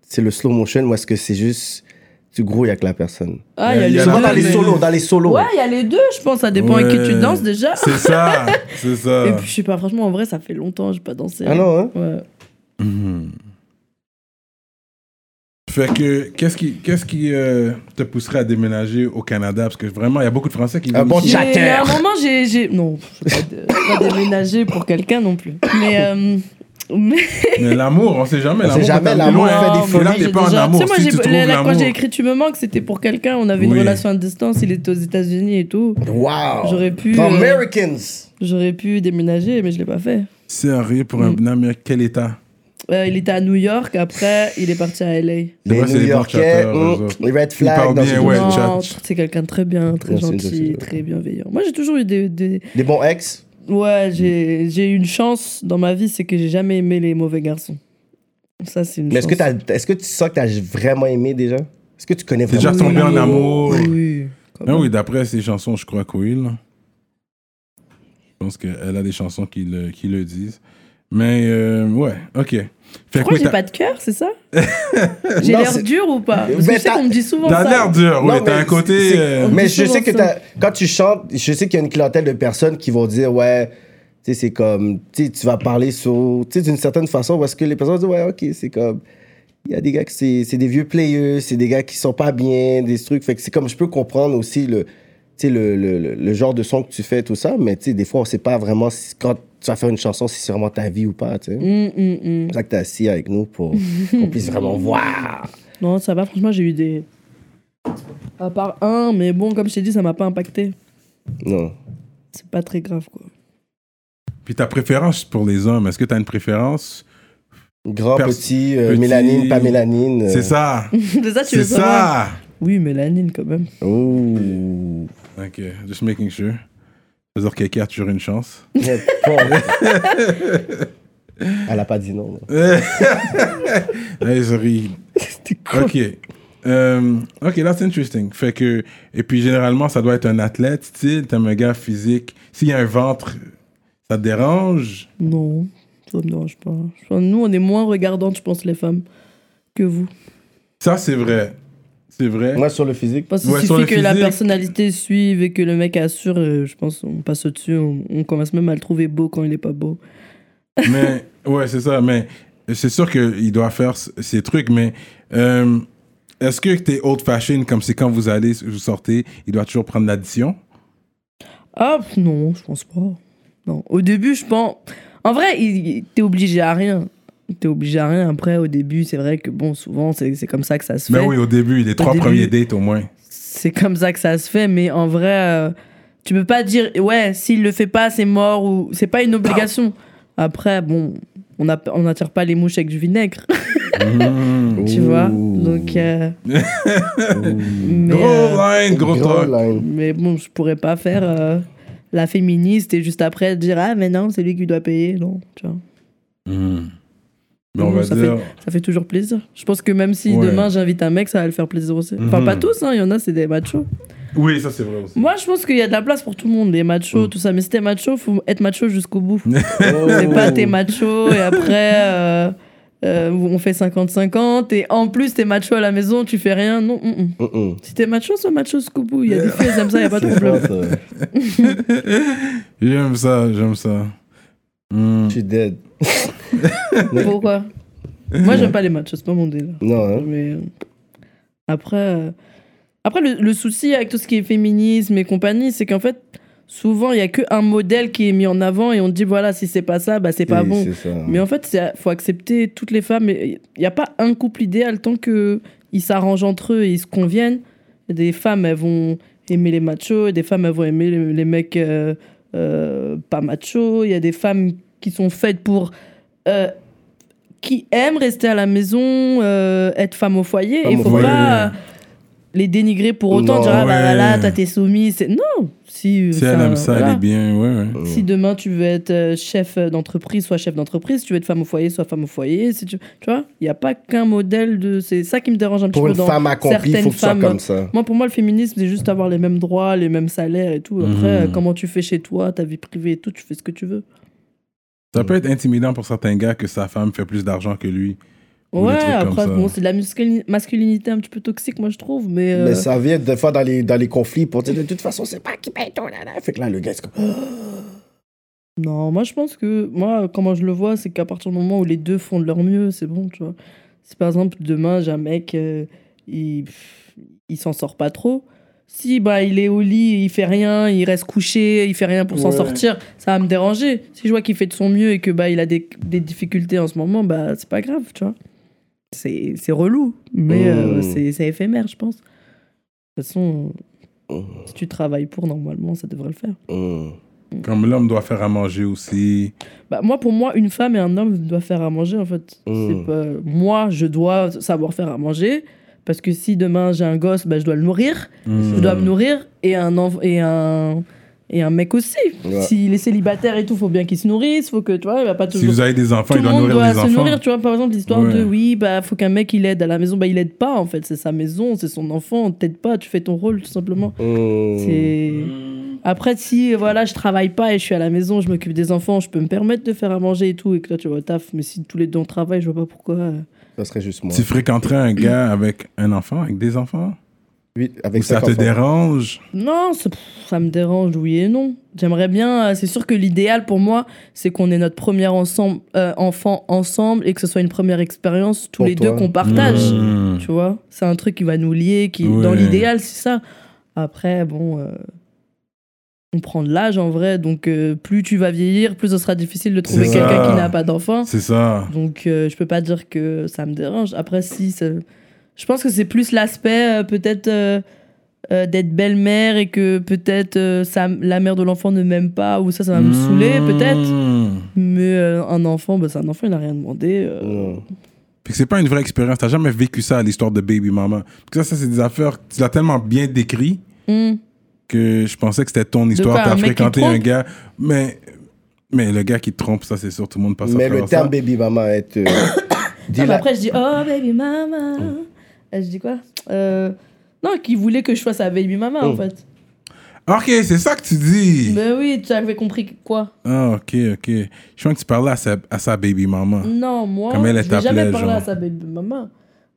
Speaker 2: C'est le slow motion ou est-ce que c'est juste. Tu grouilles avec la personne?
Speaker 3: Ah,
Speaker 1: Il y a-
Speaker 3: il y
Speaker 1: il y
Speaker 3: a
Speaker 1: a
Speaker 3: les
Speaker 2: Souvent
Speaker 1: la-
Speaker 2: dans les
Speaker 3: deux.
Speaker 2: solos, dans les solos.
Speaker 3: Ouais, il y a les deux, je pense. Ça dépend avec qui tu
Speaker 1: Ouais.
Speaker 3: danses déjà.
Speaker 1: C'est ça. C'est ça.
Speaker 3: Et puis, je sais pas, franchement, en vrai, ça fait longtemps que j'ai pas dansé.
Speaker 2: Ah non, hein?
Speaker 3: Ouais.
Speaker 1: Mhm. Fait que, qu'est-ce qui, qu'est-ce qui euh, te pousserait à déménager au Canada? Parce que vraiment, il y a beaucoup de Français qui vivent
Speaker 2: Un Ah bon
Speaker 1: ici.
Speaker 2: chat.
Speaker 3: J'ai-
Speaker 2: Chatter.
Speaker 3: euh, À un moment, j'ai. j'ai- Non, je vais pas, dé- pas déménager pour quelqu'un non plus. Mais. euh, mais
Speaker 1: Mais l'amour, on sait jamais.
Speaker 2: On sait
Speaker 1: l'amour,
Speaker 2: jamais,
Speaker 1: quand t'as
Speaker 2: l'amour
Speaker 1: besoin.
Speaker 2: fait des
Speaker 3: Non,
Speaker 2: folies.
Speaker 3: moi,
Speaker 1: Là, t'es
Speaker 3: j'ai
Speaker 1: pas en
Speaker 3: déjà-
Speaker 1: amour,
Speaker 3: Tu sais, moi,
Speaker 1: si tu
Speaker 3: j'ai-
Speaker 1: trouves
Speaker 3: là, là, quand
Speaker 1: l'amour.
Speaker 3: j'ai écrit Tu me manques, c'était pour quelqu'un. On avait une
Speaker 1: Oui.
Speaker 3: relation à distance. Il était aux États-Unis et tout.
Speaker 2: Wow!
Speaker 3: J'aurais pu,
Speaker 2: The
Speaker 3: euh,
Speaker 2: Americans!
Speaker 3: J'aurais pu déménager, mais je l'ai pas fait.
Speaker 1: Sérieux, pour un
Speaker 2: Mm.
Speaker 1: Américain, quel état?
Speaker 3: Euh, il était à New York, après il est parti à LA.
Speaker 1: Je sais
Speaker 2: Les
Speaker 1: pas si c'est
Speaker 2: New
Speaker 1: les
Speaker 2: Yorkais,
Speaker 1: portateurs,
Speaker 2: mm,
Speaker 1: eux autres.
Speaker 2: les red
Speaker 1: parlent
Speaker 2: flags. dans
Speaker 1: bien,
Speaker 2: ce-
Speaker 1: Eh ouais.
Speaker 3: non,
Speaker 1: Tchatch.
Speaker 3: c'est quelqu'un de très bien, très
Speaker 2: Non, c'est une
Speaker 3: gentil,
Speaker 2: société.
Speaker 3: très bienveillant. Moi j'ai toujours eu des. des-
Speaker 2: Des bons ex?
Speaker 3: Ouais, j'ai j'ai eu une chance dans ma vie, c'est que j'ai jamais aimé les mauvais garçons. Ça, c'est une
Speaker 2: Mais est-ce que,
Speaker 3: chance.
Speaker 2: t'as- est-ce que tu sens que t'as vraiment aimé déjà? Est-ce que tu connais
Speaker 1: Déjà
Speaker 2: vraiment?
Speaker 3: Oui.
Speaker 1: tombé en amour.
Speaker 3: Oui.
Speaker 1: Ah oui, d'après ses chansons, je crois que oui. là. Je pense qu'elle a des chansons qui le, qui le disent. Mais euh, ouais, ok. Fait que
Speaker 3: Pourquoi
Speaker 1: oui,
Speaker 3: j'ai
Speaker 1: t'as-
Speaker 3: pas de cœur, c'est ça J'ai
Speaker 2: Non,
Speaker 3: l'air
Speaker 2: c'est-
Speaker 3: dur ou pas Parce que
Speaker 2: Ben,
Speaker 3: je sais
Speaker 2: t'as-
Speaker 3: qu'on me dit souvent
Speaker 1: T'as
Speaker 3: ça.
Speaker 1: l'air dur,
Speaker 2: Non,
Speaker 1: ouais. Ah T'as
Speaker 2: mais
Speaker 1: un côté.
Speaker 2: c'est-
Speaker 1: euh,
Speaker 2: Mais
Speaker 3: dit
Speaker 2: je
Speaker 3: souvent
Speaker 2: sais que
Speaker 3: ça.
Speaker 2: t'as- quand tu chantes, je sais qu'il y a une clientèle de personnes qui vont dire, ouais, tu sais, c'est comme, tu sais, tu vas parler sur, tu sais, d'une certaine façon, parce que les personnes disent, ouais, ok, c'est comme, il y a des gars qui, c'est c'est des vieux players, c'est des gars qui sont pas bien, des trucs, fait que c'est comme, je peux comprendre aussi le, tu sais, le, le, le- le genre de son que tu fais, tout ça, mais tu sais, des fois, on sait pas vraiment si- quand tu vas faire une chanson, si c'est vraiment ta vie ou pas, tu sais. C'est
Speaker 3: Hum, hum, hum.
Speaker 2: pour ça que t'es assis avec nous pour qu'on puisse vraiment voir.
Speaker 3: Non, ça va, franchement, j'ai eu des. À part un, mais bon, comme je t'ai dit, ça m'a pas impacté.
Speaker 2: Non.
Speaker 3: C'est pas très grave, quoi.
Speaker 1: Puis ta préférence pour les hommes, est-ce que t'as une préférence
Speaker 2: Grand,
Speaker 1: Pers-
Speaker 2: petit, euh,
Speaker 1: petit-
Speaker 2: mélanine, pas mélanine. euh,
Speaker 1: C'est ça.
Speaker 3: C'est ça, tu
Speaker 1: C'est
Speaker 3: veux savoir
Speaker 1: ça.
Speaker 3: Oui, mélanine quand même.
Speaker 2: Ouh.
Speaker 1: Ok, just making sure. C'est-à-dire quelqu'un a toujours une chance.
Speaker 2: Elle a pas dit non.
Speaker 1: Là, ils rient. Ok. Euh, ok, that's interesting. Fait que, et puis généralement, ça doit être un athlète, style, t'es un gars physique. S'il y a un ventre, ça te dérange.
Speaker 3: Non, ça me dérange pas. Je pense- Nous, on est moins regardantes, je pense, les femmes, que vous.
Speaker 1: Ça, c'est vrai. C'est vrai.
Speaker 2: Moi, sur le physique,
Speaker 3: Parce qu'il
Speaker 1: Ouais, sur
Speaker 3: suffit
Speaker 1: le
Speaker 3: que la
Speaker 1: physique.
Speaker 3: personnalité suive et que le mec assure, euh, je pense, on passe au-dessus, on, on commence même à le trouver beau quand il est pas beau.
Speaker 1: mais ouais, c'est ça. Mais c'est sûr qu'il doit faire c- ces trucs. Mais euh, est-ce que t'es old fashioned comme c'est quand vous allez, vous sortez, il doit toujours prendre l'addition
Speaker 3: Ah, pff, non, je pense pas. Non, au début, je pense. En vrai, il- il- t'es obligé à rien. T'es obligé à rien. Après, au début, c'est vrai que bon, souvent, c'est c'est comme ça que ça se
Speaker 1: Mais
Speaker 3: fait.
Speaker 1: oui, au début, les trois
Speaker 3: début.
Speaker 1: premiers dates au moins.
Speaker 3: C'est comme ça que ça se fait, mais en vrai, euh, Tu peux pas dire, ouais, s'il le fait pas, c'est mort ou. C'est pas une obligation. Après, bon, on a- on n'attire pas les mouches avec du vinaigre, tu vois. Donc. euh, mais,
Speaker 1: Gros
Speaker 3: euh,
Speaker 1: line, gros truc.
Speaker 3: mais bon, je pourrais pas faire euh, la féministe et juste après dire, ah, mais non, c'est lui qui doit payer. Non, tu vois.
Speaker 1: Hmm. Mais on
Speaker 3: Bon,
Speaker 1: va
Speaker 3: ça
Speaker 1: dire.
Speaker 3: Ça fait toujours plaisir. Je pense que même si
Speaker 1: Ouais.
Speaker 3: demain j'invite un mec, ça va le faire plaisir aussi. Enfin,
Speaker 1: Mhm.
Speaker 3: pas tous, hein, il y en a, c'est des machos.
Speaker 1: Oui, ça c'est vrai aussi.
Speaker 3: Moi, je pense qu'il y a de la place pour tout le monde, les
Speaker 1: Mm.
Speaker 3: machos, tout ça. Mais si t'es macho, faut être macho jusqu'au bout. C'est pas t'es macho et après euh, euh, on fait 50-50 et en plus t'es macho à la maison, tu fais rien. Non, mm, mm. si t'es macho, sois macho jusqu'au bout. Il y a des filles, elles aiment ça, il a pas de problème.
Speaker 1: J'aime ça, j'aime ça. Hmm.
Speaker 2: Je suis dead.
Speaker 3: Pourquoi Moi, j'aime pas les machos, c'est pas mon délire.
Speaker 2: Non, hein.
Speaker 3: Mais euh, après, euh, après le, le souci avec tout ce qui est féminisme et compagnie, c'est qu'en fait, souvent il y a qu'un modèle qui est mis en avant et on dit voilà, si c'est pas ça, bah c'est pas
Speaker 2: Oui,
Speaker 3: bon.
Speaker 2: C'est ça.
Speaker 3: Mais en fait, il faut accepter toutes les femmes. Il n'y a pas un couple idéal tant que ils s'arrangent entre eux et ils se conviennent. Des femmes, elles vont aimer les machos, et des femmes, elles vont aimer les, les mecs euh, euh, pas machos. Il y a des femmes qui sont faites pour... euh, qui aiment rester à la maison, euh, être femme au foyer.
Speaker 2: Femme
Speaker 3: Il
Speaker 2: au
Speaker 3: faut
Speaker 2: foyer.
Speaker 3: pas euh, les dénigrer pour autant,
Speaker 2: Non,
Speaker 3: dire « Ah bah
Speaker 1: ouais.
Speaker 3: voilà, toi, t'es soumise. » C'est- Non Si, euh,
Speaker 1: Si elle
Speaker 3: ça,
Speaker 1: aime ça,
Speaker 3: voilà.
Speaker 1: elle est bien, ouais, ouais.
Speaker 3: Si demain tu veux être euh, chef d'entreprise, soit chef d'entreprise. Si tu veux être femme au foyer, soit femme au foyer. Si tu, tu vois, il n'y a pas qu'un modèle de. C'est ça qui me dérange un petit
Speaker 2: Pour
Speaker 3: peu
Speaker 2: une
Speaker 3: dans.
Speaker 2: femme accomplie, il faut que
Speaker 3: certaines
Speaker 2: tu sois
Speaker 3: femmes-
Speaker 2: comme ça.
Speaker 3: Moi, pour moi, le féminisme, c'est juste avoir les mêmes droits, les mêmes salaires et tout. Après,
Speaker 1: Mhm.
Speaker 3: euh, comment tu fais chez toi, ta vie privée et tout, tu fais ce que tu veux.
Speaker 1: Ça peut être intimidant pour certains gars que sa femme fait plus d'argent que lui. Ou des
Speaker 3: Ouais,
Speaker 1: trucs comme
Speaker 3: après,
Speaker 1: ça.
Speaker 3: bon, c'est de la musculini- masculinité un petit peu toxique, moi, je trouve. Mais, euh,
Speaker 2: Mais ça vient des fois dans les, dans les conflits pour dire de toute façon, c'est pas qui paye ton nana. Fait que là, le gars, c'est comme.
Speaker 3: non, moi, je pense que. Moi, comment je le vois, c'est qu'à partir du moment où les deux font de leur mieux, c'est bon, tu vois. Si par exemple demain j'ai un mec, euh, il, pff, il s'en sort pas trop. Si bah il est au lit, il fait rien, il reste couché, il fait rien pour s'en
Speaker 1: Ouais.
Speaker 3: sortir, ça va me déranger. Si je vois qu'il fait de son mieux et que bah il a des, des difficultés en ce moment, bah c'est pas grave, tu vois. C'est c'est relou, mais euh,
Speaker 2: Mmh.
Speaker 3: c'est c'est éphémère, je pense. De toute façon,
Speaker 2: Mmh.
Speaker 3: si tu travailles pour normalement, ça devrait le faire.
Speaker 2: Hum.
Speaker 1: Comme l'homme doit faire à manger aussi.
Speaker 3: Bah, moi, pour moi, une femme et un homme doivent faire à manger, en fait.
Speaker 2: Mm.
Speaker 3: C'est pas... Moi, je dois savoir faire à manger, parce que si demain j'ai un gosse, bah, je dois le nourrir.
Speaker 1: Hmm.
Speaker 3: Je dois me nourrir, et un, enf- et un... Et un mec aussi.
Speaker 2: Ouais.
Speaker 3: S'il est célibataire et tout, faut bien qu'il se nourrisse, faut que, tu vois, il va pas
Speaker 1: Si
Speaker 3: toujours...
Speaker 1: vous avez des enfants,
Speaker 3: Tout
Speaker 1: il
Speaker 3: le
Speaker 1: doit
Speaker 3: monde
Speaker 1: nourrir
Speaker 3: doit
Speaker 1: les
Speaker 3: se
Speaker 1: enfants.
Speaker 3: nourrir, tu vois. Par exemple, l'histoire
Speaker 1: Ouais.
Speaker 3: de oui, bah faut qu'un mec il aide à la maison, bah il aide pas en fait, c'est sa maison, c'est son enfant, on t'aide pas, tu fais ton rôle tout simplement.
Speaker 2: Hum.
Speaker 3: C'est- Après, si voilà, je travaille pas et je suis à la maison, je m'occupe des enfants, je peux me permettre de faire à manger et tout, et que là tu vas au taf, mais si tous les deux on travaille, je vois pas pourquoi. euh.
Speaker 2: Ça serait juste moi.
Speaker 1: Tu fréquenterais un gars avec un enfant, avec des enfants
Speaker 2: Oui,
Speaker 1: Ou
Speaker 2: avec
Speaker 1: ça
Speaker 2: ça
Speaker 1: te dérange
Speaker 3: Non, ça, pff, ça me dérange, oui et non. J'aimerais bien, euh, c'est sûr que l'idéal pour moi, c'est qu'on ait notre premier ensemble, euh, enfant ensemble et que ce soit une première expérience tous
Speaker 2: Pour
Speaker 3: les
Speaker 2: toi.
Speaker 3: deux qu'on partage.
Speaker 1: Hmm.
Speaker 3: Tu vois, c'est un truc qui va nous lier, qui dans
Speaker 1: Ouais.
Speaker 3: l'idéal, c'est ça. Après, bon, euh, on prend de l'âge en vrai, donc euh, plus tu vas vieillir, plus ce sera difficile de trouver
Speaker 1: ça.
Speaker 3: quelqu'un qui n'a pas d'enfant.
Speaker 1: C'est ça.
Speaker 3: Donc euh, je peux pas dire que ça me dérange. Après, si, ça- je pense que c'est plus l'aspect euh, peut-être euh, euh, d'être belle-mère et que peut-être euh, sa- la mère de l'enfant ne m'aime pas ou ça, ça va me saouler peut-être.
Speaker 1: Hmm.
Speaker 3: Mais euh, un enfant, bah, c'est un enfant, il n'a rien demandé. euh,
Speaker 1: Puis que c'est pas une vraie expérience. T'as jamais vécu ça, l'histoire de Baby Mama. Parce que ça, ça, c'est des affaires. Tu l'as tellement bien décrit
Speaker 3: hmm.
Speaker 1: que je pensais que c'était ton histoire.
Speaker 3: quoi, un
Speaker 1: T'as
Speaker 3: mec qui
Speaker 1: fréquenté
Speaker 3: trompe
Speaker 1: un gars. Mais, mais le gars qui te trompe, ça, c'est sûr, tout le monde passe à
Speaker 2: Mais
Speaker 1: travers
Speaker 2: le terme
Speaker 1: ça.
Speaker 2: baby mama est. euh,
Speaker 3: Non, mais
Speaker 2: dis-la-
Speaker 3: après, je dis Oh, baby mama.
Speaker 1: Mm.
Speaker 3: Euh, Je dis quoi Euh, Non, qui voulait que je fasse à baby mama en
Speaker 1: Oh.
Speaker 2: Mm.
Speaker 3: fait.
Speaker 1: Ok, c'est ça que tu dis.
Speaker 3: Mais oui, tu avais compris que- quoi
Speaker 1: Ah, ok, ok. Je crois que tu parlais à sa, à sa baby mama.
Speaker 3: Non, moi,
Speaker 1: Ah. Comme elle, elle
Speaker 3: je n'ai jamais
Speaker 1: t'appelait,
Speaker 3: parlé
Speaker 1: genre.
Speaker 3: à sa baby mama.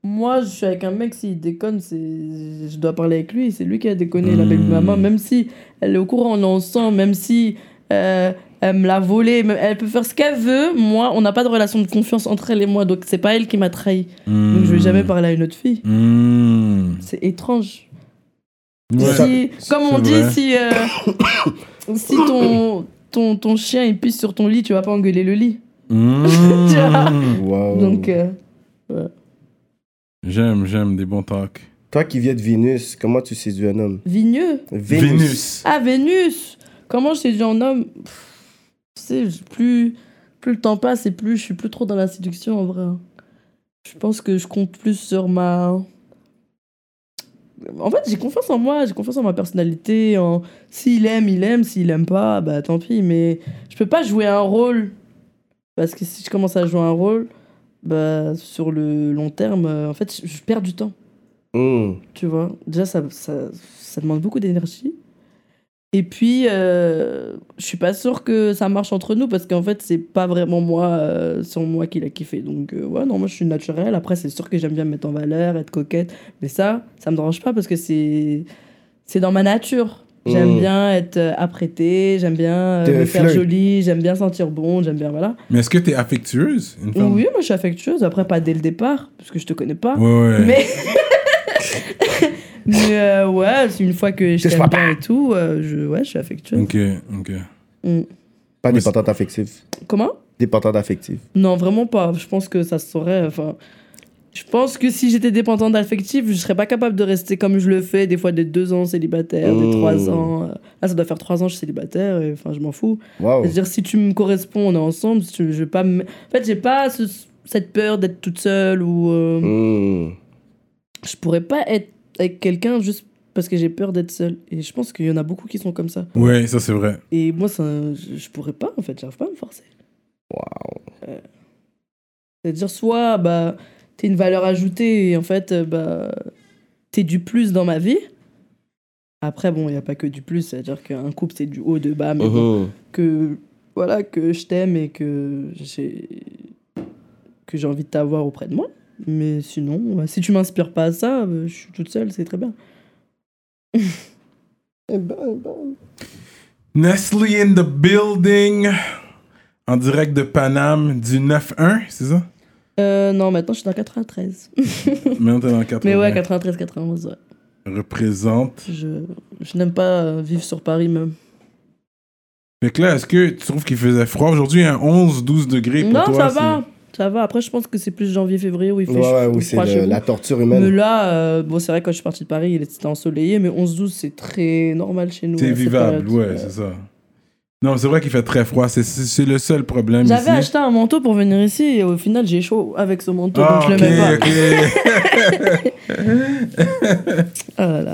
Speaker 3: Moi, je suis avec un mec, s'il déconne, c'est... je dois parler avec lui. C'est lui qui a déconné, la
Speaker 1: Mm.
Speaker 3: baby mama. Même si elle est au courant, on est ensemble, même si euh, elle me l'a volé, même- elle peut faire ce qu'elle veut. Moi, on n'a pas de relation de confiance entre elle et moi, donc c'est pas elle qui m'a trahi. Mm. Donc je vais
Speaker 1: Mm.
Speaker 3: jamais parler à une autre fille.
Speaker 1: Hmm.
Speaker 3: C'est étrange.
Speaker 1: Ouais.
Speaker 2: Ça-
Speaker 3: Si- comme on
Speaker 1: c'est
Speaker 3: dit,
Speaker 1: vrai.
Speaker 3: si, euh, si ton, ton, ton chien il pisse sur ton lit, tu vas pas engueuler le lit.
Speaker 1: Hmm.
Speaker 3: Tu vois
Speaker 1: Oh.
Speaker 2: Wow.
Speaker 3: Donc, euh,
Speaker 1: J'aime, j'aime des bons talks.
Speaker 2: Toi qui viens de Vénus, comment tu séduis un homme
Speaker 3: Vigneux
Speaker 1: Vénus.
Speaker 3: Ah, Vénus Comment je séduis un homme Pff, Tu sais, je- plus, plus le temps passe et plus je suis plus trop dans la séduction en vrai. Je pense que je compte plus sur ma. En fait, j'ai confiance en moi, j'ai confiance en ma personnalité. En... S'il aime, il aime. S'il aime pas, bah tant pis. Mais je peux pas jouer un rôle. Parce que si je commence à jouer un rôle, bah sur le long terme, euh, en fait, je- je perds du temps
Speaker 2: Hmm.
Speaker 3: tu vois. Déjà, ça, ça, ça demande beaucoup d'énergie. Et puis, euh, je suis pas sûre que ça marche entre nous parce qu'en fait, c'est pas vraiment moi, euh, c'est moi qui l'a kiffé. Donc, euh, ouais, non, moi je suis naturelle. Après, c'est sûr que j'aime bien me mettre en valeur, être coquette. Mais ça, ça me dérange pas parce que c'est c'est dans ma nature. J'aime
Speaker 2: Mmh.
Speaker 3: bien être euh, apprêtée, j'aime bien euh,
Speaker 2: T'es
Speaker 3: me faire
Speaker 2: flirt.
Speaker 3: jolie, j'aime bien sentir bon, j'aime bien, voilà.
Speaker 1: Mais est-ce que t'es affectueuse une femme?
Speaker 3: Oui, moi je suis affectueuse. Après, pas dès le départ parce que je te connais pas.
Speaker 1: Ouais, ouais.
Speaker 3: Mais. Mais euh, ouais, c'est une fois que je
Speaker 2: Touche
Speaker 3: t'aime
Speaker 2: pas
Speaker 3: bien et tout, euh, je, ouais, je suis affectueuse.
Speaker 1: Ok, ok.
Speaker 3: Mm.
Speaker 2: Pas
Speaker 1: Mais
Speaker 2: dépendante affective.
Speaker 3: Comment
Speaker 2: Dépendante affective.
Speaker 3: Non, vraiment pas. Je pense que ça se saurait. Enfin, je pense que si j'étais dépendante affective, je serais pas capable de rester comme je le fais, des fois des deux ans célibataire,
Speaker 2: Mmh.
Speaker 3: des trois ans. euh, Là, ça doit faire trois ans que je suis célibataire, et enfin, je m'en fous.
Speaker 2: Wow.
Speaker 3: C'est-à-dire, si tu me corresponds, on est ensemble. si tu- je vais pas me- En fait, j'ai pas ce- cette peur d'être toute seule ou. euh,
Speaker 2: Hmm.
Speaker 3: je pourrais pas être avec quelqu'un juste parce que j'ai peur d'être seule. Et je pense qu'il y en a beaucoup qui sont comme ça.
Speaker 1: Ouais, ça c'est vrai.
Speaker 3: Et moi, ça, je je pourrais pas, en fait, j'arrive pas à me forcer.
Speaker 2: Wow.
Speaker 3: C'est-à-dire, soit, bah, t'es une valeur ajoutée et en fait, euh, bah, t'es du plus dans ma vie. Après, bon, il n'y a pas que du plus, c'est-à-dire qu'un couple, c'est du haut, de bas, mais bon,
Speaker 2: Mhm.
Speaker 3: que, voilà, que je t'aime et que j'ai que j'ai envie de t'avoir auprès de moi. Mais sinon, bah, si tu m'inspires pas à ça, euh, je suis toute seule, c'est très bien. Eh ben, eh ben.
Speaker 1: Nestlé in the building. En direct de Paname du 9-1, c'est ça?
Speaker 3: Euh, non, maintenant je suis dans 93.
Speaker 1: Maintenant, t'es dans le 80.
Speaker 3: Mais ouais, 93, 91, ouais.
Speaker 1: Représente.
Speaker 3: Je, je n'aime pas euh, vivre sur Paris même.
Speaker 1: Fait que là, est-ce que tu trouves qu'il faisait froid aujourd'hui? Un 11-12 degrés pour
Speaker 3: non,
Speaker 1: toi?
Speaker 3: ça
Speaker 1: c'est-
Speaker 3: va. Ça va. Après, je pense que c'est plus janvier-février où il fait
Speaker 2: Ouais, ouais,
Speaker 3: chaud,
Speaker 2: ou c'est
Speaker 3: froid
Speaker 2: le-
Speaker 3: chez vous.
Speaker 2: la torture
Speaker 3: Mais
Speaker 2: humaine.
Speaker 3: là, euh, bon, c'est vrai, quand je suis partie de Paris, il était ensoleillé, mais 11-12, c'est très normal chez nous. à
Speaker 1: C'est
Speaker 3: cette
Speaker 1: vivable,
Speaker 3: période.
Speaker 1: ouais,
Speaker 3: Euh,
Speaker 1: c'est ça. Non, c'est vrai qu'il fait très froid. C'est- C'est c'est le seul problème ici.
Speaker 3: J'avais acheté un manteau pour venir ici et au final, j'ai chaud avec ce manteau,
Speaker 1: Ah,
Speaker 3: donc je
Speaker 1: ok,
Speaker 3: le mets pas.
Speaker 1: ok.
Speaker 3: Ah là là.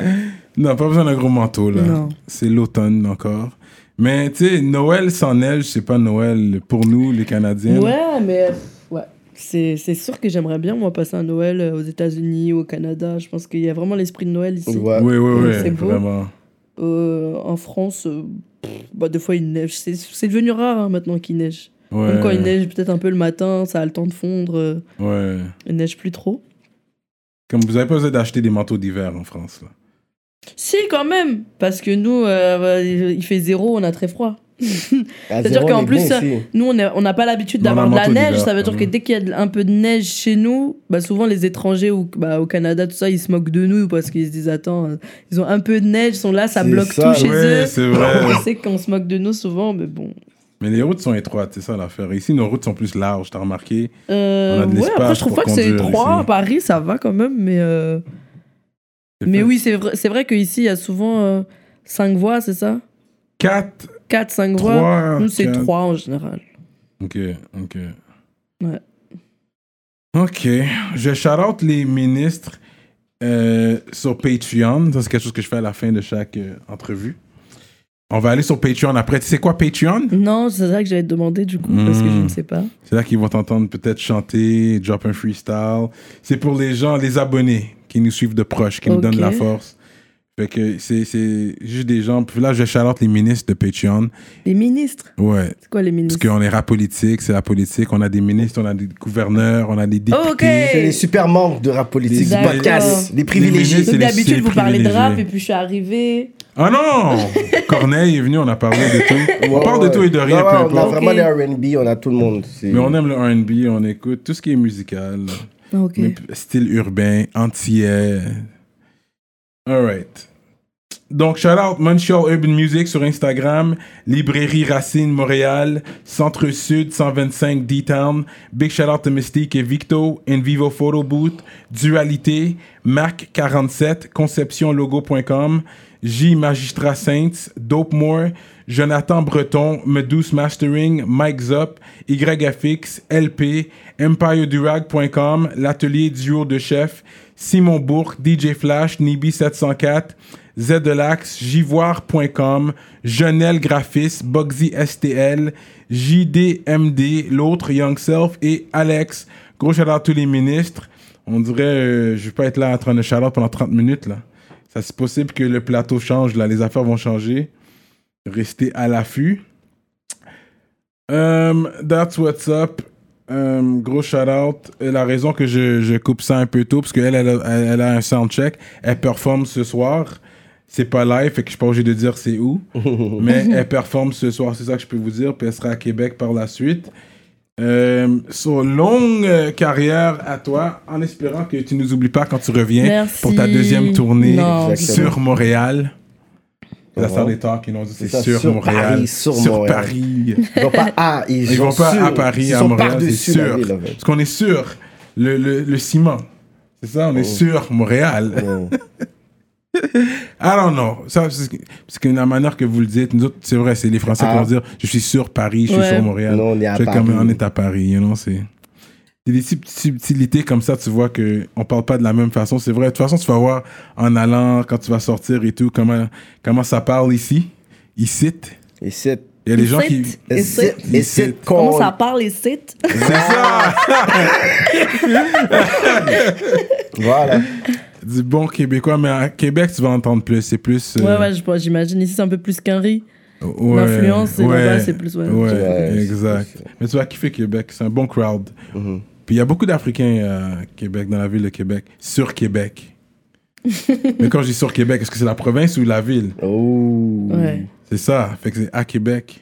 Speaker 1: non, pas besoin d'un gros manteau, là.
Speaker 3: Non.
Speaker 1: C'est l'automne encore. Mais tu sais, Noël sans neige, c'est pas Noël pour nous, les Canadiens.
Speaker 3: Ouais, mais euh, ouais. C'est c'est sûr que j'aimerais bien, moi, passer un Noël euh, aux États-Unis, au Canada. Je pense qu'il y a vraiment l'esprit de Noël ici.
Speaker 2: Ouais.
Speaker 1: Oui, oui, oui,
Speaker 3: C'est beau.
Speaker 1: vraiment.
Speaker 3: Euh, en France, euh, pff, bah, des fois il neige. C'est- C'est devenu rare hein, maintenant qu'il neige.
Speaker 1: Ouais,
Speaker 3: Même quand il neige peut-être un peu le matin, ça a le temps de fondre, euh,
Speaker 1: ouais.
Speaker 3: il neige plus trop.
Speaker 1: Comme vous avez pas besoin d'acheter des manteaux d'hiver en France. Là.
Speaker 3: Si, quand même, parce que nous, euh, bah, il fait zéro, on a très froid.
Speaker 2: À
Speaker 3: C'est-à-dire
Speaker 2: zéro,
Speaker 3: qu'en
Speaker 2: on est
Speaker 3: plus, euh,
Speaker 2: bien
Speaker 3: ça-
Speaker 2: ici.
Speaker 3: Nous, on a- on n'a pas l'habitude
Speaker 1: On a un
Speaker 3: d'avoir de la
Speaker 1: manteau
Speaker 3: neige,
Speaker 1: d'hiver,
Speaker 3: ça veut dire
Speaker 1: quand
Speaker 3: que
Speaker 1: même.
Speaker 3: dès qu'il y a de- un peu de neige chez nous, bah, souvent les étrangers ou bah, au Canada, tout ça, ils se moquent de nous parce qu'ils se disent Attends, euh, ils ont un peu de neige, ils sont là, ça
Speaker 2: C'est
Speaker 3: bloque
Speaker 2: ça,
Speaker 3: tout chez
Speaker 1: ouais,
Speaker 3: eux.
Speaker 1: c'est vrai.
Speaker 3: On sait qu'on se moque de nous souvent, mais bon.
Speaker 1: Mais les routes sont étroites, c'est ça l'affaire. Ici, nos routes sont plus larges, t'as remarqué.
Speaker 3: Euh,
Speaker 1: On a de
Speaker 3: ouais,
Speaker 1: l'espace
Speaker 3: après, je trouve
Speaker 1: pour
Speaker 3: pas que c'est
Speaker 1: conduire
Speaker 3: étroit.
Speaker 1: ici.
Speaker 3: À Paris, ça va quand même, mais, euh,
Speaker 1: C'est
Speaker 3: mais
Speaker 1: fait.
Speaker 3: oui, c'est vrai, c'est vrai qu'ici, il y a souvent 5 voies, c'est ça
Speaker 1: 4,
Speaker 3: 4, 5 voies.
Speaker 1: 3.
Speaker 3: Nous, c'est 3 en général.
Speaker 1: Ok, ok.
Speaker 3: Ouais.
Speaker 1: Ok. Je shout-out les ministres euh, sur Patreon. Ça, c'est quelque chose que je fais à la fin de chaque euh, entrevue. On va aller sur Patreon après. Tu sais quoi, Patreon?
Speaker 3: Non, c'est ça que j'allais te demander du coup, parce
Speaker 1: Hmm.
Speaker 3: que je ne sais pas.
Speaker 1: C'est là qu'ils vont t'entendre peut-être chanter, drop un freestyle. C'est pour les gens, les abonnés qui nous suivent de proche, qui nous
Speaker 3: Ok.
Speaker 1: donnent la force. Fait que c'est c'est juste des gens. Puis là, je chalote les ministres de Patreon.
Speaker 3: Les ministres
Speaker 1: Ouais.
Speaker 3: C'est quoi les
Speaker 1: Parce
Speaker 3: ministres
Speaker 1: qu'on est rap politique, c'est la politique. On a des ministres, on a des gouverneurs, on a des députés.
Speaker 3: Ok.
Speaker 2: C'est les super membres de rap politique, du
Speaker 3: D'accord.
Speaker 2: podcast, les privilégiés.
Speaker 1: c'est
Speaker 3: Donc
Speaker 1: les- c'est les
Speaker 3: d'habitude, vous parlez de rap
Speaker 1: privilégiés.
Speaker 3: et puis je suis arrivée.
Speaker 1: Ah non Corneille est venu, on a parlé de tout. on
Speaker 2: Ouais,
Speaker 1: parle
Speaker 2: ouais.
Speaker 1: de tout et de rien,
Speaker 2: Ouais,
Speaker 1: peu
Speaker 2: ouais, On a
Speaker 1: importe.
Speaker 2: vraiment
Speaker 3: Ok.
Speaker 2: les RB, on a tout le monde. C'est-
Speaker 1: Mais on aime le RB, on écoute tout ce qui est musical,
Speaker 3: Ok.
Speaker 1: Mais p- style urbain, antillais. Alright. Donc, shout out Montreal Urban Music sur Instagram, Librairie Racine Montréal, Centre Sud 125 D-Town, Big shout out to Mystique et Victo, Invivo Photo Booth, Dualité, Mac 47, ConceptionLogo.com, J Magistrat Saints, Dope More, Jonathan Breton, Meduse Mastering, Mike Zop, YFX, LP, EmpireDurag.com, L'Atelier Duo de Chef, Simon Bourque, DJ Flash, Nibi704, Zdelax, Jivoire.com, Jeunel Graphis, Bugsy STL, JDMD, L'Autre, Young Self et Alex. Gros shout à tous les ministres. On dirait, euh, je vais pas être là en train de shout pendant 30 minutes, là. Ça, c'est possible que le plateau change, là. Les affaires vont changer. Restez à l'affût. Um, that's what's up. Um, gros shout out. La raison que je, je coupe ça un peu tôt, parce qu'elle, elle, a- elle, elle a un soundcheck. Elle performe ce soir. C'est pas live, fait que je suis pas obligé de dire c'est où. mais elle performe ce soir, c'est ça que je peux vous dire. Puis elle sera à Québec par la suite. Um, so, longue euh, carrière à toi, en espérant que tu nous oublies pas quand tu reviens
Speaker 3: Merci.
Speaker 1: pour ta deuxième tournée
Speaker 3: Non.
Speaker 2: Exactement.
Speaker 1: sur Montréal. Ça
Speaker 2: Ouais.
Speaker 1: sort des talks, ils ont dit c'est
Speaker 2: ça,
Speaker 1: sur,
Speaker 2: sur
Speaker 1: Montréal.
Speaker 2: Paris, sur Montréal.
Speaker 1: Paris.
Speaker 2: Ils vont pas à, ils,
Speaker 1: Ils
Speaker 2: sont
Speaker 1: vont pas
Speaker 2: sûrs.
Speaker 1: à Paris,
Speaker 2: Ils
Speaker 1: à
Speaker 2: sont
Speaker 1: Montréal, c'est
Speaker 2: par-dessus la
Speaker 1: sûr.
Speaker 2: ville, en fait.
Speaker 1: Parce qu'on est sur le, le, le ciment. C'est ça,
Speaker 2: Oh.
Speaker 1: on est sur Montréal.
Speaker 2: Wow.
Speaker 1: I don't know. Ça, c'est- parce que la manière que vous le dites, nous autres, c'est vrai, c'est les Français qui
Speaker 2: Ah.
Speaker 1: vont dire je suis sur Paris, je suis
Speaker 3: Ouais.
Speaker 1: sur Montréal.
Speaker 2: Non, on est à
Speaker 1: C'est comme,
Speaker 2: Paris.
Speaker 1: on est à Paris, you know, c'est. c'est des petites subtilités comme ça, tu vois, qu'on parle pas de la même façon. C'est vrai. De toute façon, tu vas voir en allant, quand tu vas sortir et tout, comment, comment ça parle ici. Ici.
Speaker 2: Et c'est.
Speaker 1: Il y a des gens qui.
Speaker 2: Et
Speaker 3: Ici.
Speaker 2: c'est. Et c'est.
Speaker 3: Comment
Speaker 2: con-
Speaker 3: ça parle les sites
Speaker 1: C'est ça!
Speaker 2: Voilà.
Speaker 1: du bon québécois, mais à Québec, tu vas entendre plus. C'est plus. euh,
Speaker 3: Ouais, ouais, je pense- j'imagine. Ici, c'est un peu plus qu'un riz.
Speaker 1: ouais,
Speaker 3: l'influence, et là-bas, c'est plus, ouais.
Speaker 2: Ouais,
Speaker 1: exact.
Speaker 2: c'est-
Speaker 1: Mais tu vas kiffer Québec. C'est un bon crowd.
Speaker 2: Mhm.
Speaker 1: Puis il y a beaucoup d'Africains euh, à Québec, dans la ville de Québec. Sur Québec. mais quand je dis sur Québec, est-ce que c'est la province ou la ville
Speaker 2: Ouh.
Speaker 3: Ouais.
Speaker 1: C'est ça. Fait que c'est à Québec.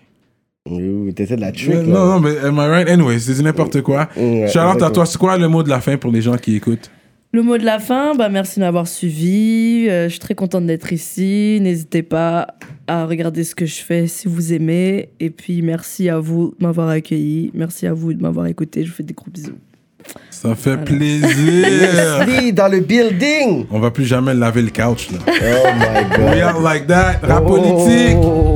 Speaker 2: Ouh, t'essaies de la trick,
Speaker 1: Ouais,
Speaker 2: là.
Speaker 1: non, non, mais am I right? Anyway, c'est n'importe quoi.
Speaker 2: Ouais,
Speaker 1: Charlotte, à
Speaker 2: exactement.
Speaker 1: toi, c'est quoi le mot de la fin pour les gens qui écoutent
Speaker 3: Le mot de la fin, bah merci de m'avoir suivi. Euh, je suis très contente d'être ici. N'hésitez pas à regarder ce que je fais si vous aimez. Et puis merci à vous de m'avoir accueilli. Merci à vous de m'avoir écouté. Je vous fais des gros bisous.
Speaker 1: Ça fait
Speaker 3: Voilà.
Speaker 1: plaisir.
Speaker 2: Leslie dans le building.
Speaker 1: On va plus jamais laver le couch, là.
Speaker 2: Oh my
Speaker 1: We
Speaker 2: god.
Speaker 1: out like that. Rap politique.
Speaker 2: Oh.